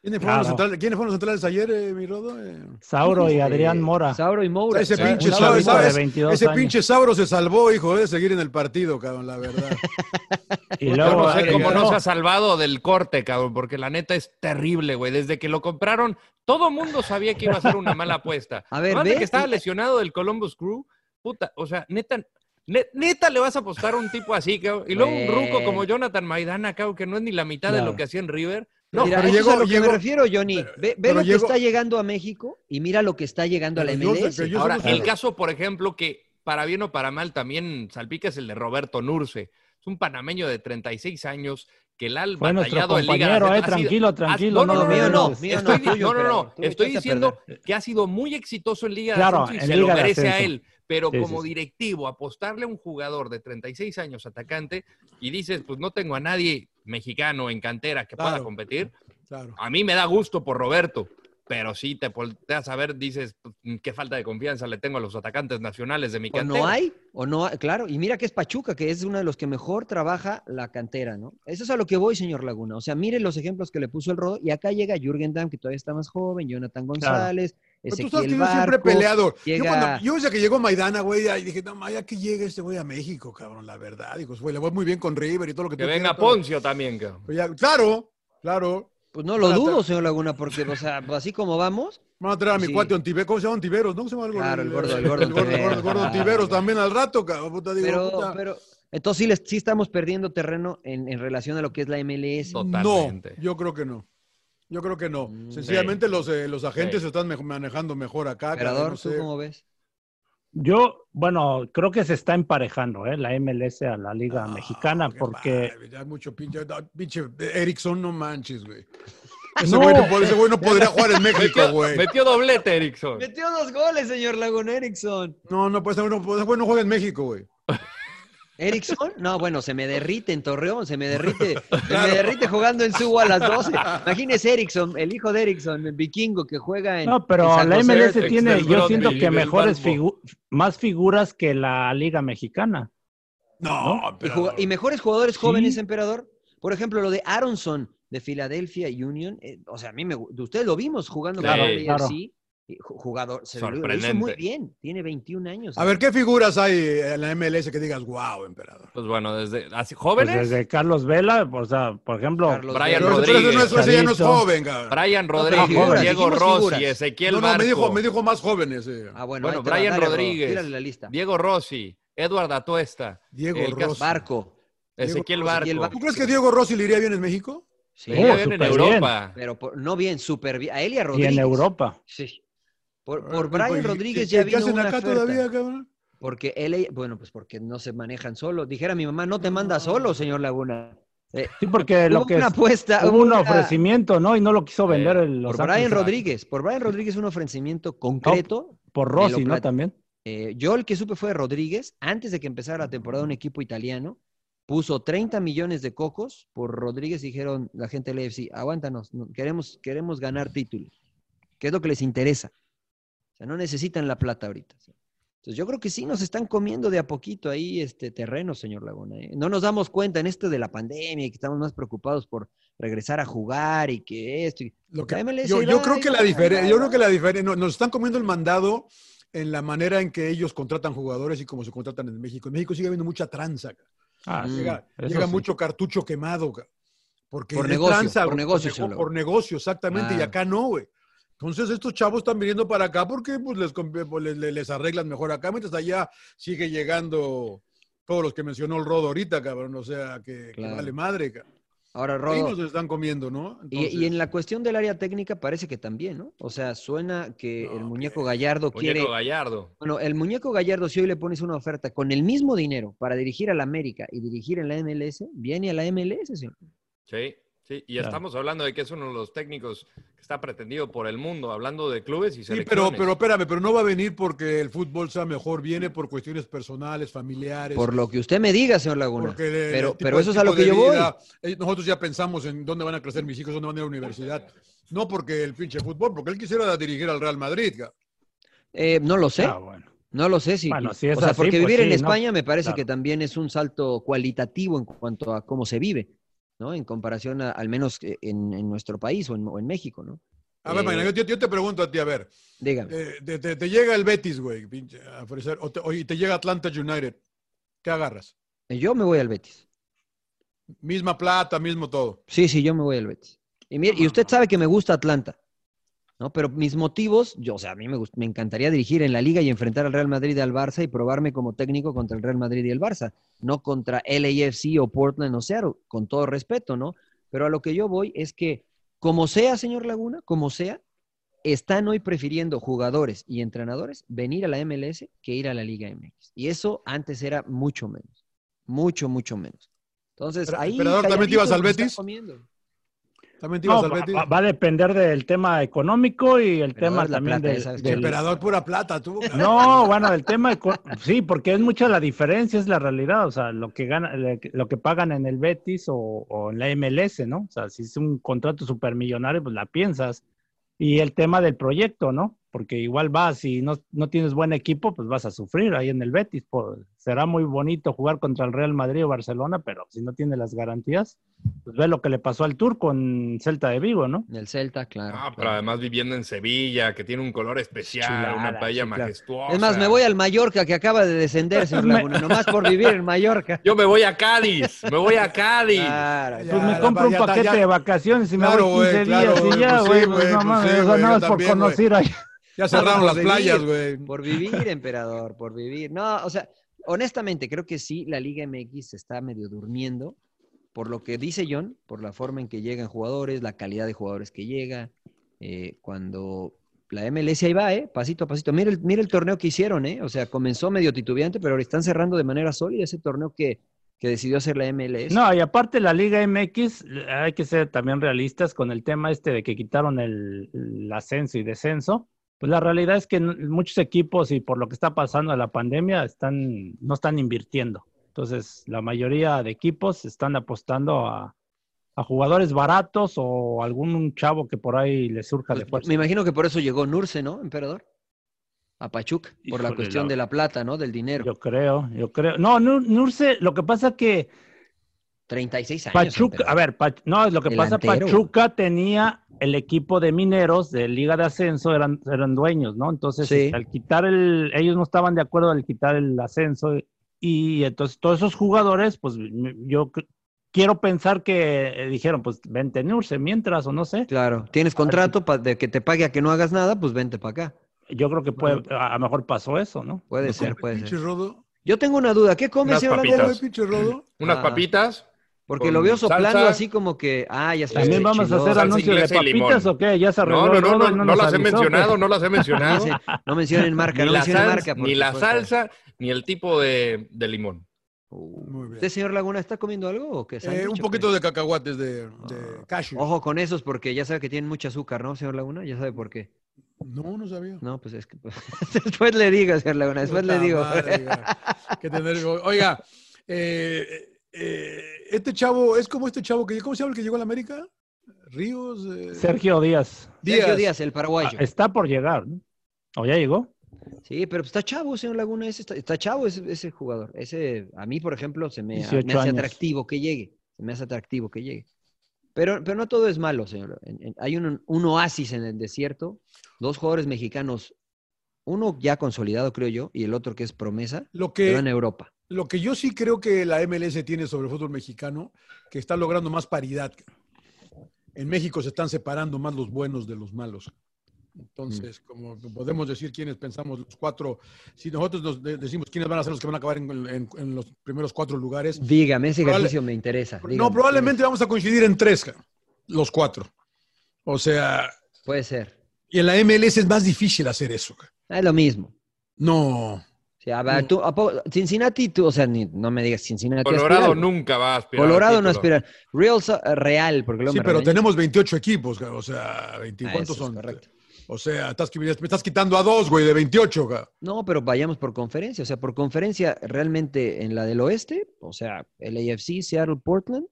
Speaker 3: ¿Quiénes fueron, los,
Speaker 4: Claro.
Speaker 3: centrales, ¿Quiénes fueron los centrales ayer, eh, mi Rodo? Eh,
Speaker 4: Sauro y
Speaker 1: Este,
Speaker 4: Adrián Mora.
Speaker 1: Sauro y Moura.
Speaker 3: ese
Speaker 1: Sa-
Speaker 3: pinche,
Speaker 1: Sauro
Speaker 3: Sauro,
Speaker 1: y Moura.
Speaker 3: ¿sabes?
Speaker 4: 22
Speaker 3: ese
Speaker 4: años.
Speaker 3: pinche Sauro se salvó, hijo, de seguir en el partido, cabrón, la verdad.
Speaker 4: Y
Speaker 2: Yo
Speaker 4: luego
Speaker 2: no sé
Speaker 3: agregó-
Speaker 2: cómo no se ha salvado del corte, cabrón, porque la neta es terrible, güey. Desde que lo compraron, todo mundo sabía que iba a ser una mala apuesta.
Speaker 1: A ver,
Speaker 2: Aparte
Speaker 1: ve-
Speaker 2: que estaba lesionado del Columbus Crew, puta, o sea, neta, ne- neta le vas a apostar a un tipo así, cabrón. Y luego un ruco como Jonathan Maidana, cabrón, que no es ni la mitad de
Speaker 4: Claro.
Speaker 2: lo que hacía en River. No,
Speaker 1: Mira,
Speaker 3: pero
Speaker 1: eso
Speaker 3: llegó-
Speaker 1: es a lo que
Speaker 3: llegó-
Speaker 1: me refiero, Johnny. ve ve
Speaker 3: pero
Speaker 1: lo
Speaker 3: llegó-
Speaker 1: que está llegando a México y mira lo que está llegando a la
Speaker 3: Pero yo sé
Speaker 1: MLS.
Speaker 3: que yo-
Speaker 2: Ahora,
Speaker 3: somos-
Speaker 2: el
Speaker 3: Claro.
Speaker 2: caso, por ejemplo, que para bien o para mal también salpica es el de Roberto Nurce. Es un panameño de 36 años que el al
Speaker 4: Fue nuestro
Speaker 2: batallado en Liga de
Speaker 4: compañero,
Speaker 2: Ascenso ha
Speaker 4: eh,
Speaker 2: sido-
Speaker 4: tranquilo,
Speaker 2: ha-
Speaker 4: tranquilo,
Speaker 2: No, no,
Speaker 4: no
Speaker 2: no,
Speaker 4: lo
Speaker 2: no, no,
Speaker 4: menos.
Speaker 1: Mío
Speaker 2: Estoy,
Speaker 1: no,
Speaker 2: di- no, no,
Speaker 1: tuyo,
Speaker 2: no,
Speaker 1: pero tú lo echaste
Speaker 2: Estoy
Speaker 1: a
Speaker 2: diciendo
Speaker 1: perder.
Speaker 2: que ha sido muy exitoso en Liga
Speaker 4: Claro,
Speaker 2: de Ascenso y
Speaker 4: en
Speaker 2: se
Speaker 4: Liga
Speaker 2: lo
Speaker 4: de
Speaker 2: merece a
Speaker 4: Ascenso.
Speaker 2: él. Pero
Speaker 4: Sí, sí,
Speaker 2: como
Speaker 4: sí.
Speaker 2: directivo, apostarle a un jugador de 36 años atacante y dices, pues no tengo a nadie mexicano en cantera que pueda
Speaker 3: Claro.
Speaker 2: competir,
Speaker 3: Claro.
Speaker 2: a mí me da gusto por Roberto, pero sí te volteas a ver, dices, "Mm, qué falta de confianza le tengo a los atacantes nacionales de mi
Speaker 1: O
Speaker 2: cantera.
Speaker 1: Pues, no hay, o no hay, claro. Y mira que es Pachuca, que es uno de los que mejor trabaja la cantera, ¿no? Eso es a lo que voy, señor Laguna. O sea, mire los ejemplos que le puso el Rodo. Y acá llega Jürgen Damm, que todavía está más joven, Jonathan González,
Speaker 3: Pero tú
Speaker 1: Ezequiel
Speaker 3: sabes que yo siempre he
Speaker 1: Barco,
Speaker 3: peleado. Yo,
Speaker 1: llega-
Speaker 3: cuando, yo desde que llegó Maidana, güey, ahí dije, no, ma, ya que llegue este güey a México, cabrón, la verdad. Digo, güey, le voy muy bien con River y todo lo que
Speaker 2: Que
Speaker 3: tú
Speaker 2: venga
Speaker 3: quieras, todo.
Speaker 2: Poncio también, cabrón.
Speaker 3: Pero Pues ya- claro, claro.
Speaker 1: Pues no lo
Speaker 3: Ahora está-
Speaker 1: dudo, señor Laguna, porque, o sea, pues así como vamos,
Speaker 3: Van a traer a mi
Speaker 1: Sí.
Speaker 3: cuate Ontiveros. ¿Cómo se llama Ontiveros? ¿No? ¿Cómo se llama
Speaker 1: Claro, el gordo, el gordo
Speaker 3: El gordo, el gordo, el gordo
Speaker 1: Ontiveros.
Speaker 3: Ontiveros también al rato, cabrón. Puta, digo,
Speaker 1: pero,
Speaker 3: puta.
Speaker 1: pero entonces sí, les- sí estamos perdiendo terreno en, en relación a lo que es la MLS.
Speaker 3: No,
Speaker 2: Totalmente.
Speaker 3: yo creo que no. Yo creo que no.
Speaker 1: Mm,
Speaker 3: Sencillamente los, eh, los agentes se están mej- manejando mejor acá. cabrón,
Speaker 1: Emperador,
Speaker 3: no
Speaker 1: ¿tú
Speaker 3: sé.
Speaker 1: cómo ves?
Speaker 4: Yo, bueno, creo que se está emparejando ¿eh? la MLS a la Liga
Speaker 3: No,
Speaker 4: Mexicana
Speaker 3: Ah, qué
Speaker 4: porque...
Speaker 3: padre, ya mucho pinche, no, pinche Erickson, no manches, güey. Ese,
Speaker 4: No.
Speaker 3: güey no, pod- ese güey no podría jugar en México, güey.
Speaker 2: Metió doblete, Erickson.
Speaker 1: Metió dos goles, señor Laguna Erickson.
Speaker 3: No, no, pues ese güey no, pod- ese güey no juega en México, güey.
Speaker 1: ¿Erickson? No, bueno, se me derrite en Torreón, se me derrite, se
Speaker 3: Claro.
Speaker 1: me derrite jugando en Subo a las 12. Imagínese Erickson, el hijo de Erickson, el vikingo que juega en.
Speaker 4: No, pero
Speaker 1: en San
Speaker 4: la
Speaker 1: José.
Speaker 4: MLS
Speaker 2: ex
Speaker 4: tiene,
Speaker 2: del
Speaker 4: yo
Speaker 2: Brody,
Speaker 4: siento que
Speaker 2: del
Speaker 4: mejores
Speaker 2: Balbo.
Speaker 4: figu- más figuras que la Liga Mexicana.
Speaker 3: No,
Speaker 1: Y,
Speaker 3: pero-
Speaker 1: jug- y mejores jugadores jóvenes,
Speaker 4: Sí.
Speaker 1: emperador. Por ejemplo, lo de Aronson de Philadelphia Union. eh, o sea, a mí me. gu- Ustedes lo vimos jugando
Speaker 2: Claro,
Speaker 1: con el
Speaker 4: claro.
Speaker 1: AFC, jugador. Se lo- lo hizo muy
Speaker 2: Sorprendente.
Speaker 1: bien, tiene 21 años.
Speaker 3: A ver, ¿qué figuras hay en la MLS que digas, wow, emperador?
Speaker 2: Pues bueno, desde así
Speaker 4: Pues
Speaker 2: jóvenes.
Speaker 4: desde Carlos Vela, o sea, por ejemplo,
Speaker 2: Brian
Speaker 3: Pero
Speaker 2: Rodríguez.
Speaker 3: ese no es- ese ya no es joven, cabrón.
Speaker 2: Brian
Speaker 3: No, pero
Speaker 2: Rodríguez,
Speaker 3: figuras,
Speaker 2: Diego
Speaker 3: dijimos
Speaker 2: Rossi,
Speaker 3: figuras.
Speaker 2: Ezequiel
Speaker 3: No, no, me
Speaker 2: Barco.
Speaker 3: dijo, me dijo más jóvenes. eh.
Speaker 1: Ah, bueno,
Speaker 2: Bueno,
Speaker 1: ahí te va,
Speaker 2: Brian
Speaker 1: dale, bro,
Speaker 2: Rodríguez,
Speaker 1: tírale la lista.
Speaker 2: Diego Rossi, Eduardo Atuesta,
Speaker 3: Diego
Speaker 2: el caso-
Speaker 3: Rossi.
Speaker 1: Barco.
Speaker 2: Ezequiel
Speaker 1: Diego
Speaker 2: Barco.
Speaker 1: Rossi, el Barco.
Speaker 3: ¿Tú crees que Diego Rossi le iría bien en México?
Speaker 1: Sí,
Speaker 2: Le iba bien en Europa.
Speaker 1: Pero por- no bien, súper bien. A él y a
Speaker 4: y
Speaker 1: Rodríguez.
Speaker 4: en Europa.
Speaker 1: Sí. Por, por
Speaker 3: Ahora,
Speaker 1: Brian
Speaker 3: Ah, pues, ¿y-
Speaker 1: Rodríguez
Speaker 3: y-
Speaker 1: ya
Speaker 3: y
Speaker 1: vino
Speaker 3: ¿Qué hacen
Speaker 1: una
Speaker 3: acá
Speaker 1: oferta.
Speaker 3: todavía, cabrón?
Speaker 1: Porque él, bueno, pues porque no se manejan solo. Dijera mi mamá, no te manda solo, señor Laguna. Eh,
Speaker 4: Sí, porque lo
Speaker 1: hubo
Speaker 4: que
Speaker 1: una
Speaker 4: es-
Speaker 1: apuesta,
Speaker 4: hubo
Speaker 1: hubo
Speaker 4: un
Speaker 1: una-
Speaker 4: ofrecimiento, ¿no? Y no lo quiso vender el Los
Speaker 1: por
Speaker 4: Ángeles
Speaker 1: Brian Rodríguez, por Brian Rodríguez un ofrecimiento concreto.
Speaker 4: por
Speaker 1: me lo
Speaker 4: Rossi, ¿no?
Speaker 1: plat-
Speaker 4: También.
Speaker 1: Eh, yo el que supe fue de Rodríguez, antes de que empezara la temporada un equipo italiano, puso 30 millones de cocos por Rodríguez, y dijeron la gente del AFC, aguántanos, no- queremos, queremos ganar títulos, que es lo que les interesa. O sea, no necesitan la plata ahorita. ¿sí? Entonces yo creo que sí nos están comiendo de a poquito ahí este terreno, señor Laguna. ¿eh? No nos damos cuenta en esto de la pandemia y que estamos más preocupados por regresar a jugar y que esto. y-
Speaker 3: Lo que-
Speaker 1: La MLS
Speaker 3: yo,
Speaker 1: ahí
Speaker 3: yo
Speaker 1: va,
Speaker 3: creo
Speaker 1: ahí
Speaker 3: que la
Speaker 1: va, ahí
Speaker 3: diferencia,
Speaker 1: va,
Speaker 3: yo
Speaker 1: ahí
Speaker 3: creo
Speaker 1: va.
Speaker 3: que la diferencia, no- nos están comiendo el mandado en la manera en que ellos contratan jugadores y cómo se contratan en México. En México sigue habiendo mucha tranza. cabrón.
Speaker 4: Ah,
Speaker 1: Mm,
Speaker 4: sí,
Speaker 3: Mm. Llega,
Speaker 4: eso
Speaker 3: llega
Speaker 4: sí. Ah,
Speaker 3: mucho cartucho quemado. cabrón. Porque
Speaker 1: Por
Speaker 3: es
Speaker 1: negocio, por negocio, Ah.
Speaker 3: güey, nego-
Speaker 1: señor Laguna.
Speaker 3: por negocio, exactamente. Y
Speaker 1: Claro.
Speaker 3: acá no, güey. Entonces estos chavos están viniendo para acá porque pues, les, conv- pues, les, les- les arreglan mejor acá, mientras allá sigue llegando todos los que mencionó el Rodo ahorita, cabrón. O sea, que, que
Speaker 1: Claro.
Speaker 3: vale madre, cabrón.
Speaker 1: Ahora,
Speaker 3: Ahí
Speaker 1: Rodo,
Speaker 3: nos están comiendo, ¿no?
Speaker 1: Y,
Speaker 3: Entonces-
Speaker 1: y en la cuestión del área técnica parece que también, ¿no? O sea, suena que
Speaker 3: No,
Speaker 1: el muñeco Gallardo quiere...
Speaker 2: Muñeco Gallardo.
Speaker 1: Bueno, el muñeco Gallardo, si hoy le pones una oferta con el mismo dinero para dirigir a la América y dirigir en la MLS, viene a la MLS, señor.
Speaker 2: Sí, sí. Y
Speaker 4: Claro.
Speaker 2: estamos hablando de que es uno de los técnicos que está pretendido por el mundo, hablando de clubes
Speaker 3: Sí,
Speaker 2: y selecciones.
Speaker 3: pero, pero espérame, pero no va a venir porque el fútbol sea mejor, viene por cuestiones personales, familiares.
Speaker 1: Por lo que usted me diga, señor Laguna.
Speaker 3: porque el- el
Speaker 1: Pero,
Speaker 3: tipo-
Speaker 1: pero
Speaker 3: el
Speaker 1: eso es a lo
Speaker 3: tipo
Speaker 1: que
Speaker 3: de
Speaker 1: yo voy.
Speaker 3: vida, eh, Nosotros ya pensamos en dónde van a crecer mis hijos, dónde van a ir a la universidad. No porque el pinche fútbol, porque él quisiera dirigir al Real Madrid. ca-
Speaker 1: Eh, no lo sé,
Speaker 4: Ah, bueno.
Speaker 1: no lo sé. Si,
Speaker 4: Bueno, si es
Speaker 1: o sea,
Speaker 4: así,
Speaker 1: porque
Speaker 4: pues
Speaker 1: vivir en
Speaker 4: sí, ¿no?
Speaker 1: España me parece
Speaker 4: Claro.
Speaker 1: que también es un salto cualitativo en cuanto a cómo se vive, ¿no? En comparación a- al menos eh, en, en nuestro país o en, o en México, ¿no?
Speaker 3: A ver,
Speaker 1: Eh,
Speaker 3: Magna, yo, te- yo te pregunto a ti, a ver,
Speaker 1: Dígame.
Speaker 3: eh, te, te- te llega el Betis, güey, pinche, a ofrecer, o te, o- y te llega Atlanta United, ¿qué agarras?
Speaker 4: Eh,
Speaker 1: Yo me voy al Betis.
Speaker 3: Misma plata, mismo todo.
Speaker 1: Sí, sí, yo me voy al Betis. Y, mire, y usted sabe que me gusta Atlanta, ¿no? Pero mis motivos, yo, o sea, a mí me, gust- me encantaría dirigir en la liga y enfrentar al Real Madrid y al Barça y probarme como técnico contra el Real Madrid y el Barça, no contra LAFC o Portland o Seattle, con todo respeto, ¿no? Pero a lo que yo voy es que, como sea, señor Laguna, como sea, están hoy prefiriendo jugadores y entrenadores venir a la MLS que ir a la Liga MX. Y eso antes era mucho menos, mucho, mucho menos. Entonces,
Speaker 3: Pero,
Speaker 1: ahí...
Speaker 3: emperador, ¿también te ibas
Speaker 1: calladitos
Speaker 3: al
Speaker 1: nos están
Speaker 3: Betis?
Speaker 1: comiendo.
Speaker 3: También te ibas
Speaker 4: No,
Speaker 3: al
Speaker 4: va,
Speaker 3: Betis.
Speaker 4: va- va a depender del tema económico y el
Speaker 1: Pero
Speaker 4: tema
Speaker 1: es la
Speaker 4: también
Speaker 1: plata,
Speaker 4: del-
Speaker 1: ya sabes que-
Speaker 4: del-
Speaker 3: Emperador, pura plata, tú. ca-
Speaker 4: No, bueno, el tema, eco- sí, porque es mucha la diferencia, es la realidad, o sea, lo que gana, le- lo que pagan en el Betis o, o en la MLS, ¿no? O sea, si es un contrato supermillonario, pues la piensas. Y el tema del proyecto, ¿no? Porque igual vas y no, no tienes buen equipo, pues vas a sufrir ahí en el Betis. por- será muy bonito jugar contra el Real Madrid o Barcelona, pero si no tienes las garantías, pues ve lo que le pasó al Tour con Celta de Vigo, ¿no?
Speaker 1: En el Celta, claro.
Speaker 2: Ah,
Speaker 1: claro.
Speaker 2: pero además viviendo en Sevilla, que tiene un color especial,
Speaker 4: Chulada,
Speaker 2: una paella
Speaker 4: sí, claro.
Speaker 2: majestuosa.
Speaker 1: Es más, me voy al Mallorca que acaba de descender, señor
Speaker 4: Me-
Speaker 1: Laguna, nomás por vivir en Mallorca.
Speaker 2: Yo me voy a Cádiz, me voy a Cádiz.
Speaker 1: Claro.
Speaker 3: Ya,
Speaker 4: Pues me
Speaker 3: la-
Speaker 4: compro un
Speaker 3: ya está,
Speaker 4: paquete
Speaker 3: ya-
Speaker 4: de vacaciones y me
Speaker 3: Claro,
Speaker 4: voy 15
Speaker 3: güey, claro,
Speaker 4: días
Speaker 3: güey,
Speaker 4: y ya,
Speaker 3: pues sí,
Speaker 4: güey.
Speaker 3: güey,
Speaker 4: Pues no
Speaker 3: pues sí,
Speaker 4: mames, o sea,
Speaker 3: güey,
Speaker 4: nada
Speaker 3: yo
Speaker 4: más por
Speaker 3: también, güey.
Speaker 4: conocer ahí.
Speaker 3: Ya cerraron
Speaker 1: por
Speaker 3: las
Speaker 1: vivir.
Speaker 3: playas, güey.
Speaker 1: Por vivir, emperador, por vivir. No, o sea, honestamente, creo que sí, la Liga MX se está medio durmiendo, por lo que dice John, por la forma en que llegan jugadores, la calidad de jugadores que llega, eh, cuando la MLS ahí va, ¿eh? Pasito a pasito. Mira el, mira el torneo que hicieron, ¿eh? O sea, comenzó medio titubeante, pero ahora están cerrando de manera sólida ese torneo que, que decidió hacer la MLS.
Speaker 4: No, y aparte la Liga MX, hay que ser también realistas con el tema este de que quitaron el, el ascenso y descenso. Pues la realidad es que n- muchos equipos y por lo que está pasando la pandemia están no están invirtiendo. Entonces, la mayoría de equipos están apostando a, a jugadores baratos o algún chavo que por ahí le surja de
Speaker 1: Pues,
Speaker 4: fuerza.
Speaker 1: Me imagino que por eso llegó Nurse, ¿no, emperador? A Pachuca, por la
Speaker 4: Híjole,
Speaker 1: cuestión
Speaker 4: la-
Speaker 1: de la plata, ¿no? Del dinero.
Speaker 4: Yo creo, yo creo. No, Nur- Nurse, lo que pasa que
Speaker 1: 36 años.
Speaker 4: Pachuca,
Speaker 1: emperador.
Speaker 4: a ver, Pach- no, es lo que pasa,
Speaker 1: Delantero.
Speaker 4: Pachuca tenía el equipo de mineros de Liga de Ascenso eran, eran dueños, ¿no? Entonces,
Speaker 1: Sí.
Speaker 4: al quitar el, ellos no estaban de acuerdo al quitar el ascenso y entonces todos esos jugadores, pues m- yo c- quiero pensar que eh, dijeron, pues vente Nurse mientras o no sé.
Speaker 1: Claro, tienes contrato pa- de que te pague a que no hagas nada, pues vente para acá.
Speaker 4: Yo creo que puede, a a lo mejor pasó eso, ¿no?
Speaker 1: Puede ser, puede ser.
Speaker 3: Rodo?
Speaker 1: Yo tengo una duda, ¿qué come
Speaker 4: Unas
Speaker 1: señor
Speaker 4: papitas.
Speaker 1: Landero?
Speaker 4: Unas
Speaker 3: pinche Rodo?
Speaker 2: Unas
Speaker 1: Ah,
Speaker 2: papitas.
Speaker 1: Porque
Speaker 2: con
Speaker 1: lo veo soplando
Speaker 2: salsa.
Speaker 1: así como que, ah, ya está.
Speaker 4: ¿También
Speaker 1: este
Speaker 4: vamos
Speaker 1: chingón.
Speaker 4: a hacer
Speaker 2: Salsa
Speaker 4: anuncios de
Speaker 2: inglesa y limón.
Speaker 4: papitas o qué? ¿Ya se arregló
Speaker 2: No, no,
Speaker 4: el
Speaker 2: no,
Speaker 4: rodo
Speaker 2: no,
Speaker 4: y
Speaker 2: no,
Speaker 4: nos
Speaker 2: las he
Speaker 4: avisó,
Speaker 2: mencionado,
Speaker 4: ¿qué?
Speaker 2: no las he mencionado.
Speaker 1: Dice, Ah, no mencionen marca, no
Speaker 2: ni la,
Speaker 1: mencionen
Speaker 2: sal-
Speaker 1: marca.
Speaker 2: ni
Speaker 1: porque,
Speaker 2: la
Speaker 1: pues,
Speaker 2: salsa, ni el tipo de, de limón.
Speaker 3: Uh, Muy bien.
Speaker 1: ¿Usted, señor Laguna, está comiendo algo o qué?
Speaker 3: Eh, un
Speaker 1: ¿Sándwich o qué?
Speaker 3: poquito de cacahuates de, de cashew.
Speaker 1: Ah. Ojo con esos porque ya sabe que tienen mucho azúcar, ¿no, señor Laguna? Ya sabe por qué.
Speaker 3: No, no sabía.
Speaker 1: No, pues es que después le digo, señor Laguna, después le
Speaker 3: Puta
Speaker 1: digo.
Speaker 3: madre, oiga. Qué tener- Oiga, eh, eh, este chavo es como este chavo que, ¿cómo se llama el que llegó a la América? Ríos. eh,
Speaker 4: Sergio Díaz. Ah,
Speaker 1: Sergio Díaz, el paraguayo.
Speaker 4: Está por llegar, ¿no? ¿O ya llegó?
Speaker 1: Sí, pero pues está chavo, señor Laguna, ese está, está chavo ese, ese jugador. Ese, a mí, por ejemplo, se me, me
Speaker 4: 18
Speaker 1: hace
Speaker 4: años.
Speaker 1: atractivo que llegue. Se me hace atractivo que llegue. Pero, pero no todo es malo, señor. En- en- hay un, un oasis en el desierto, dos jugadores mexicanos, uno ya consolidado, creo yo, y el otro que es promesa,
Speaker 3: Lo
Speaker 1: pero
Speaker 3: que,
Speaker 1: en Europa.
Speaker 3: lo que yo sí creo que la MLS tiene sobre el fútbol mexicano, que está logrando más paridad. En México se están separando más los buenos de los malos.
Speaker 1: Mm.
Speaker 3: Entonces, como podemos decir quiénes pensamos los cuatro, si nosotros nos de- decimos quiénes van a ser los que van a acabar en, en- en los primeros cuatro lugares,
Speaker 1: Dígame, ese
Speaker 3: Probable-
Speaker 1: ejercicio me interesa.
Speaker 3: no,
Speaker 1: dígame.
Speaker 3: probablemente vamos a coincidir en tres, ca- los cuatro. O sea,
Speaker 1: Puede ser.
Speaker 3: y en la MLS es más difícil hacer eso. ca.
Speaker 1: Ah, Es lo mismo.
Speaker 3: No,
Speaker 1: O sea, a ver,
Speaker 3: No.
Speaker 1: tú- ¿a poco- Cincinnati, tú, o sea, ni- no me digas Cincinnati.
Speaker 2: Colorado
Speaker 1: aspira.
Speaker 2: nunca va a aspirar.
Speaker 1: Colorado no
Speaker 2: al título.
Speaker 1: aspira. Real, so- Real, porque luego
Speaker 3: sí,
Speaker 1: me
Speaker 3: pero
Speaker 1: regañan.
Speaker 3: tenemos 28 equipos, ca, o sea, 20,
Speaker 1: Ah,
Speaker 3: ¿cuántos
Speaker 1: eso es
Speaker 3: son?
Speaker 1: correcto.
Speaker 3: O sea, estás, me estás quitando a dos, güey, de 28. ca.
Speaker 1: No, pero vayamos por conferencia. O sea, por conferencia, realmente en la del oeste, o sea, el AFC, Seattle, Portland.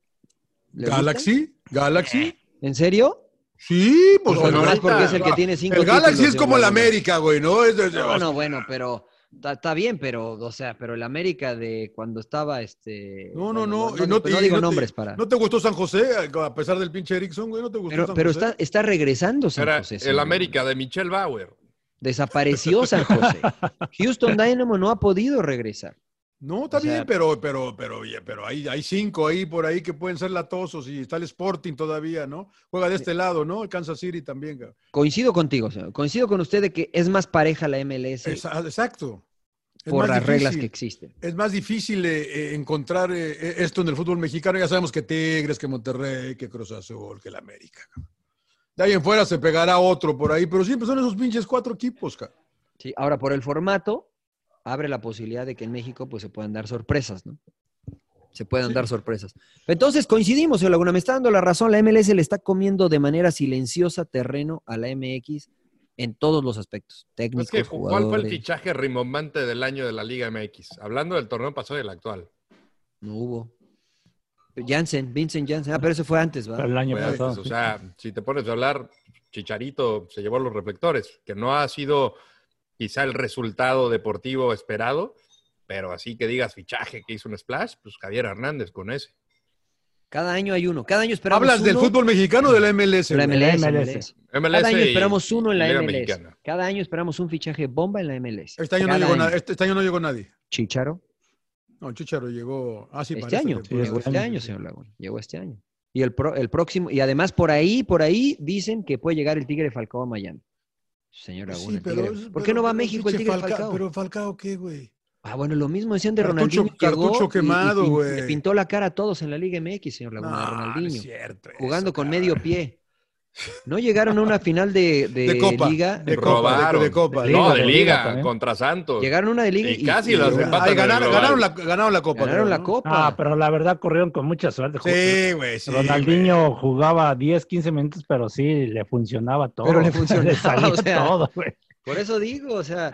Speaker 1: ¿le Eh. gustan?
Speaker 3: Galaxy, Galaxy.
Speaker 1: ¿En serio?
Speaker 3: Sí, pues
Speaker 1: O
Speaker 3: el
Speaker 1: nomás
Speaker 3: Galaxy-
Speaker 1: porque es el que tiene cinco
Speaker 3: El Galaxy
Speaker 1: títulos,
Speaker 3: es como el
Speaker 1: digamos.
Speaker 3: América, güey, ¿no? Es, es-
Speaker 1: No, no, bueno, pero está, está bien, pero, o sea, pero el América de cuando estaba este.
Speaker 3: no,
Speaker 1: bueno,
Speaker 3: no, no. y
Speaker 1: No, no
Speaker 3: te- y
Speaker 1: digo
Speaker 3: no te-
Speaker 1: nombres para.
Speaker 3: ¿No te gustó San José, a pesar del pinche Erickson, güey? ¿No te gustó
Speaker 1: pero
Speaker 3: San
Speaker 1: pero
Speaker 3: José?
Speaker 1: está, está regresando San
Speaker 2: Era
Speaker 1: José.
Speaker 2: el
Speaker 1: señor.
Speaker 2: América de Michelle Bauer.
Speaker 1: Desapareció San José. Houston Dynamo no ha podido regresar.
Speaker 3: No, está
Speaker 1: O sea-
Speaker 3: bien, pero, pero, pero, oye, pero hay, hay cinco ahí por ahí que pueden ser latosos y está el Sporting todavía, ¿no? Juega de este lado, ¿no? El Kansas City también. cabrón.
Speaker 1: Coincido contigo, señor. Coincido con usted de que es más pareja la MLS
Speaker 3: Esa- Exacto. Es
Speaker 1: por
Speaker 3: más
Speaker 1: las reglas que
Speaker 3: difícil-
Speaker 1: existen.
Speaker 3: Es más difícil eh, eh, encontrar eh, eh, esto en el fútbol mexicano. Ya sabemos que Tigres, que Monterrey, que Cruz Azul, que el América. cabrón. De ahí en fuera se pegará otro por ahí, pero siempre son esos pinches cuatro equipos, cabrón.
Speaker 1: Sí, ahora por el formato abre la posibilidad de que en México pues se puedan dar sorpresas, ¿no? Se puedan dar sorpresas. Entonces coincidimos, señor Laguna, me está dando la razón, la MLS le está comiendo de manera silenciosa terreno a la MX en todos los aspectos,
Speaker 2: Es
Speaker 1: técnicos,
Speaker 2: que, ¿Cuál fue el
Speaker 1: jugadores.
Speaker 2: fichaje rimbombante del año de la Liga MX? Hablando del torneo pasado y del actual.
Speaker 1: No hubo. Jansen, Vincent Jansen. Ah, pero eso fue antes,
Speaker 4: Pero
Speaker 1: ¿verdad?
Speaker 4: el año
Speaker 2: Fue
Speaker 4: pasado.
Speaker 2: antes, Pues, o sea, si te pones a hablar, Chicharito se llevó los reflectores, que no ha sido quizá el resultado deportivo esperado, pero así que digas fichaje que hizo un splash, pues Javier Hernández con ese.
Speaker 1: Cada año hay uno. Cada año esperamos
Speaker 3: Hablas del
Speaker 1: uno.
Speaker 3: fútbol mexicano o de la MLS.
Speaker 1: La
Speaker 3: güey?
Speaker 1: MLS,
Speaker 4: MLS.
Speaker 1: MLS.
Speaker 2: MLS
Speaker 1: Cada año
Speaker 2: y
Speaker 1: esperamos uno en la
Speaker 2: Liga
Speaker 1: MLS.
Speaker 2: Mexicana.
Speaker 1: Cada año esperamos un fichaje bomba en la MLS.
Speaker 3: Este año, no
Speaker 1: Cada
Speaker 3: llegó
Speaker 1: año.
Speaker 3: na- este- este año no llegó nadie.
Speaker 1: Chicharo.
Speaker 3: No, Chicharo llegó. Ah, sí,
Speaker 1: este
Speaker 3: para esta
Speaker 1: año.
Speaker 3: temporada.
Speaker 1: llegó
Speaker 4: este
Speaker 1: este año,
Speaker 4: año.
Speaker 1: señor Laguna. Llegó este año. Y el, pro- el próximo, y además por ahí, por ahí dicen que puede llegar el Tigre Falcao a Miami. Señor Laguna.
Speaker 3: Pues Sí,
Speaker 1: el
Speaker 3: pero,
Speaker 1: Tigre- ¿Por qué no va a México el
Speaker 3: pinche
Speaker 1: Tigre Falcao?
Speaker 3: Pero Falcao, ¿qué, güey?
Speaker 1: Ah, bueno, lo mismo decían de
Speaker 3: Cartucho-
Speaker 1: Ronaldinho.
Speaker 3: cartucho
Speaker 1: llegó y- y
Speaker 3: quemado,
Speaker 1: pin-
Speaker 3: güey.
Speaker 1: Le pintó la cara a todos en la Liga MX, señor Laguna, de Ronaldinho.
Speaker 3: cierto.
Speaker 1: jugando con medio pie. No llegaron a una final de, de
Speaker 3: De Copa.
Speaker 1: Liga.
Speaker 3: De Copa,
Speaker 2: Robaron.
Speaker 3: de, de Copa.
Speaker 4: De
Speaker 2: no, de
Speaker 4: Liga, de
Speaker 2: Liga,
Speaker 4: Liga ¿eh? también.
Speaker 2: contra Santos.
Speaker 1: Llegaron a una de Liga
Speaker 2: Y casi
Speaker 3: Ay,
Speaker 2: las empatan en el
Speaker 3: ganaron,
Speaker 2: global.
Speaker 3: ganaron la, ganaron la Copa.
Speaker 1: ganaron la
Speaker 3: creo, ¿no?
Speaker 1: Copa.
Speaker 4: Ah, pero la verdad corrieron con mucha suerte.
Speaker 3: Sí, güey, sí.
Speaker 4: Ronaldinho jugaba 10, 15 minutos, pero sí, le funcionaba todo.
Speaker 1: Pero le funcionaba,
Speaker 4: Le salía
Speaker 1: o sea.
Speaker 4: todo, güey.
Speaker 1: Por eso digo, o sea,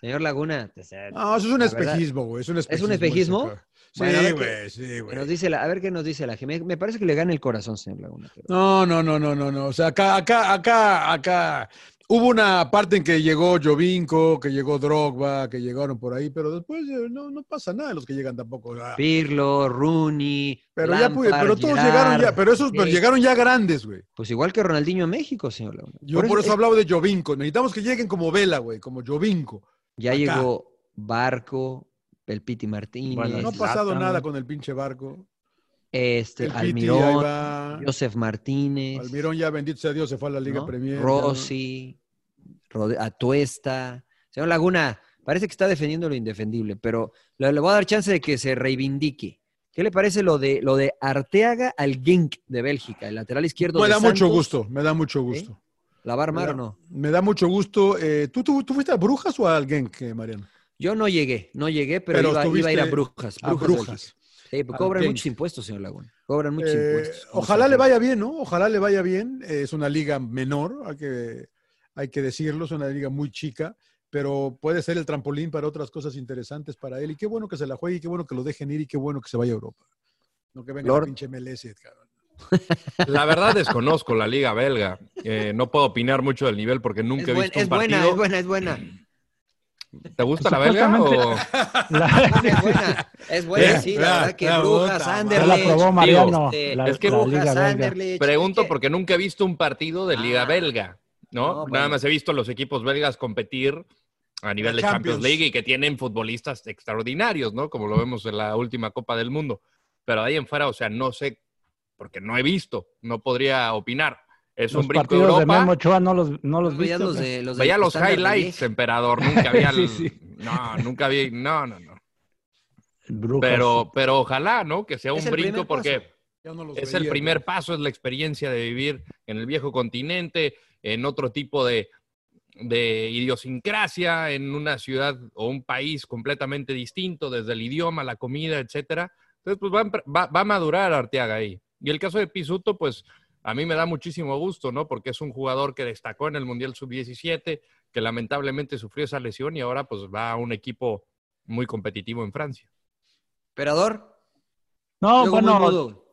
Speaker 1: señor Laguna, o sea,
Speaker 3: güey. No, eso es un
Speaker 1: La verdad.
Speaker 3: espejismo, güey. Es un espejismo.
Speaker 1: espejismo?
Speaker 3: eso, claro.
Speaker 1: Bueno, a
Speaker 3: Sí,
Speaker 1: ver
Speaker 3: güey, sí,
Speaker 1: que nos
Speaker 3: güey.
Speaker 1: dice la- a ver qué nos dice la gente. Me, me parece que le gana el corazón, señor Laguna. pero-
Speaker 3: No, no, no, no, no, no. O sea, acá, acá, acá, acá. Hubo una parte en que llegó Jovinko, que llegó Drogba, que llegaron por ahí, pero después eh, no, no pasa nada de los que llegan tampoco. Ah,
Speaker 1: Pirlo, Rooney.
Speaker 3: Pero ya pude- pero todos llegaron ya, pero esos pero llegaron ya grandes, güey.
Speaker 1: Pues igual que Ronaldinho en México, señor Laguna.
Speaker 3: Yo por eso,
Speaker 1: eh,
Speaker 3: hablaba de Jovinko. Necesitamos que lleguen como Vela, güey, como Jovinko.
Speaker 1: Ya
Speaker 3: acá.
Speaker 1: llegó Barco, el Piti Martínez.
Speaker 3: no pues, ha pasado nada con el pinche barco.
Speaker 1: Este,
Speaker 3: el Piti, ahí
Speaker 1: Almirón,
Speaker 3: va.
Speaker 1: Joseph Martínez,
Speaker 3: Almirón ya, bendito sea Dios, se fue a la Liga
Speaker 1: ¿no?
Speaker 3: Premier. ya,
Speaker 1: Rossi, Rod- Atuesta. Señor Laguna, parece que está defendiendo lo indefendible, pero le, le voy a dar chance de que se reivindique. ¿Qué le parece lo de, lo de Arteaga al Genk de Bélgica, el lateral izquierdo
Speaker 3: Me
Speaker 1: de
Speaker 3: da mucho
Speaker 1: Santos?
Speaker 3: gusto, me da mucho gusto.
Speaker 1: ¿La va a armar
Speaker 3: Me
Speaker 1: o
Speaker 3: da-
Speaker 1: no?
Speaker 3: Me da mucho gusto. Eh, ¿tú, tú, tú fuiste a Brujas o al Genk, eh, Mariano?
Speaker 1: Yo no llegué, no llegué, pero,
Speaker 3: Pero
Speaker 1: iba, iba a ir a
Speaker 3: estuviste
Speaker 1: Brujas.
Speaker 3: a
Speaker 1: Brujas,
Speaker 3: Brujas.
Speaker 1: Bélgica. Sí, pues
Speaker 3: Al
Speaker 1: cobran
Speaker 3: Genk.
Speaker 1: muchos impuestos, señor Laguna. Cobran muchos
Speaker 3: Eh,
Speaker 1: impuestos. como
Speaker 3: ojalá le
Speaker 1: siempre.
Speaker 3: vaya bien, ¿no? Ojalá le vaya bien. Eh, es una liga menor, hay que, hay que decirlo, es una liga muy chica, pero puede ser el trampolín para otras cosas interesantes para él. Y qué bueno que se la juegue, y qué bueno que lo dejen ir, y qué bueno que se vaya a Europa. No que venga la
Speaker 1: Lord.
Speaker 3: pinche MLS, cabrón.
Speaker 2: La verdad desconozco la liga belga. Eh, no puedo opinar mucho del nivel porque nunca he
Speaker 1: buen-
Speaker 2: visto un partido.
Speaker 1: buena, es buena, es buena.
Speaker 2: ¿Te gusta la belga o
Speaker 4: Supuestamente- La-
Speaker 1: Es buena, es buena, sí, la
Speaker 3: Ya,
Speaker 1: verdad que
Speaker 3: ya,
Speaker 1: Brujas,
Speaker 3: Eh, puta
Speaker 1: Anderlecht. este,
Speaker 4: madre. Ya la probó Mariano, la-
Speaker 2: Este, es que
Speaker 4: la
Speaker 1: Brujas,
Speaker 4: Liga Belga.
Speaker 1: Anderlecht,
Speaker 2: pregunto
Speaker 1: ¿qué?
Speaker 2: porque nunca he visto un partido de liga
Speaker 1: Ah.
Speaker 2: belga, ¿no?
Speaker 1: No, bueno.
Speaker 2: Nada más he visto los equipos belgas competir a nivel de Champions.
Speaker 3: Champions.
Speaker 2: League y que tienen futbolistas extraordinarios, ¿no? Como lo vemos en la última Copa del Mundo. Pero de ahí en fuera, o sea, no sé, porque no he visto, no podría opinar. Es
Speaker 4: los
Speaker 2: un brinco a
Speaker 4: partidos de Memo
Speaker 2: Europa.
Speaker 4: Ochoa no los, no los
Speaker 1: Veías
Speaker 4: viste.
Speaker 1: los
Speaker 4: güey?
Speaker 1: de- los de
Speaker 2: Veía los
Speaker 1: estándar Pues de
Speaker 2: highlights,
Speaker 1: Liege.
Speaker 2: emperador. Nunca había.
Speaker 4: Sí, sí.
Speaker 2: No, nunca vi. No, no, no.
Speaker 4: Brujas.
Speaker 2: Pero, pero ojalá, ¿no? Que sea
Speaker 1: Es
Speaker 2: un
Speaker 1: el primer
Speaker 2: brinco porque
Speaker 1: paso.
Speaker 3: Pues Ya no los
Speaker 2: es el
Speaker 3: veía,
Speaker 2: primer
Speaker 3: güey.
Speaker 2: paso, es la experiencia de vivir en el viejo continente, en otro tipo de, de idiosincrasia, en una ciudad o un país completamente distinto, desde el idioma, la comida, etcétera. Entonces, pues va, a empre- va- va a madurar Arteaga ahí. Y el caso de Pisuto, pues a mí me da muchísimo gusto, ¿no? Porque es un jugador que destacó en el Mundial Sub-17, que lamentablemente sufrió esa lesión y ahora pues va a un equipo muy competitivo en Francia.
Speaker 1: Emperador.
Speaker 4: No,
Speaker 1: luego muy
Speaker 4: bueno,
Speaker 1: mudo.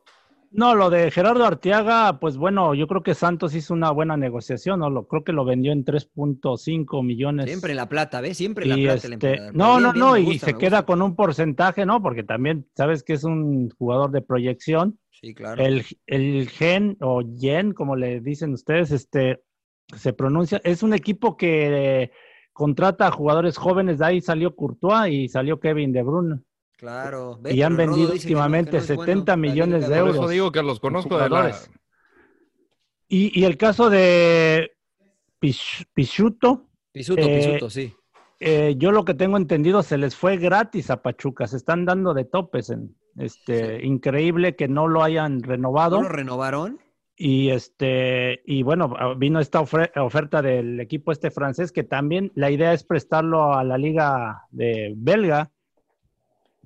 Speaker 4: no, lo de Gerardo Arteaga, pues bueno, yo creo que Santos hizo una buena negociación, ¿no? Lo, creo que lo vendió en 3.5 millones.
Speaker 1: Siempre la plata, ¿ves? Siempre la
Speaker 4: Y
Speaker 1: plata el
Speaker 4: este,
Speaker 1: emperador.
Speaker 4: no,
Speaker 1: Bien,
Speaker 4: no,
Speaker 1: bien,
Speaker 4: no,
Speaker 1: me
Speaker 4: y
Speaker 1: gusta,
Speaker 4: se
Speaker 1: me
Speaker 4: queda
Speaker 1: gusta.
Speaker 4: con un porcentaje, ¿no? Porque también sabes que es un jugador de proyección.
Speaker 1: Sí, claro.
Speaker 4: El, el gen o yen, como le dicen ustedes, este se pronuncia, es un equipo que contrata a jugadores jóvenes, de ahí salió Courtois y salió Kevin De Bruyne.
Speaker 1: Claro.
Speaker 4: y han
Speaker 1: pero el Rodo
Speaker 4: vendido
Speaker 1: dice que no,
Speaker 4: últimamente
Speaker 1: que no es bueno
Speaker 4: 70
Speaker 1: para la Liga
Speaker 4: millones de
Speaker 2: Por
Speaker 4: euros.
Speaker 2: eso digo que los conozco de la,
Speaker 4: jugadores. Y, y el caso de Pich- Pichuto,
Speaker 1: Pisuto,
Speaker 4: Eh,
Speaker 1: pisuto, sí.
Speaker 4: eh, yo lo que tengo entendido, se les fue gratis a Pachuca, se están dando de topes en este increíble que no lo hayan renovado.
Speaker 1: ¿No lo renovaron?
Speaker 4: Y este, y bueno, vino esta ofre- oferta del equipo este francés, que también la idea es prestarlo a la liga de belga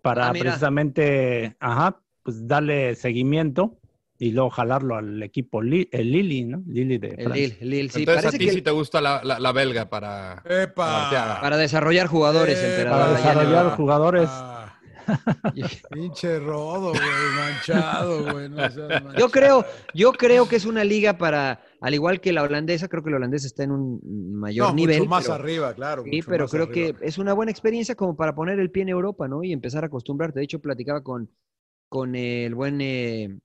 Speaker 4: para
Speaker 1: Ah, mira.
Speaker 4: precisamente, ajá, pues darle seguimiento y luego jalarlo al equipo Li- el Lili, ¿no? Lili de
Speaker 1: El
Speaker 4: Francia.
Speaker 1: Lille, el Ah, Lille, sí.
Speaker 2: Entonces,
Speaker 1: Parece
Speaker 2: a ti
Speaker 1: que
Speaker 2: sí te gusta la, la- la belga para...
Speaker 3: ¡Epa!
Speaker 2: Arteaga.
Speaker 1: para desarrollar jugadores,
Speaker 3: Eh,
Speaker 1: emperador.
Speaker 4: Para
Speaker 1: la llave.
Speaker 4: desarrollar
Speaker 3: Ah.
Speaker 4: jugadores.
Speaker 3: Ah, pinche rodo, güey, manchado, güey. no seas manchado.
Speaker 1: Yo creo, yo creo que es una liga para, al igual que la holandesa, creo que la holandesa está en un mayor
Speaker 3: No, mucho
Speaker 1: nivel.
Speaker 3: más
Speaker 1: pero-
Speaker 3: arriba, claro.
Speaker 1: Sí,
Speaker 3: mucho
Speaker 1: pero
Speaker 3: más
Speaker 1: creo
Speaker 3: arriba.
Speaker 1: que es una buena experiencia como para poner el pie en Europa, ¿no? Y empezar a acostumbrarte. De hecho, platicaba con, con el buen eh,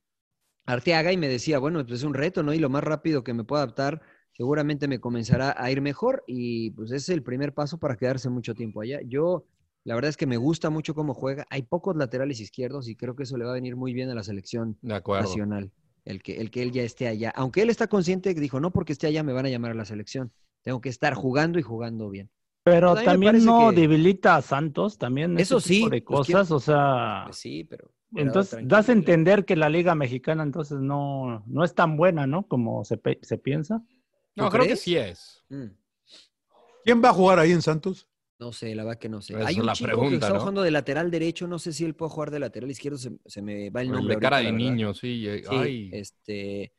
Speaker 1: Arteaga y me decía, bueno, pues es un reto, ¿no? Y lo más rápido que me pueda adaptar, seguramente me comenzará a ir mejor y pues es el primer paso para quedarse mucho tiempo allá. Yo, la verdad es que me gusta mucho cómo juega. Hay pocos laterales izquierdos y creo que eso le va a venir muy bien a la selección
Speaker 2: De acuerdo.
Speaker 1: nacional, el que, el que él ya esté allá. Aunque él está consciente que dijo, no porque esté allá me van a llamar a la selección. Tengo que estar jugando y jugando bien.
Speaker 4: Pero
Speaker 1: Pues a mí me
Speaker 4: también
Speaker 1: parece
Speaker 4: no
Speaker 1: que-
Speaker 4: debilita a Santos, también ese
Speaker 1: Eso sí,
Speaker 4: tipo de
Speaker 1: pues,
Speaker 4: cosas, o sea,
Speaker 1: Pues sí, pero... pero
Speaker 4: Ah. entonces
Speaker 1: tranquilo.
Speaker 4: das a entender que la liga mexicana entonces no, no es tan buena, ¿no? Como se, pe- se piensa.
Speaker 2: No,
Speaker 1: ¿Tú
Speaker 2: creo que
Speaker 1: crees?
Speaker 2: sí es.
Speaker 1: Mm,
Speaker 3: ¿Quién va a jugar ahí en Santos?
Speaker 1: No sé, la verdad que no sé.
Speaker 2: Esa
Speaker 1: Hay
Speaker 2: es
Speaker 1: un
Speaker 2: la
Speaker 1: chico que
Speaker 2: pregunta,
Speaker 1: está
Speaker 2: ¿no?
Speaker 1: jugando de lateral derecho, no sé si él puede jugar de lateral izquierdo, se, se me va el
Speaker 2: El
Speaker 1: nombre.
Speaker 2: de
Speaker 1: ahorita,
Speaker 2: Pues cara
Speaker 1: la
Speaker 2: de
Speaker 1: verdad.
Speaker 2: niño, sí. eh,
Speaker 1: Sí,
Speaker 2: ay.
Speaker 1: este,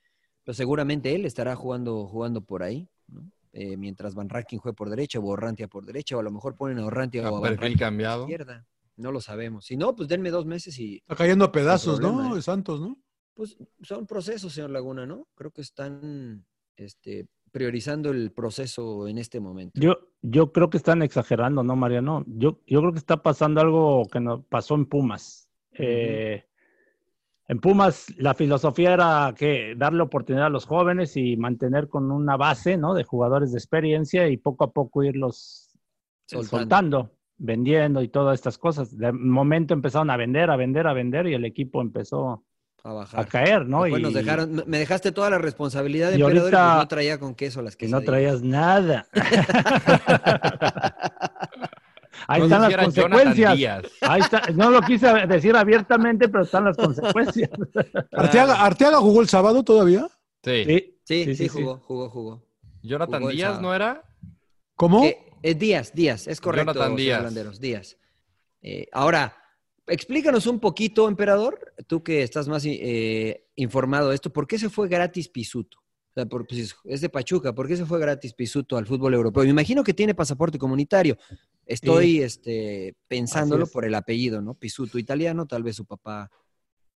Speaker 1: pero seguramente él estará jugando, jugando por ahí, ¿no? Eh, mientras Van Rankin juegue por derecha o Orrantia por derecha, o a lo mejor ponen a Orrantia
Speaker 2: A
Speaker 1: o a Van
Speaker 2: perfil
Speaker 1: Rankin por
Speaker 2: cambiado.
Speaker 1: izquierda. No lo sabemos. Si no, pues denme dos meses y
Speaker 3: Está cayendo a pedazos,
Speaker 1: problema,
Speaker 3: ¿no?
Speaker 1: ¿eh?
Speaker 3: El Santos, ¿no?
Speaker 1: pues son procesos, señor Laguna, ¿no? Creo que están este, priorizando el proceso en este momento.
Speaker 4: Yo, yo creo que están exagerando, ¿no, Mariano? Yo, yo creo que está pasando algo que nos pasó en Pumas. Eh, en Pumas la filosofía era que darle oportunidad a los jóvenes y mantener con una base ¿no? de jugadores de experiencia y poco a poco irlos soltando, vendiendo y todas estas cosas. De momento empezaron a vender, a vender, a vender y el equipo empezó
Speaker 1: a bajar.
Speaker 4: a caer, ¿no?
Speaker 1: Pues
Speaker 4: y,
Speaker 1: nos dejaron, me- me dejaste toda la responsabilidad de
Speaker 4: Y
Speaker 1: emperador y
Speaker 4: ahorita-
Speaker 1: pues no traía con queso las
Speaker 4: y
Speaker 1: que
Speaker 4: no traías nada. Ahí
Speaker 2: No
Speaker 4: están
Speaker 2: dijera
Speaker 4: las
Speaker 2: Jonathan
Speaker 4: consecuencias.
Speaker 2: Díaz.
Speaker 4: Ahí está. No lo quise decir abiertamente, pero están las consecuencias.
Speaker 1: Ah.
Speaker 3: Arteaga, ¿Arteaga jugó el sábado todavía?
Speaker 2: Sí.
Speaker 1: Sí, sí,
Speaker 4: sí, sí.
Speaker 1: jugó, jugó, jugó.
Speaker 2: Jonathan
Speaker 1: Jugó el
Speaker 2: Díaz,
Speaker 1: sábado.
Speaker 2: ¿no era?
Speaker 3: ¿Cómo?
Speaker 1: Que- eh, Díaz, Díaz, es correcto.
Speaker 2: Jonathan
Speaker 1: señor
Speaker 2: Díaz.
Speaker 1: Landeros, Díaz. Eh, ahora, explícanos un poquito, emperador, tú que estás más eh, informado de esto, ¿por qué se fue gratis Pisuto? O sea, por- pues, es de Pachuca, ¿por qué se fue gratis Pisuto al fútbol europeo? Me imagino que tiene pasaporte comunitario. Estoy este, pensándolo
Speaker 4: Así es.
Speaker 1: por el apellido, ¿no? Pisuto italiano, tal vez su papá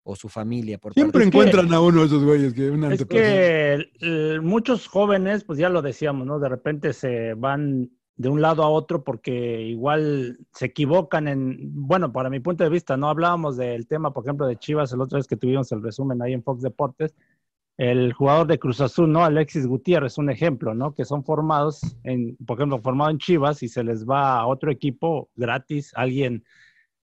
Speaker 1: o su familia. Por
Speaker 3: Siempre
Speaker 1: parte-
Speaker 3: encuentran a uno de esos güeyes que una
Speaker 4: Es que el- muchos jóvenes, pues ya lo decíamos, ¿no? De repente se van de un lado a otro porque igual se equivocan en, bueno, para mi punto de vista, ¿no? Hablábamos del tema, por ejemplo, de Chivas, el otra vez que tuvimos el resumen ahí en Fox Deportes, el jugador de Cruz Azul, ¿no? Alexis Gutiérrez, un ejemplo, ¿no? Que son formados, en, por ejemplo, formado en Chivas y se les va a otro equipo gratis, alguien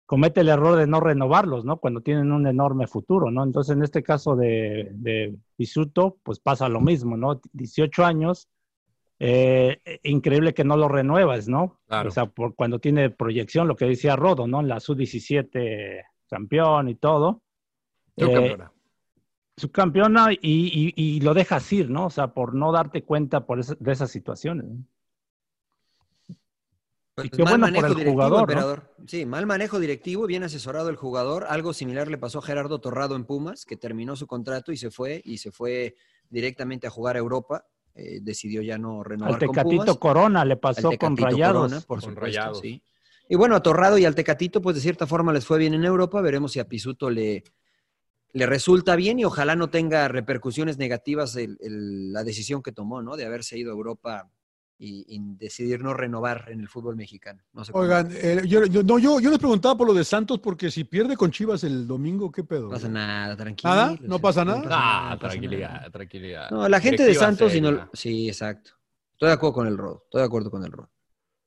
Speaker 4: comete el error de no renovarlos, ¿no? Cuando tienen un enorme futuro, ¿no? Entonces, en este caso de, de Bisuto, pues pasa lo mismo, ¿no? 18 años, eh, increíble que no lo renuevas, ¿no?
Speaker 2: Claro.
Speaker 4: O sea, por, cuando tiene proyección, lo que decía Rodo, ¿no? En la sub-17 campeón y todo.
Speaker 2: Yo,
Speaker 4: Eh,
Speaker 2: campeona.
Speaker 4: subcampeona y, y- y lo dejas ir, ¿no? O sea, por no darte cuenta por esa- de esas situaciones. ¿no?
Speaker 1: Pues,
Speaker 4: Y qué bueno por el jugador, ¿no?
Speaker 1: emperador. Sí, mal manejo directivo, bien asesorado el jugador. Algo similar le pasó a Gerardo Torrado en Pumas, que terminó su contrato y se fue, y se fue directamente a jugar a Europa. Eh, decidió ya no renovar
Speaker 4: Al
Speaker 1: con Pumas.
Speaker 4: Tecatito Corona le pasó
Speaker 1: Al
Speaker 4: con
Speaker 1: Tecatito
Speaker 4: Rayados.
Speaker 1: Corona, por
Speaker 2: Con
Speaker 1: supuesto,
Speaker 2: Rayados.
Speaker 1: sí. Y bueno, a Torrado y al Tecatito, pues de cierta forma les fue bien en Europa. Veremos si a Pisuto le, le resulta bien y ojalá no tenga repercusiones negativas el- el- la decisión que tomó, ¿no? De haberse ido a Europa y, y decidir no renovar en el fútbol mexicano. No sé cómo-
Speaker 3: Oigan, eh, yo, yo- no, yo, yo les preguntaba por lo de Santos porque si pierde con Chivas el domingo, ¿qué pedo?
Speaker 1: No
Speaker 3: güey?
Speaker 1: pasa nada, tranquilo.
Speaker 3: ¿Nada? ¿No pasa nada?
Speaker 2: Ah,
Speaker 1: no pasa
Speaker 2: tranquilidad,
Speaker 1: nada.
Speaker 2: tranquilidad.
Speaker 1: No, la gente de
Speaker 2: Directiva
Speaker 1: Santos y no...
Speaker 2: seria.
Speaker 1: Sí, exacto. Estoy de acuerdo con el Rodo, estoy de acuerdo con el Rodo.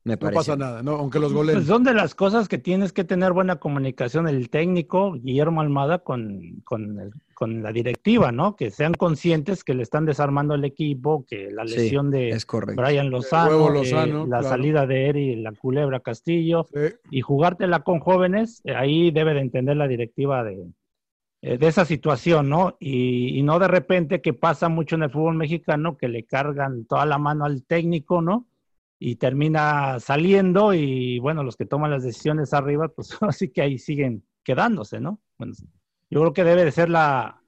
Speaker 1: Me
Speaker 3: No
Speaker 1: parece.
Speaker 3: pasa nada, no, aunque los goleen.
Speaker 4: Pues son de las cosas que tienes que tener buena comunicación el técnico Guillermo Almada con, con, el- con la directiva, ¿no? Que sean conscientes que le están desarmando el equipo, que la
Speaker 1: Sí,
Speaker 4: lesión de
Speaker 1: Es correcto.
Speaker 4: Brian Lozano,
Speaker 3: Huevo
Speaker 4: que
Speaker 3: Lozano,
Speaker 4: la
Speaker 3: claro.
Speaker 4: salida de Eri, la culebra Castillo,
Speaker 3: Eh,
Speaker 4: y jugártela con jóvenes, eh, ahí debe de entender la directiva de, eh, de esa situación, ¿no? Y, y no de repente que pasa mucho en el fútbol mexicano que le cargan toda la mano al técnico, ¿no? Y termina saliendo y bueno, los que toman las decisiones arriba, pues así que ahí siguen quedándose, ¿no? Bueno, yo creo que debe de ser la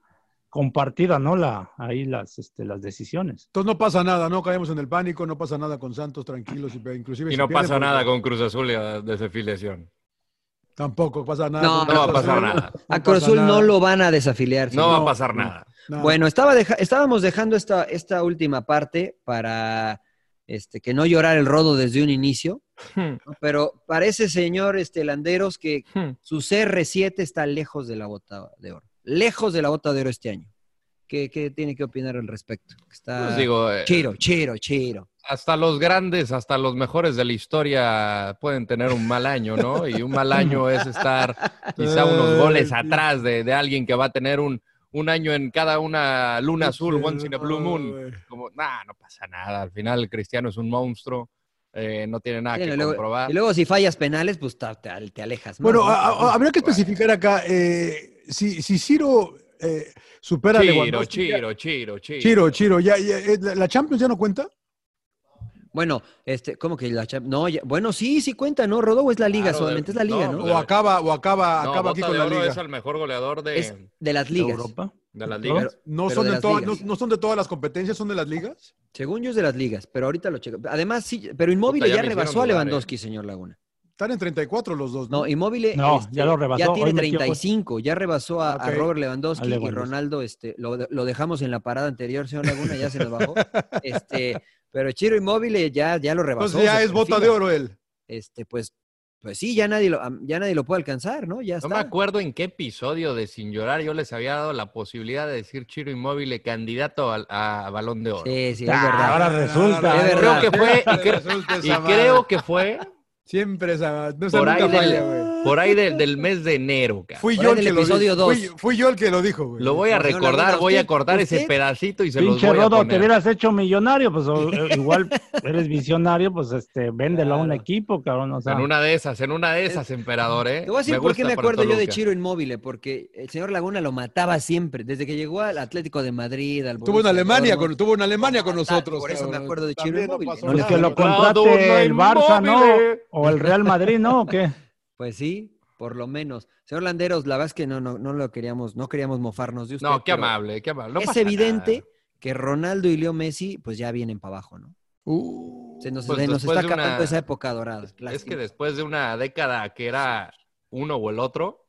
Speaker 4: compartida, ¿no? La, ahí las, este, las decisiones.
Speaker 3: entonces no pasa nada, no caemos en el pánico, no pasa nada con Santos, tranquilos. y- Inclusive
Speaker 2: Y
Speaker 3: si
Speaker 2: no
Speaker 3: pierde,
Speaker 2: pasa
Speaker 3: pues,
Speaker 2: nada con Cruz Azul eh, desde filiación.
Speaker 3: Tampoco pasa nada.
Speaker 1: No,
Speaker 3: con
Speaker 2: No va a
Speaker 3: Cruz
Speaker 2: pasar
Speaker 3: Azul.
Speaker 2: nada.
Speaker 1: A
Speaker 3: No
Speaker 1: Cruz
Speaker 3: pasa
Speaker 1: Azul no
Speaker 3: nada.
Speaker 1: lo van a desafiliar. sí.
Speaker 2: No va a
Speaker 3: no,
Speaker 2: pasar
Speaker 3: no.
Speaker 2: nada.
Speaker 3: Nada.
Speaker 1: Bueno, estaba deja- estábamos dejando esta, esta última parte para este, que no llorar el rodo desde un inicio, ¿no? pero parece, señor este, Landeros, que
Speaker 2: Hmm.
Speaker 1: su CR7 está lejos de la bota de oro. Lejos de la bota de oro este año. ¿Qué, qué tiene que opinar al respecto? Está
Speaker 2: Pues digo, eh,
Speaker 1: chiro, chiro, chiro.
Speaker 2: hasta los grandes, hasta los mejores de la historia pueden tener un mal año, ¿no? Y un mal año es estar quizá unos goles atrás de, de alguien que va a tener un, un año en cada una luna azul, once in a blue moon. Como, nah, no pasa nada. Al final, Cristiano es un monstruo. eh, no tiene nada
Speaker 1: Bueno,
Speaker 2: que
Speaker 1: y luego-
Speaker 2: comprobar.
Speaker 1: Y luego si fallas penales, pues ta- te, te alejas. más,
Speaker 3: Bueno,
Speaker 1: ¿no?
Speaker 3: a- a- habría que especificar acá, eh, si, si Ciro eh, supera a
Speaker 2: Chiro,
Speaker 3: Lewandowski, ya-
Speaker 2: Chiro, Chiro, Chiro.
Speaker 3: Chiro, Chiro, ya, ya, eh, la la Champions ya no cuenta.
Speaker 1: Bueno, este, ¿cómo que la Champions? No, ya- bueno, sí, sí cuenta, ¿no, Rodo? ¿O es la liga
Speaker 2: Claro,
Speaker 1: solamente?
Speaker 2: de-
Speaker 1: es la liga,
Speaker 2: no,
Speaker 1: ¿no?
Speaker 2: pues,
Speaker 3: O acaba, o acaba,
Speaker 2: No,
Speaker 3: acaba aquí
Speaker 2: Bota
Speaker 3: con
Speaker 2: de
Speaker 3: la
Speaker 2: Oro es
Speaker 3: liga.
Speaker 2: el mejor goleador de,
Speaker 1: Es de las ligas.
Speaker 4: Europa.
Speaker 2: de las
Speaker 4: ¿no?
Speaker 2: ligas.
Speaker 3: No
Speaker 1: pero
Speaker 3: son
Speaker 1: de
Speaker 3: de
Speaker 1: las
Speaker 3: todas, no,
Speaker 1: ligas.
Speaker 3: no son de todas las competencias, son de las ligas.
Speaker 1: Según yo es de las ligas, pero ahorita lo checo. Además, sí, pero Inmóvil
Speaker 2: Puta, ya
Speaker 1: ya,
Speaker 2: me hicieron
Speaker 1: rebasó a
Speaker 2: dudar, eh.
Speaker 1: Lewandowski, señor Laguna.
Speaker 3: Están en 34 los dos.
Speaker 1: No, Inmóvil
Speaker 4: No,
Speaker 1: este,
Speaker 4: ya lo rebasó.
Speaker 1: ya
Speaker 4: Hoy
Speaker 1: tiene
Speaker 4: metió gol.
Speaker 1: 35, ya rebasó a, a
Speaker 3: Ok.
Speaker 1: Robert Lewandowski
Speaker 4: A
Speaker 1: y
Speaker 4: Lewandowski.
Speaker 1: Ronaldo, este, lo, lo dejamos en la parada anterior, señor Laguna, ya se nos bajó. Este, pero Chiro Inmóvil ya, ya lo rebasó.
Speaker 3: Entonces ya
Speaker 1: se
Speaker 3: es bota de
Speaker 1: perfila.
Speaker 3: oro él.
Speaker 1: Este, pues, pues sí, ya nadie lo, ya nadie lo puede alcanzar, ¿no? Ya
Speaker 2: No
Speaker 1: está.
Speaker 2: me acuerdo en qué episodio de Sin Llorar yo les había dado la posibilidad de decir Chiro Inmóvil candidato al- a, a Balón de Oro.
Speaker 1: Sí, sí, es
Speaker 4: Ah,
Speaker 1: verdad.
Speaker 4: ahora
Speaker 3: Ah,
Speaker 4: resulta.
Speaker 1: Es
Speaker 2: Creo
Speaker 1: verdad.
Speaker 2: que fue, y, cre-
Speaker 3: Resulta
Speaker 2: y
Speaker 3: esa madre.
Speaker 2: creo que fue
Speaker 3: Siempre esa. No se
Speaker 2: por ahí
Speaker 3: nunca
Speaker 2: del,
Speaker 3: falla, güey.
Speaker 2: por ahí del- del mes de enero. cabrón.
Speaker 3: Fui
Speaker 1: Por
Speaker 3: yo
Speaker 1: ahí
Speaker 3: el
Speaker 1: del
Speaker 3: que lo
Speaker 1: episodio
Speaker 3: dijo.
Speaker 1: dos.
Speaker 3: Fui, fui yo el que lo dijo, güey.
Speaker 2: Lo voy a
Speaker 1: Señor Laguna,
Speaker 2: recordar, voy a
Speaker 1: usted-
Speaker 2: cortar ese
Speaker 1: usted-
Speaker 2: pedacito y se los
Speaker 4: Pinche
Speaker 2: voy a
Speaker 4: Rodo, te
Speaker 2: poner.
Speaker 4: hubieras hecho millonario, pues o- eh, igual eres visionario, pues este, véndelo a un
Speaker 1: Claro.
Speaker 4: equipo, cabrón. O sea,
Speaker 2: En una de esas, en una de esas, emperador, ¿eh?
Speaker 1: Te voy a decir por qué
Speaker 2: gusta
Speaker 1: me
Speaker 2: para
Speaker 1: acuerdo yo de
Speaker 2: Toluca.
Speaker 1: Chiro Inmóvil, eh, porque el señor Laguna lo mataba siempre, desde que llegó al Atlético de Madrid, al
Speaker 3: Tuvo en
Speaker 1: Borussia
Speaker 3: Alemania
Speaker 1: Dortmund.
Speaker 3: con, tuvo en Alemania con
Speaker 1: Ah,
Speaker 3: nosotros.
Speaker 1: por eso me
Speaker 3: cabrón.
Speaker 1: acuerdo de Chiro
Speaker 3: También no
Speaker 1: Inmóvil.
Speaker 3: pasó
Speaker 1: No le
Speaker 4: pues
Speaker 3: nada,
Speaker 4: que lo
Speaker 3: güey.
Speaker 2: Rodo,
Speaker 4: contrate el Barça, ¿no?
Speaker 2: inmóvil.
Speaker 4: O el Real Madrid, ¿no? ¿O qué?
Speaker 1: Pues sí, por lo menos. Señor Landeros, la verdad es que no, no, no lo queríamos, no queríamos mofarnos de usted.
Speaker 2: No, qué
Speaker 1: pero
Speaker 2: amable, qué amable. No
Speaker 1: es
Speaker 2: pasa
Speaker 1: evidente
Speaker 2: nada.
Speaker 1: que Ronaldo y Leo Messi, pues ya vienen para abajo, ¿no?
Speaker 3: Uh,
Speaker 1: Se nos,
Speaker 2: Pues
Speaker 1: se nos
Speaker 2: después
Speaker 1: está
Speaker 2: de una-
Speaker 1: acabando esa época dorada.
Speaker 2: Es que
Speaker 1: Lástima.
Speaker 2: después de una década que era uno o el otro,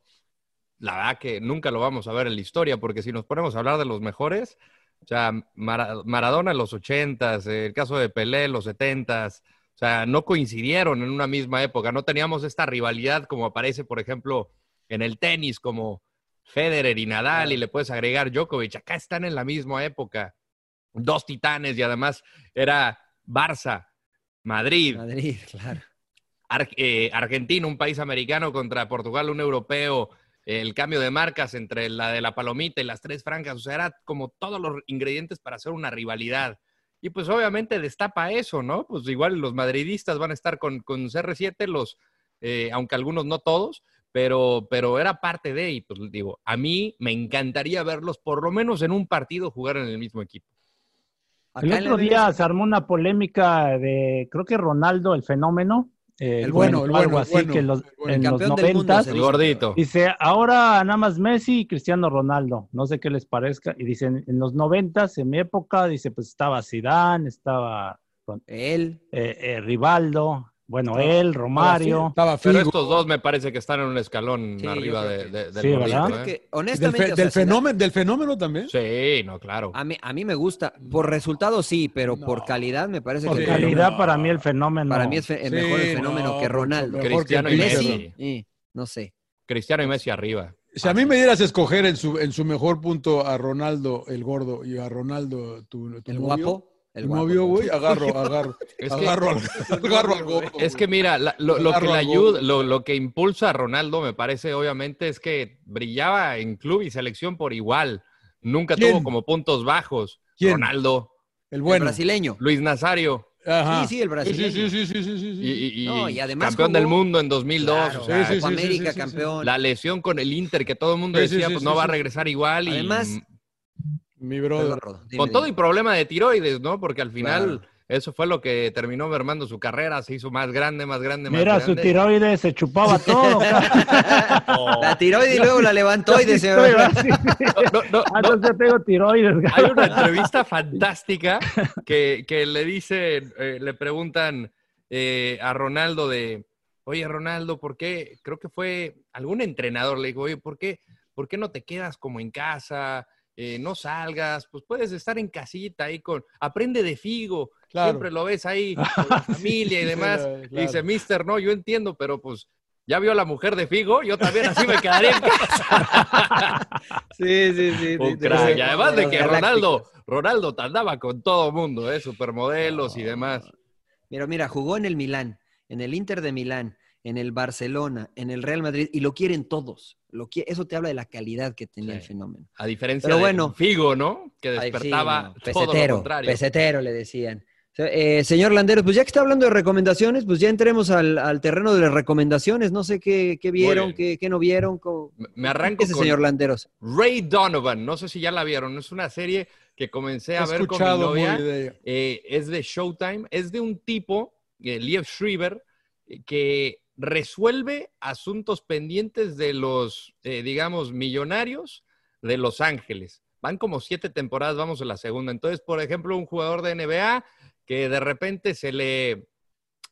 Speaker 2: la verdad que nunca lo vamos a ver en la historia, porque si nos ponemos a hablar de los mejores, o sea, Mara- Maradona en los 80s, el caso de Pelé en los 70s, o sea, no coincidieron en una misma época, no teníamos esta rivalidad como aparece, por ejemplo, en el tenis, como Federer y Nadal, y le puedes agregar Djokovic, acá están en la misma época, dos titanes, y además era Barça, Madrid,
Speaker 1: Madrid, claro.
Speaker 2: Ar- eh, Argentina, un país americano, contra Portugal, un europeo, eh, el cambio de marcas entre la de la palomita y las tres francas, o sea, era como todos los ingredientes para hacer una rivalidad. Y pues obviamente destapa eso, ¿no? Pues igual los madridistas van a estar con, con CR7, los, eh, aunque algunos no todos, pero, pero era parte de, y pues digo, a mí me encantaría verlos por lo menos en un partido jugar en el mismo equipo.
Speaker 1: Acá
Speaker 4: El
Speaker 1: en la
Speaker 4: otro
Speaker 1: MLS,
Speaker 4: día se armó una polémica de, creo que Ronaldo, el fenómeno. eh,
Speaker 3: El bueno,
Speaker 4: comentó
Speaker 3: el bueno,
Speaker 4: Algo
Speaker 3: el
Speaker 4: así
Speaker 3: bueno,
Speaker 4: que en los,
Speaker 3: el bueno.
Speaker 4: en los
Speaker 1: campeón del mundo.
Speaker 4: noventas.
Speaker 1: se
Speaker 2: El
Speaker 1: dice,
Speaker 2: gordito.
Speaker 4: Dice, ahora nada más Messi y Cristiano Ronaldo. No sé qué les parezca. Y dicen, en los noventas, en mi época, dice, pues estaba Zidane, estaba
Speaker 1: Él,
Speaker 4: eh, eh, Rivaldo, bueno, él, Romario.
Speaker 3: Estaba
Speaker 2: Pero
Speaker 3: Figo.
Speaker 2: estos dos me parece que están en un escalón
Speaker 1: Sí, yo
Speaker 2: arriba
Speaker 1: creo
Speaker 2: de,
Speaker 1: que-
Speaker 2: de- del
Speaker 4: Sí,
Speaker 2: gordito,
Speaker 1: yo
Speaker 2: ¿eh?
Speaker 4: ¿verdad?
Speaker 1: creo que,
Speaker 3: Del,
Speaker 1: honestamente,
Speaker 3: fe-
Speaker 1: o sea,
Speaker 3: del
Speaker 1: Zidane-
Speaker 3: fenómeno, del fenómeno también.
Speaker 2: Sí, no, claro.
Speaker 1: A mí, a mí me gusta. Por resultado sí, pero por calidad me parece
Speaker 3: Por
Speaker 1: que
Speaker 4: En
Speaker 3: sí,
Speaker 4: calidad,
Speaker 3: no.
Speaker 4: para mí, el fenómeno.
Speaker 1: para mí es fe- es
Speaker 3: Sí,
Speaker 1: mejor el fenómeno
Speaker 3: no,
Speaker 1: que
Speaker 3: mucho
Speaker 1: Ronaldo.
Speaker 3: mejor
Speaker 2: Cristiano
Speaker 3: que
Speaker 2: y
Speaker 3: Messi.
Speaker 2: Messi.
Speaker 1: Messi, eh, no sé.
Speaker 2: Cristiano y Messi arriba.
Speaker 3: Si a mí me dieras a escoger en su, en su mejor punto a Ronaldo el gordo y a Ronaldo tu, tu
Speaker 1: El
Speaker 3: novio,
Speaker 1: guapo. El
Speaker 3: tu
Speaker 1: guapo.
Speaker 3: novio, güey, agarro, agarro,
Speaker 2: Es que,
Speaker 3: agarro, al, agarro al gordo.
Speaker 2: es que mira, la- lo, lo que
Speaker 3: Agarro
Speaker 2: le
Speaker 3: al
Speaker 2: ayuda,
Speaker 3: gol.
Speaker 2: lo, lo que impulsa a Ronaldo, me parece, obviamente, es que brillaba en club y selección por igual. Nunca
Speaker 3: ¿Quién?
Speaker 2: tuvo como puntos bajos.
Speaker 3: ¿Quién?
Speaker 2: Ronaldo,
Speaker 3: el
Speaker 1: El
Speaker 3: bueno.
Speaker 1: brasileño.
Speaker 2: Luis Nazario,
Speaker 3: Ajá.
Speaker 1: Sí, sí, el brasileño.
Speaker 3: Sí, sí, sí, sí, sí, sí, sí.
Speaker 2: y, y- y
Speaker 1: No, y además
Speaker 2: campeón
Speaker 1: jugó-
Speaker 2: del mundo en 2002.
Speaker 1: Claro.
Speaker 2: o sea,
Speaker 3: Sí, sí,
Speaker 1: Copa América,
Speaker 3: sí, sí.
Speaker 1: campeón.
Speaker 2: La lesión con el Inter, que todo el mundo
Speaker 3: Sí, sí,
Speaker 2: decía,
Speaker 3: sí,
Speaker 2: pues
Speaker 3: sí,
Speaker 2: no va
Speaker 3: sí.
Speaker 2: a regresar igual. y- mm,
Speaker 1: Además,
Speaker 3: Mi
Speaker 1: Perdón,
Speaker 3: brother.
Speaker 1: Rodo, dime,
Speaker 2: con todo y
Speaker 1: dime.
Speaker 2: problema de tiroides, ¿no? Porque al final
Speaker 1: Claro.
Speaker 2: eso fue lo que terminó mermando su carrera, se hizo más grande, más grande, más
Speaker 4: Mira, su
Speaker 2: grande.
Speaker 4: tiroides se chupaba todo.
Speaker 1: La tiró y luego la levantó y deseó.
Speaker 4: Estoy así.
Speaker 2: No, no,
Speaker 4: Ah,
Speaker 2: no,
Speaker 4: entonces yo tengo tiroides.
Speaker 2: Hay una entrevista fantástica que, que le dice, eh, le preguntan eh, a Ronaldo de, oye Ronaldo, ¿por qué? Creo que fue algún entrenador, le dijo, oye, ¿por qué, ¿por qué no te quedas como en casa? Eh, no salgas, pues puedes estar en casita ahí con, aprende de Figo,
Speaker 3: Claro.
Speaker 2: siempre lo ves ahí con la familia y demás.
Speaker 3: claro.
Speaker 2: Y dice, mister, no, yo entiendo, pero pues ya vio a la mujer de Figo, yo también así me quedaría en casa.
Speaker 1: Sí, sí, sí.
Speaker 2: Un
Speaker 1: sí,
Speaker 2: crack.
Speaker 1: sí.
Speaker 2: Y además de
Speaker 1: Los
Speaker 2: que
Speaker 1: galácticos.
Speaker 2: Ronaldo, Ronaldo te andaba con todo mundo, ¿eh? supermodelos y demás.
Speaker 1: Pero mira, jugó en el Milán, en el Inter de Milán, en el Barcelona, en el Real Madrid, y lo quieren todos. Lo qui- Eso te habla de la calidad que tenía
Speaker 2: Sí.
Speaker 1: el fenómeno.
Speaker 2: A diferencia
Speaker 1: Pero
Speaker 2: de
Speaker 1: bueno.
Speaker 2: Figo, ¿no? Que
Speaker 1: Ay, sí,
Speaker 2: despertaba
Speaker 1: no,
Speaker 2: todo lo
Speaker 1: pesetero,
Speaker 2: contrario.
Speaker 1: Pesetero le decían. Se- eh, señor Landeros, pues ya que está hablando de recomendaciones, pues ya entremos al, al terreno de las recomendaciones. No sé qué, qué vieron,
Speaker 2: bien.
Speaker 1: qué, qué no vieron. co-
Speaker 2: Me- Me arranco
Speaker 1: Ese
Speaker 2: con
Speaker 1: señor Landeros.
Speaker 2: Ray Donovan. No sé si ya la vieron. Es una serie que comencé
Speaker 3: He
Speaker 2: a ver con mi
Speaker 3: escuchado muy
Speaker 2: novia.
Speaker 3: de ella.
Speaker 2: Eh, es de Showtime, es de un tipo, eh, Liev Schreiber, eh, que resuelve asuntos pendientes de los, eh, digamos, millonarios de Los Ángeles. Van como siete temporadas, vamos a la segunda. Entonces, por ejemplo, un jugador de NBA que de repente se le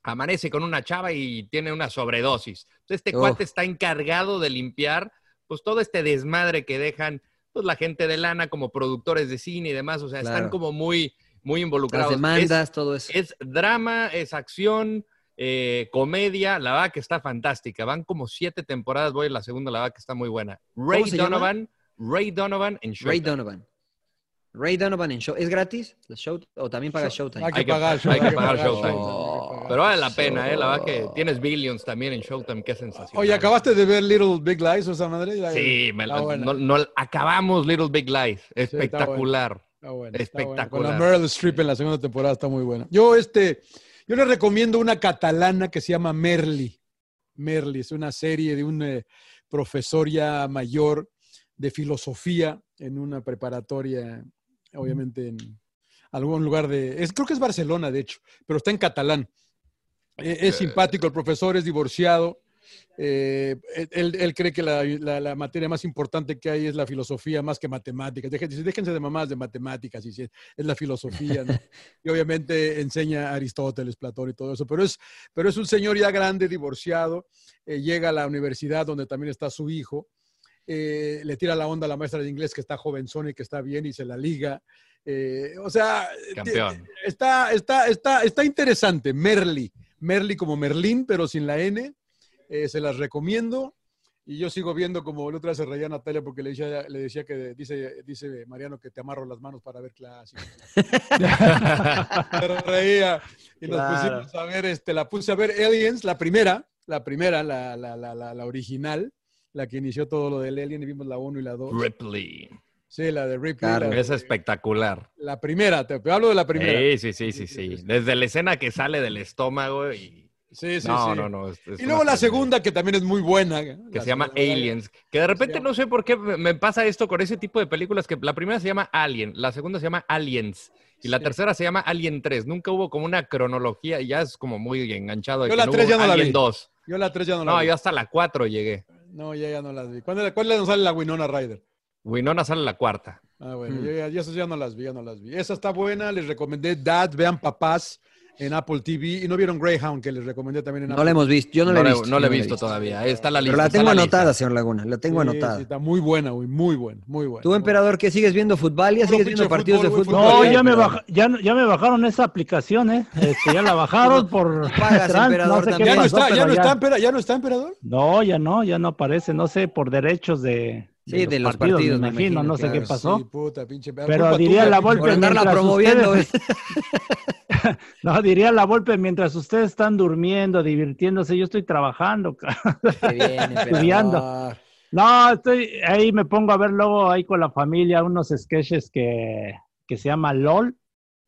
Speaker 2: amanece con una chava y tiene una sobredosis. Entonces, este cuate está encargado de limpiar pues todo este desmadre que dejan pues la gente de lana como productores de cine y demás, o sea,
Speaker 1: Claro.
Speaker 2: están como muy muy involucrados.
Speaker 1: Las demandas,
Speaker 2: Es-
Speaker 1: todo eso.
Speaker 2: Es drama, es acción, eh, comedia, la verdad que está fantástica. Van como siete temporadas, voy en la segunda, la verdad que está muy buena. Ray
Speaker 1: se llama?
Speaker 2: Donovan, Ray Donovan en
Speaker 1: Ray
Speaker 2: Showtime.
Speaker 1: Donovan. Ray Donovan en Show. ¿Es gratis? La Show- ¿O también paga Showtime? Oh.
Speaker 2: Hay que pagar, hay que pagar Showtime. Pero vale la pena, ¿eh? La verdad que tienes Billions también en Showtime, qué sensación.
Speaker 3: Oye, ¿acabaste de ver Little Big Lies o esa madre? Ya-
Speaker 2: Sí, me
Speaker 3: Está
Speaker 2: la-
Speaker 3: buena.
Speaker 2: no- no- acabamos Little Big Lies.
Speaker 3: buena.
Speaker 2: Espectacular.
Speaker 3: Está buena, está buena. Con la
Speaker 2: Espectacular.
Speaker 3: Meryl Streep en la segunda temporada está muy buena. Yo, este, yo les recomiendo una catalana que se llama Merli. Merli es una serie de un eh, profesor ya mayor de filosofía en una preparatoria, obviamente en algún lugar de... Es, creo que es Barcelona, de hecho, pero está en catalán. Eh, es simpático, el profesor es divorciado. Eh, él, él cree que la, la- la materia más importante que hay es la filosofía más que matemáticas. Deje- dice, déjense de mamás de matemáticas, y sí, es la filosofía. ¿no? y obviamente enseña a Aristóteles, Platón y todo eso. Pero es, pero es un señor ya grande, divorciado, eh, llega a la universidad donde también está su hijo. eh, le tira la onda a la maestra de inglés que está jovenzona y que está bien y se la liga. Eh, o sea,
Speaker 2: Campeón.
Speaker 3: Está, está, está, está interesante. Merli. Merli como Merlín, pero sin la N. Eh, se las recomiendo. Y yo sigo viendo como la otra vez se reía Natalia porque le decía, le decía que dice, dice Mariano que te amarro las manos para ver clásicos. se reía. Y nos
Speaker 1: Claro.
Speaker 3: pusimos a ver, este, la puse a ver Aliens, la primera, la primera, la, la, la, la, la original, la que inició todo lo del Alien y vimos la 1 y la 2.
Speaker 2: Ripley.
Speaker 3: Sí, la de Ripley. la,
Speaker 2: Es espectacular.
Speaker 3: la primera, te, hablo de la primera.
Speaker 2: Sí, sí, sí, sí, sí. Desde la escena que sale del estómago y...
Speaker 3: Sí, sí,
Speaker 2: no,
Speaker 3: sí.
Speaker 2: no, no. es- es
Speaker 3: y luego
Speaker 2: una
Speaker 3: la segunda, que también es muy buena. ¿eh?
Speaker 2: que se llama Aliens. Que de repente no sé por qué me me pasa esto con ese tipo de películas, que la primera se llama Alien, la segunda se llama Aliens y la
Speaker 3: Sí.
Speaker 2: tercera se llama Alien 3. Nunca hubo como una cronología y ya es como muy enganchado. de
Speaker 3: Yo
Speaker 2: que
Speaker 3: la
Speaker 2: no
Speaker 3: 3
Speaker 2: hubo
Speaker 3: ya no la
Speaker 2: Alien
Speaker 3: vi.
Speaker 2: 2.
Speaker 3: Yo la 3 ya no
Speaker 2: No,
Speaker 3: la vi.
Speaker 2: yo hasta la 4 llegué.
Speaker 3: No, ya, ya no las vi. ¿Cuándo- ¿Cuál, nos sale la Winona Ryder?
Speaker 2: Winona sale la cuarta.
Speaker 3: Ah, bueno,
Speaker 2: Mm.
Speaker 3: yo ya, ya esas ya no las vi, ya no las vi. Esa está buena, les recomendé Dad, vean Papás en Apple TV. Y no vieron Greyhound, que les recomendé también en
Speaker 1: No
Speaker 3: Apple
Speaker 1: la hemos visto. Yo no, la he
Speaker 2: la-
Speaker 1: visto.
Speaker 2: no la he
Speaker 1: yo
Speaker 2: visto todavía. Ahí está la lista.
Speaker 1: Pero la
Speaker 2: está
Speaker 1: tengo
Speaker 2: lista.
Speaker 1: anotada, señor Laguna. La tengo
Speaker 3: Sí,
Speaker 1: anotada.
Speaker 3: sí, está muy buena, güey, muy buena, muy buena.
Speaker 1: Tú, emperador, que sigues viendo fútbol? ¿Ya
Speaker 3: Puro
Speaker 1: sigues
Speaker 3: pinche
Speaker 1: viendo partidos
Speaker 3: fútbol,
Speaker 1: de
Speaker 3: güey,
Speaker 1: fútbol?
Speaker 3: fútbol.
Speaker 4: No, ya me, baja- ya, ya me bajaron esa aplicación, ¿eh? Este, ya la bajaron por...
Speaker 1: pagas,
Speaker 4: trans,
Speaker 1: emperador,
Speaker 4: no sé qué
Speaker 3: ¿Ya, no
Speaker 4: pasó,
Speaker 3: está, ya,
Speaker 4: pero
Speaker 3: no
Speaker 4: ya-
Speaker 3: está, empera- ya no está emperador?
Speaker 4: No, ya no, ya no aparece, no sé, por derechos de,
Speaker 1: Sí, de los partidos, me imagino,
Speaker 4: no sé
Speaker 1: claro,
Speaker 4: qué pasó.
Speaker 3: Sí, puta, pinche
Speaker 4: Pero
Speaker 3: culpa
Speaker 4: diría
Speaker 3: tuya,
Speaker 4: la
Speaker 3: pinche-
Speaker 4: Volpe,
Speaker 1: Por andarla
Speaker 4: mientras
Speaker 1: promoviendo. eh.
Speaker 4: ustedes-
Speaker 1: güey.
Speaker 4: No, diría la Volpe, mientras ustedes están durmiendo, divirtiéndose, yo estoy trabajando, ca-
Speaker 1: Qué bien, emperador.
Speaker 4: estudiando.
Speaker 3: Ah,
Speaker 4: No, estoy ahí me pongo a ver luego ahí con la familia unos sketches que, que se llama LOL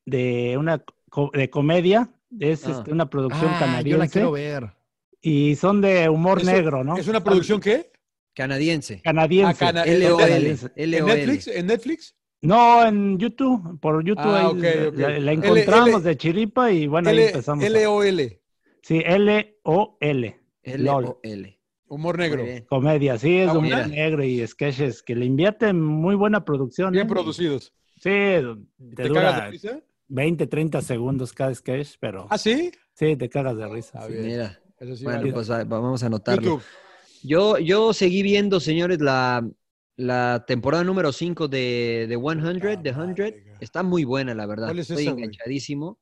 Speaker 4: de una co- de comedia, es
Speaker 1: Ah.
Speaker 4: este, una producción
Speaker 2: Ah, yo la
Speaker 4: canadiense
Speaker 2: quiero ver.
Speaker 4: y son de humor
Speaker 3: ¿Es-
Speaker 4: negro, ¿no?
Speaker 3: ¿Es una producción qué?
Speaker 1: Canadiense.
Speaker 3: Ah,
Speaker 4: canadiense.
Speaker 3: cana-
Speaker 1: LOL.
Speaker 3: ¿En Netflix? ¿En Netflix?
Speaker 4: No, en YouTube, por YouTube
Speaker 3: Ah,
Speaker 4: ahí
Speaker 3: ok, ok.
Speaker 4: La, la
Speaker 3: L-
Speaker 4: encontramos
Speaker 3: L-
Speaker 4: de chiripa y bueno, ahí
Speaker 3: L-
Speaker 4: empezamos. a-
Speaker 3: LOL,
Speaker 4: Sí, L O L. LOL.
Speaker 1: L.
Speaker 3: humor negro.
Speaker 1: Muy bien.
Speaker 4: Comedia, sí, es
Speaker 3: Ah,
Speaker 4: de humor
Speaker 3: mira.
Speaker 4: negro y sketches que le invierten muy buena producción.
Speaker 3: Bien
Speaker 4: ¿eh?
Speaker 3: producidos.
Speaker 4: Sí, te,
Speaker 3: ¿Te cagas de
Speaker 4: dura
Speaker 3: risa?
Speaker 4: 20, 30 segundos cada sketch, pero
Speaker 3: ¿Ah, sí?
Speaker 4: sí, te cagas de risa.
Speaker 3: Ah,
Speaker 4: sí.
Speaker 3: bien.
Speaker 1: Mira,
Speaker 3: Eso sí
Speaker 1: bueno,
Speaker 3: vale.
Speaker 1: pues va- vamos a anotarlo.
Speaker 3: YouTube.
Speaker 1: Yo, yo seguí viendo, señores, la, la temporada número 5 de, de 100,
Speaker 3: Ah,
Speaker 1: de 100. Está muy buena, la verdad.
Speaker 3: ¿Cuál es
Speaker 1: Estoy
Speaker 3: esa, güey?
Speaker 1: enganchadísimo.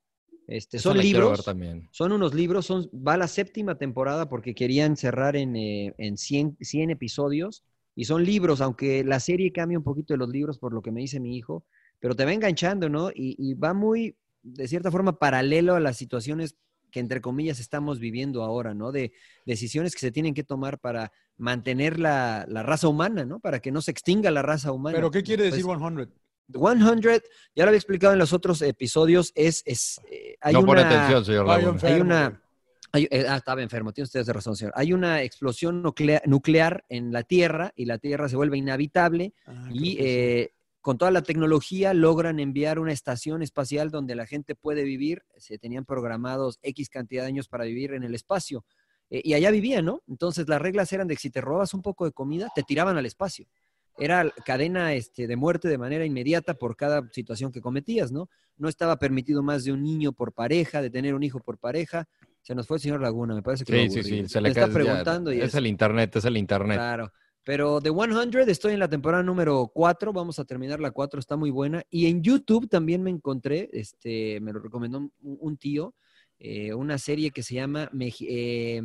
Speaker 1: Este,
Speaker 2: Esa
Speaker 1: son
Speaker 2: la quiero ver
Speaker 1: libros.
Speaker 2: también.
Speaker 1: Son unos libros, son, va la séptima temporada porque querían cerrar en, eh, en 100, 100 episodios y son libros, aunque la serie cambia un poquito de los libros por lo que me dice mi hijo, pero te va enganchando, ¿no? Y, y va muy, de cierta forma, paralelo a las situaciones que, entre comillas, estamos viviendo ahora, ¿no? De decisiones que se tienen que tomar para mantener la, la raza humana, ¿no? Para que no se extinga la raza humana.
Speaker 3: ¿Pero qué quiere decir
Speaker 1: Pues,
Speaker 3: 100?
Speaker 1: 100, ya lo había explicado en los otros episodios, es... es eh, hay
Speaker 2: no pone
Speaker 1: una-
Speaker 2: atención, señor
Speaker 3: Ay,
Speaker 2: Laguna.
Speaker 3: enfermo,
Speaker 1: hay una.
Speaker 3: güey.
Speaker 1: hay- eh, ah, estaba enfermo, tiene ustedes razón, señor. Hay una explosión nuclea- nuclear en la Tierra y la Tierra se vuelve inhabitable
Speaker 3: Ah,
Speaker 1: y
Speaker 3: creo que sí.
Speaker 1: eh, con toda la tecnología logran enviar una estación espacial donde la gente puede vivir. Se tenían programados X cantidad de años para vivir en el espacio. Eh, y allá vivían, ¿no? Entonces las reglas eran de que si te robas un poco de comida, te tiraban al espacio. Era l- cadena este, de muerte de manera inmediata por cada situación que cometías, ¿no? No estaba permitido más de un niño por pareja, de tener un hijo por pareja. Se nos fue el señor Laguna, me parece que lo
Speaker 2: Sí, sí,
Speaker 1: aburrí.
Speaker 2: sí. Se le
Speaker 1: está
Speaker 2: cae- ya,
Speaker 1: preguntando y
Speaker 2: es,
Speaker 1: es-
Speaker 2: el internet, es el internet.
Speaker 1: Claro. Pero The 100, estoy en la temporada número 4, vamos a terminar la 4, está muy buena. Y en YouTube también me encontré, este, me lo recomendó un, un tío, eh, una serie que se llama Meji- eh,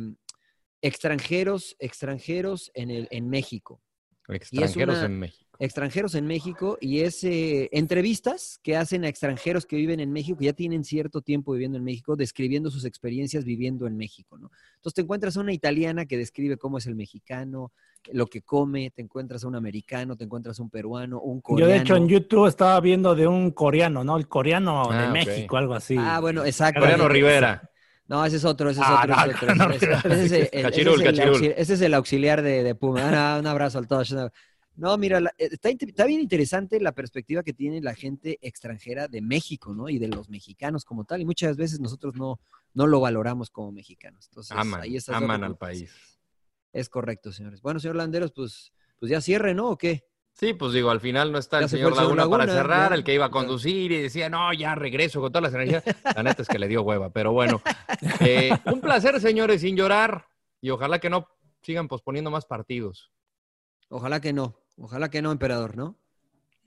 Speaker 1: Extranjeros, Extranjeros en, el, en México. Y es
Speaker 2: Extranjeros
Speaker 1: una-
Speaker 2: en México.
Speaker 1: Extranjeros en México y es eh, entrevistas que hacen a extranjeros que viven en México, que ya tienen cierto tiempo viviendo en México, describiendo sus experiencias viviendo en México, ¿no? Entonces te encuentras a una italiana que describe cómo es el mexicano, lo que come, te encuentras a un americano, te encuentras a un peruano, un coreano.
Speaker 4: Yo, de hecho, en YouTube estaba viendo de un coreano, ¿no? El coreano de
Speaker 1: Ah, ok.
Speaker 4: México, algo así.
Speaker 1: Ah, bueno, exacto.
Speaker 2: Mariano Rivera.
Speaker 1: No, ese es otro, ese es
Speaker 4: Ah,
Speaker 1: otro,
Speaker 4: no,
Speaker 1: ese es otro.
Speaker 4: no, no,
Speaker 1: Ese-
Speaker 4: no,
Speaker 1: ese es el- ese es
Speaker 2: Cachirul,
Speaker 1: el
Speaker 2: Cachirul.
Speaker 1: auxil- Ese es el auxiliar de, de Puma. Ah, un abrazo al Tosh. No, mira, la- eh, está, inte- está bien interesante la perspectiva que tiene la gente extranjera de México, ¿no? Y de los mexicanos como tal. Y muchas veces nosotros no, no lo valoramos como mexicanos. Entonces,
Speaker 2: Aman,
Speaker 1: ahí está.
Speaker 2: aman al país.
Speaker 1: Es correcto, señores. Bueno, señor Landeros, pues, pues ya cierre, ¿no? ¿O qué?
Speaker 2: Sí, pues digo, al final no está
Speaker 1: Ya
Speaker 2: el
Speaker 1: se fue
Speaker 2: señor
Speaker 1: el señor
Speaker 2: Laguna, para
Speaker 1: Laguna,
Speaker 2: cerrar,
Speaker 1: ya.
Speaker 2: el que iba a conducir y decía, no, ya regreso con todas las energías. La neta es que le dio hueva, pero bueno. Eh, un placer, señores, sin llorar. Y ojalá que no sigan posponiendo más partidos.
Speaker 1: Ojalá que no. Ojalá que no, emperador, ¿no?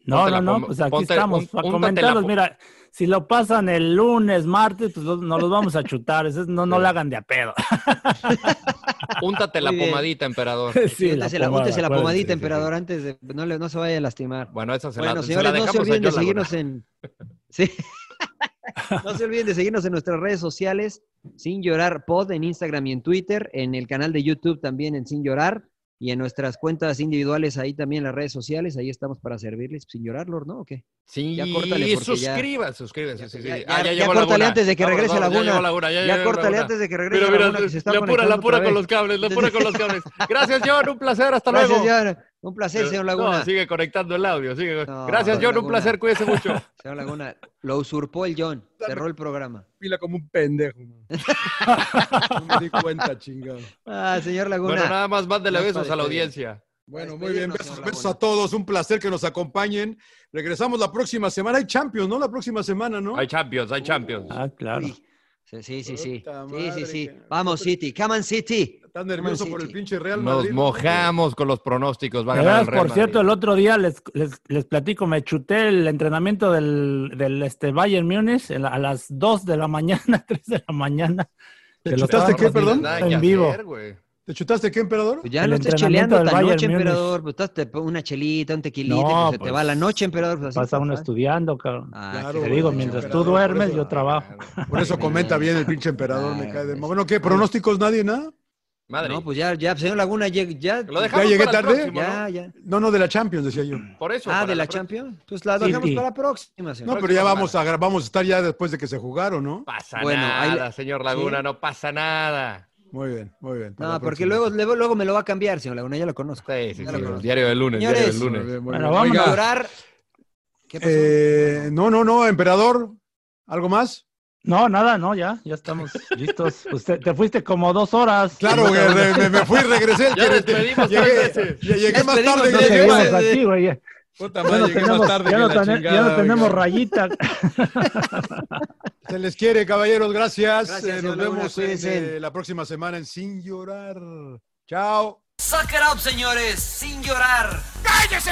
Speaker 4: No,
Speaker 2: Póntela,
Speaker 4: no, no,
Speaker 2: pon-
Speaker 4: pues aquí
Speaker 2: ponte-
Speaker 4: estamos
Speaker 2: pon-
Speaker 4: para
Speaker 2: póntate la
Speaker 4: comentarlos.
Speaker 2: po-
Speaker 4: Mira, si lo pasan el lunes, martes, pues los- nos los vamos a chutar. Eso es- no, no lo hagan de a pedo.
Speaker 2: Úntate la
Speaker 1: Muy bien.
Speaker 2: pomadita, emperador.
Speaker 4: Sí, la
Speaker 1: Úntese la,
Speaker 4: pomada,
Speaker 1: úntese la
Speaker 4: acuérdense,
Speaker 1: pomadita,
Speaker 4: sí, sí.
Speaker 1: emperador, antes de. No, le- no se vaya a lastimar.
Speaker 2: Bueno, esa se la-
Speaker 1: bueno,
Speaker 2: se
Speaker 1: señores,
Speaker 2: la
Speaker 1: no se
Speaker 2: dejamos
Speaker 1: olviden de
Speaker 2: a John Laguna.
Speaker 1: seguirnos en. Sí. no se olviden de seguirnos en nuestras redes sociales, Sin Llorar Pod, en Instagram y en Twitter, en el canal de YouTube también en Sin Llorar, y en nuestras cuentas individuales ahí también en las redes sociales, ahí estamos para servirles, sin llorar, Lord, ¿no? ¿O qué?
Speaker 2: Sí,
Speaker 1: Ya córtale, porque ya-
Speaker 2: suscríbanse, suscríbanse. sí, sí,
Speaker 1: Ya,
Speaker 2: sí.
Speaker 1: ya-
Speaker 2: Ah,
Speaker 1: ya
Speaker 2: llegó
Speaker 1: córtale
Speaker 2: Laguna.
Speaker 1: antes de que
Speaker 2: Vamos,
Speaker 1: regrese
Speaker 2: vamos,
Speaker 1: Laguna.
Speaker 2: llegó Laguna. Ya,
Speaker 1: Ya
Speaker 2: llegó
Speaker 1: córtale
Speaker 2: Laguna.
Speaker 1: antes de que regrese
Speaker 2: Mira,
Speaker 1: Laguna,
Speaker 2: mira,
Speaker 1: que se está
Speaker 2: la pura, la
Speaker 1: conectando
Speaker 2: pura
Speaker 1: otra
Speaker 2: con
Speaker 1: vez.
Speaker 2: los cables, la pura con los cables. Gracias, John, un placer, hasta
Speaker 1: Gracias,
Speaker 2: luego.
Speaker 1: John. Un placer, señor Laguna.
Speaker 2: No, sigue conectando el audio. sigue-
Speaker 1: No,
Speaker 2: Gracias,
Speaker 1: señor
Speaker 2: John.
Speaker 1: Laguna.
Speaker 2: Un placer. Cuídese mucho.
Speaker 1: Señor Laguna, lo usurpó el John, cerró el programa.
Speaker 3: Pila como un pendejo. man. No me di cuenta, chingado.
Speaker 1: Ah, señor Laguna.
Speaker 2: Bueno, nada más mándele
Speaker 1: Nos
Speaker 2: besos a la
Speaker 1: parece bien.
Speaker 2: audiencia.
Speaker 3: Bueno, muy bien.
Speaker 1: Despedirnos,
Speaker 3: Besos,
Speaker 1: señor
Speaker 3: besos
Speaker 1: Laguna.
Speaker 3: a todos. Un placer que nos acompañen. Regresamos la próxima semana. Hay Champions, ¿no? La próxima semana, ¿no?
Speaker 2: Hay Champions, hay Champions.
Speaker 4: Ah, claro.
Speaker 1: Uy. Sí, sí, sí. Sí,
Speaker 3: Puta
Speaker 1: sí, sí,
Speaker 3: madre,
Speaker 1: sí.
Speaker 3: que-
Speaker 1: Vamos, City. Come on, City.
Speaker 3: Estás nervioso
Speaker 1: Man
Speaker 3: por el
Speaker 1: City.
Speaker 3: pinche Real
Speaker 2: Nos
Speaker 3: Madrid.
Speaker 2: mojamos con los pronósticos. Va a
Speaker 4: De
Speaker 2: ganar
Speaker 4: veras,
Speaker 2: el Real
Speaker 4: por
Speaker 2: Madrid.
Speaker 4: cierto, el otro día les, les, les platico, me chuté el entrenamiento del, del este Bayern Múnich en la- a las 2 de la mañana, 3 de la mañana.
Speaker 3: ¿Te
Speaker 4: Que lo
Speaker 3: chutaste
Speaker 4: estaba
Speaker 3: qué, perdón?
Speaker 4: transmitiendo
Speaker 2: Nada que
Speaker 4: En vivo.
Speaker 2: hacer, güey.
Speaker 3: ¿Te chutaste qué, emperador?
Speaker 1: Pues ya
Speaker 4: El
Speaker 1: no estés
Speaker 4: entrenamiento
Speaker 1: cheleando
Speaker 4: del
Speaker 1: tan
Speaker 4: Bayern
Speaker 1: noche,
Speaker 4: Múnich.
Speaker 1: emperador. Pues estás- te pon una chelita, un tequilita, y
Speaker 4: No,
Speaker 1: pues, se te
Speaker 4: pues,
Speaker 1: va la noche, emperador. Pues, así
Speaker 4: Pasa
Speaker 1: no
Speaker 4: uno
Speaker 1: pasa.
Speaker 4: estudiando, cabrón.
Speaker 1: Ah, qué
Speaker 3: Claro,
Speaker 4: Te
Speaker 3: güey,
Speaker 1: bueno,
Speaker 4: digo,
Speaker 3: sí,
Speaker 4: mientras
Speaker 3: emperador,
Speaker 4: tú
Speaker 3: por
Speaker 4: duermes,
Speaker 3: eso.
Speaker 4: yo trabajo. Ah,
Speaker 3: Por eso comenta bien el pinche emperador. me cae de... Bueno, ¿qué? ¿Pronósticos nadie, nada?
Speaker 2: Madre.
Speaker 1: Ah, pues, No, pues ya, ya, señor Laguna, ya. ya
Speaker 2: Lo dejamos
Speaker 3: ¿Ya llegué
Speaker 2: para el
Speaker 3: tarde?
Speaker 2: próximo,
Speaker 1: ya,
Speaker 2: ¿no?
Speaker 1: ya.
Speaker 3: No, no, de la Champions, decía yo.
Speaker 2: Por eso.
Speaker 1: Ah,
Speaker 2: para
Speaker 1: de
Speaker 2: la
Speaker 1: la
Speaker 2: próxima.
Speaker 1: Champions. Pues la dejamos
Speaker 4: City.
Speaker 1: para la próxima, señor.
Speaker 3: No, pero ya vamos a, gra- vamos a estar ya después de que se jugaron, ¿no?
Speaker 2: Pasa
Speaker 1: Bueno, ahí le-
Speaker 2: nada, señor Laguna,
Speaker 1: ¿Sí?
Speaker 2: no pasa nada.
Speaker 3: Muy bien, muy bien. para
Speaker 1: No,
Speaker 3: la
Speaker 1: porque
Speaker 3: próxima.
Speaker 1: luego, luego, luego me lo va a cambiar, señor Laguna, ya lo conozco.
Speaker 2: Sí, sí,
Speaker 1: Ya
Speaker 2: sí,
Speaker 1: lo
Speaker 2: el
Speaker 1: conozco.
Speaker 2: diario del lunes, diario
Speaker 1: Señores.
Speaker 2: del
Speaker 3: Muy
Speaker 2: lunes.
Speaker 3: bien, muy
Speaker 4: Bueno,
Speaker 3: bien.
Speaker 4: vámonos.
Speaker 1: Sin
Speaker 3: Oiga,
Speaker 1: llorar. ¿Qué pasó?
Speaker 3: eh, no, no, no, emperador. ¿Algo más?
Speaker 4: No, nada, no, ya, ya estamos listos. Usted, te fuiste como dos horas.
Speaker 3: Claro, que re- me, me fui, regresé.
Speaker 2: Ya despedimos tres
Speaker 3: llegué,
Speaker 2: veces.
Speaker 3: llegué más
Speaker 1: Despedimos,
Speaker 3: tarde.
Speaker 1: no
Speaker 4: No
Speaker 3: que llegué.
Speaker 1: seguimos
Speaker 4: seguimos aquí, güey. Ya
Speaker 3: Puta
Speaker 4: no
Speaker 3: madre, llegué más
Speaker 4: tenemos,
Speaker 3: tarde
Speaker 4: ya
Speaker 3: que
Speaker 4: no
Speaker 3: la
Speaker 4: tene- ya
Speaker 3: chingada,
Speaker 4: no tenemos
Speaker 3: oiga.
Speaker 4: rayita.
Speaker 3: Se les quiere, caballeros. Gracias.
Speaker 1: Gracias,
Speaker 3: Eh, nos
Speaker 1: señor Laguna,
Speaker 3: vemos en,
Speaker 1: cuídense.
Speaker 3: eh, la próxima semana en Sin Llorar. Chao.
Speaker 7: Suck it up, señores, sin llorar.
Speaker 8: ¡Cállese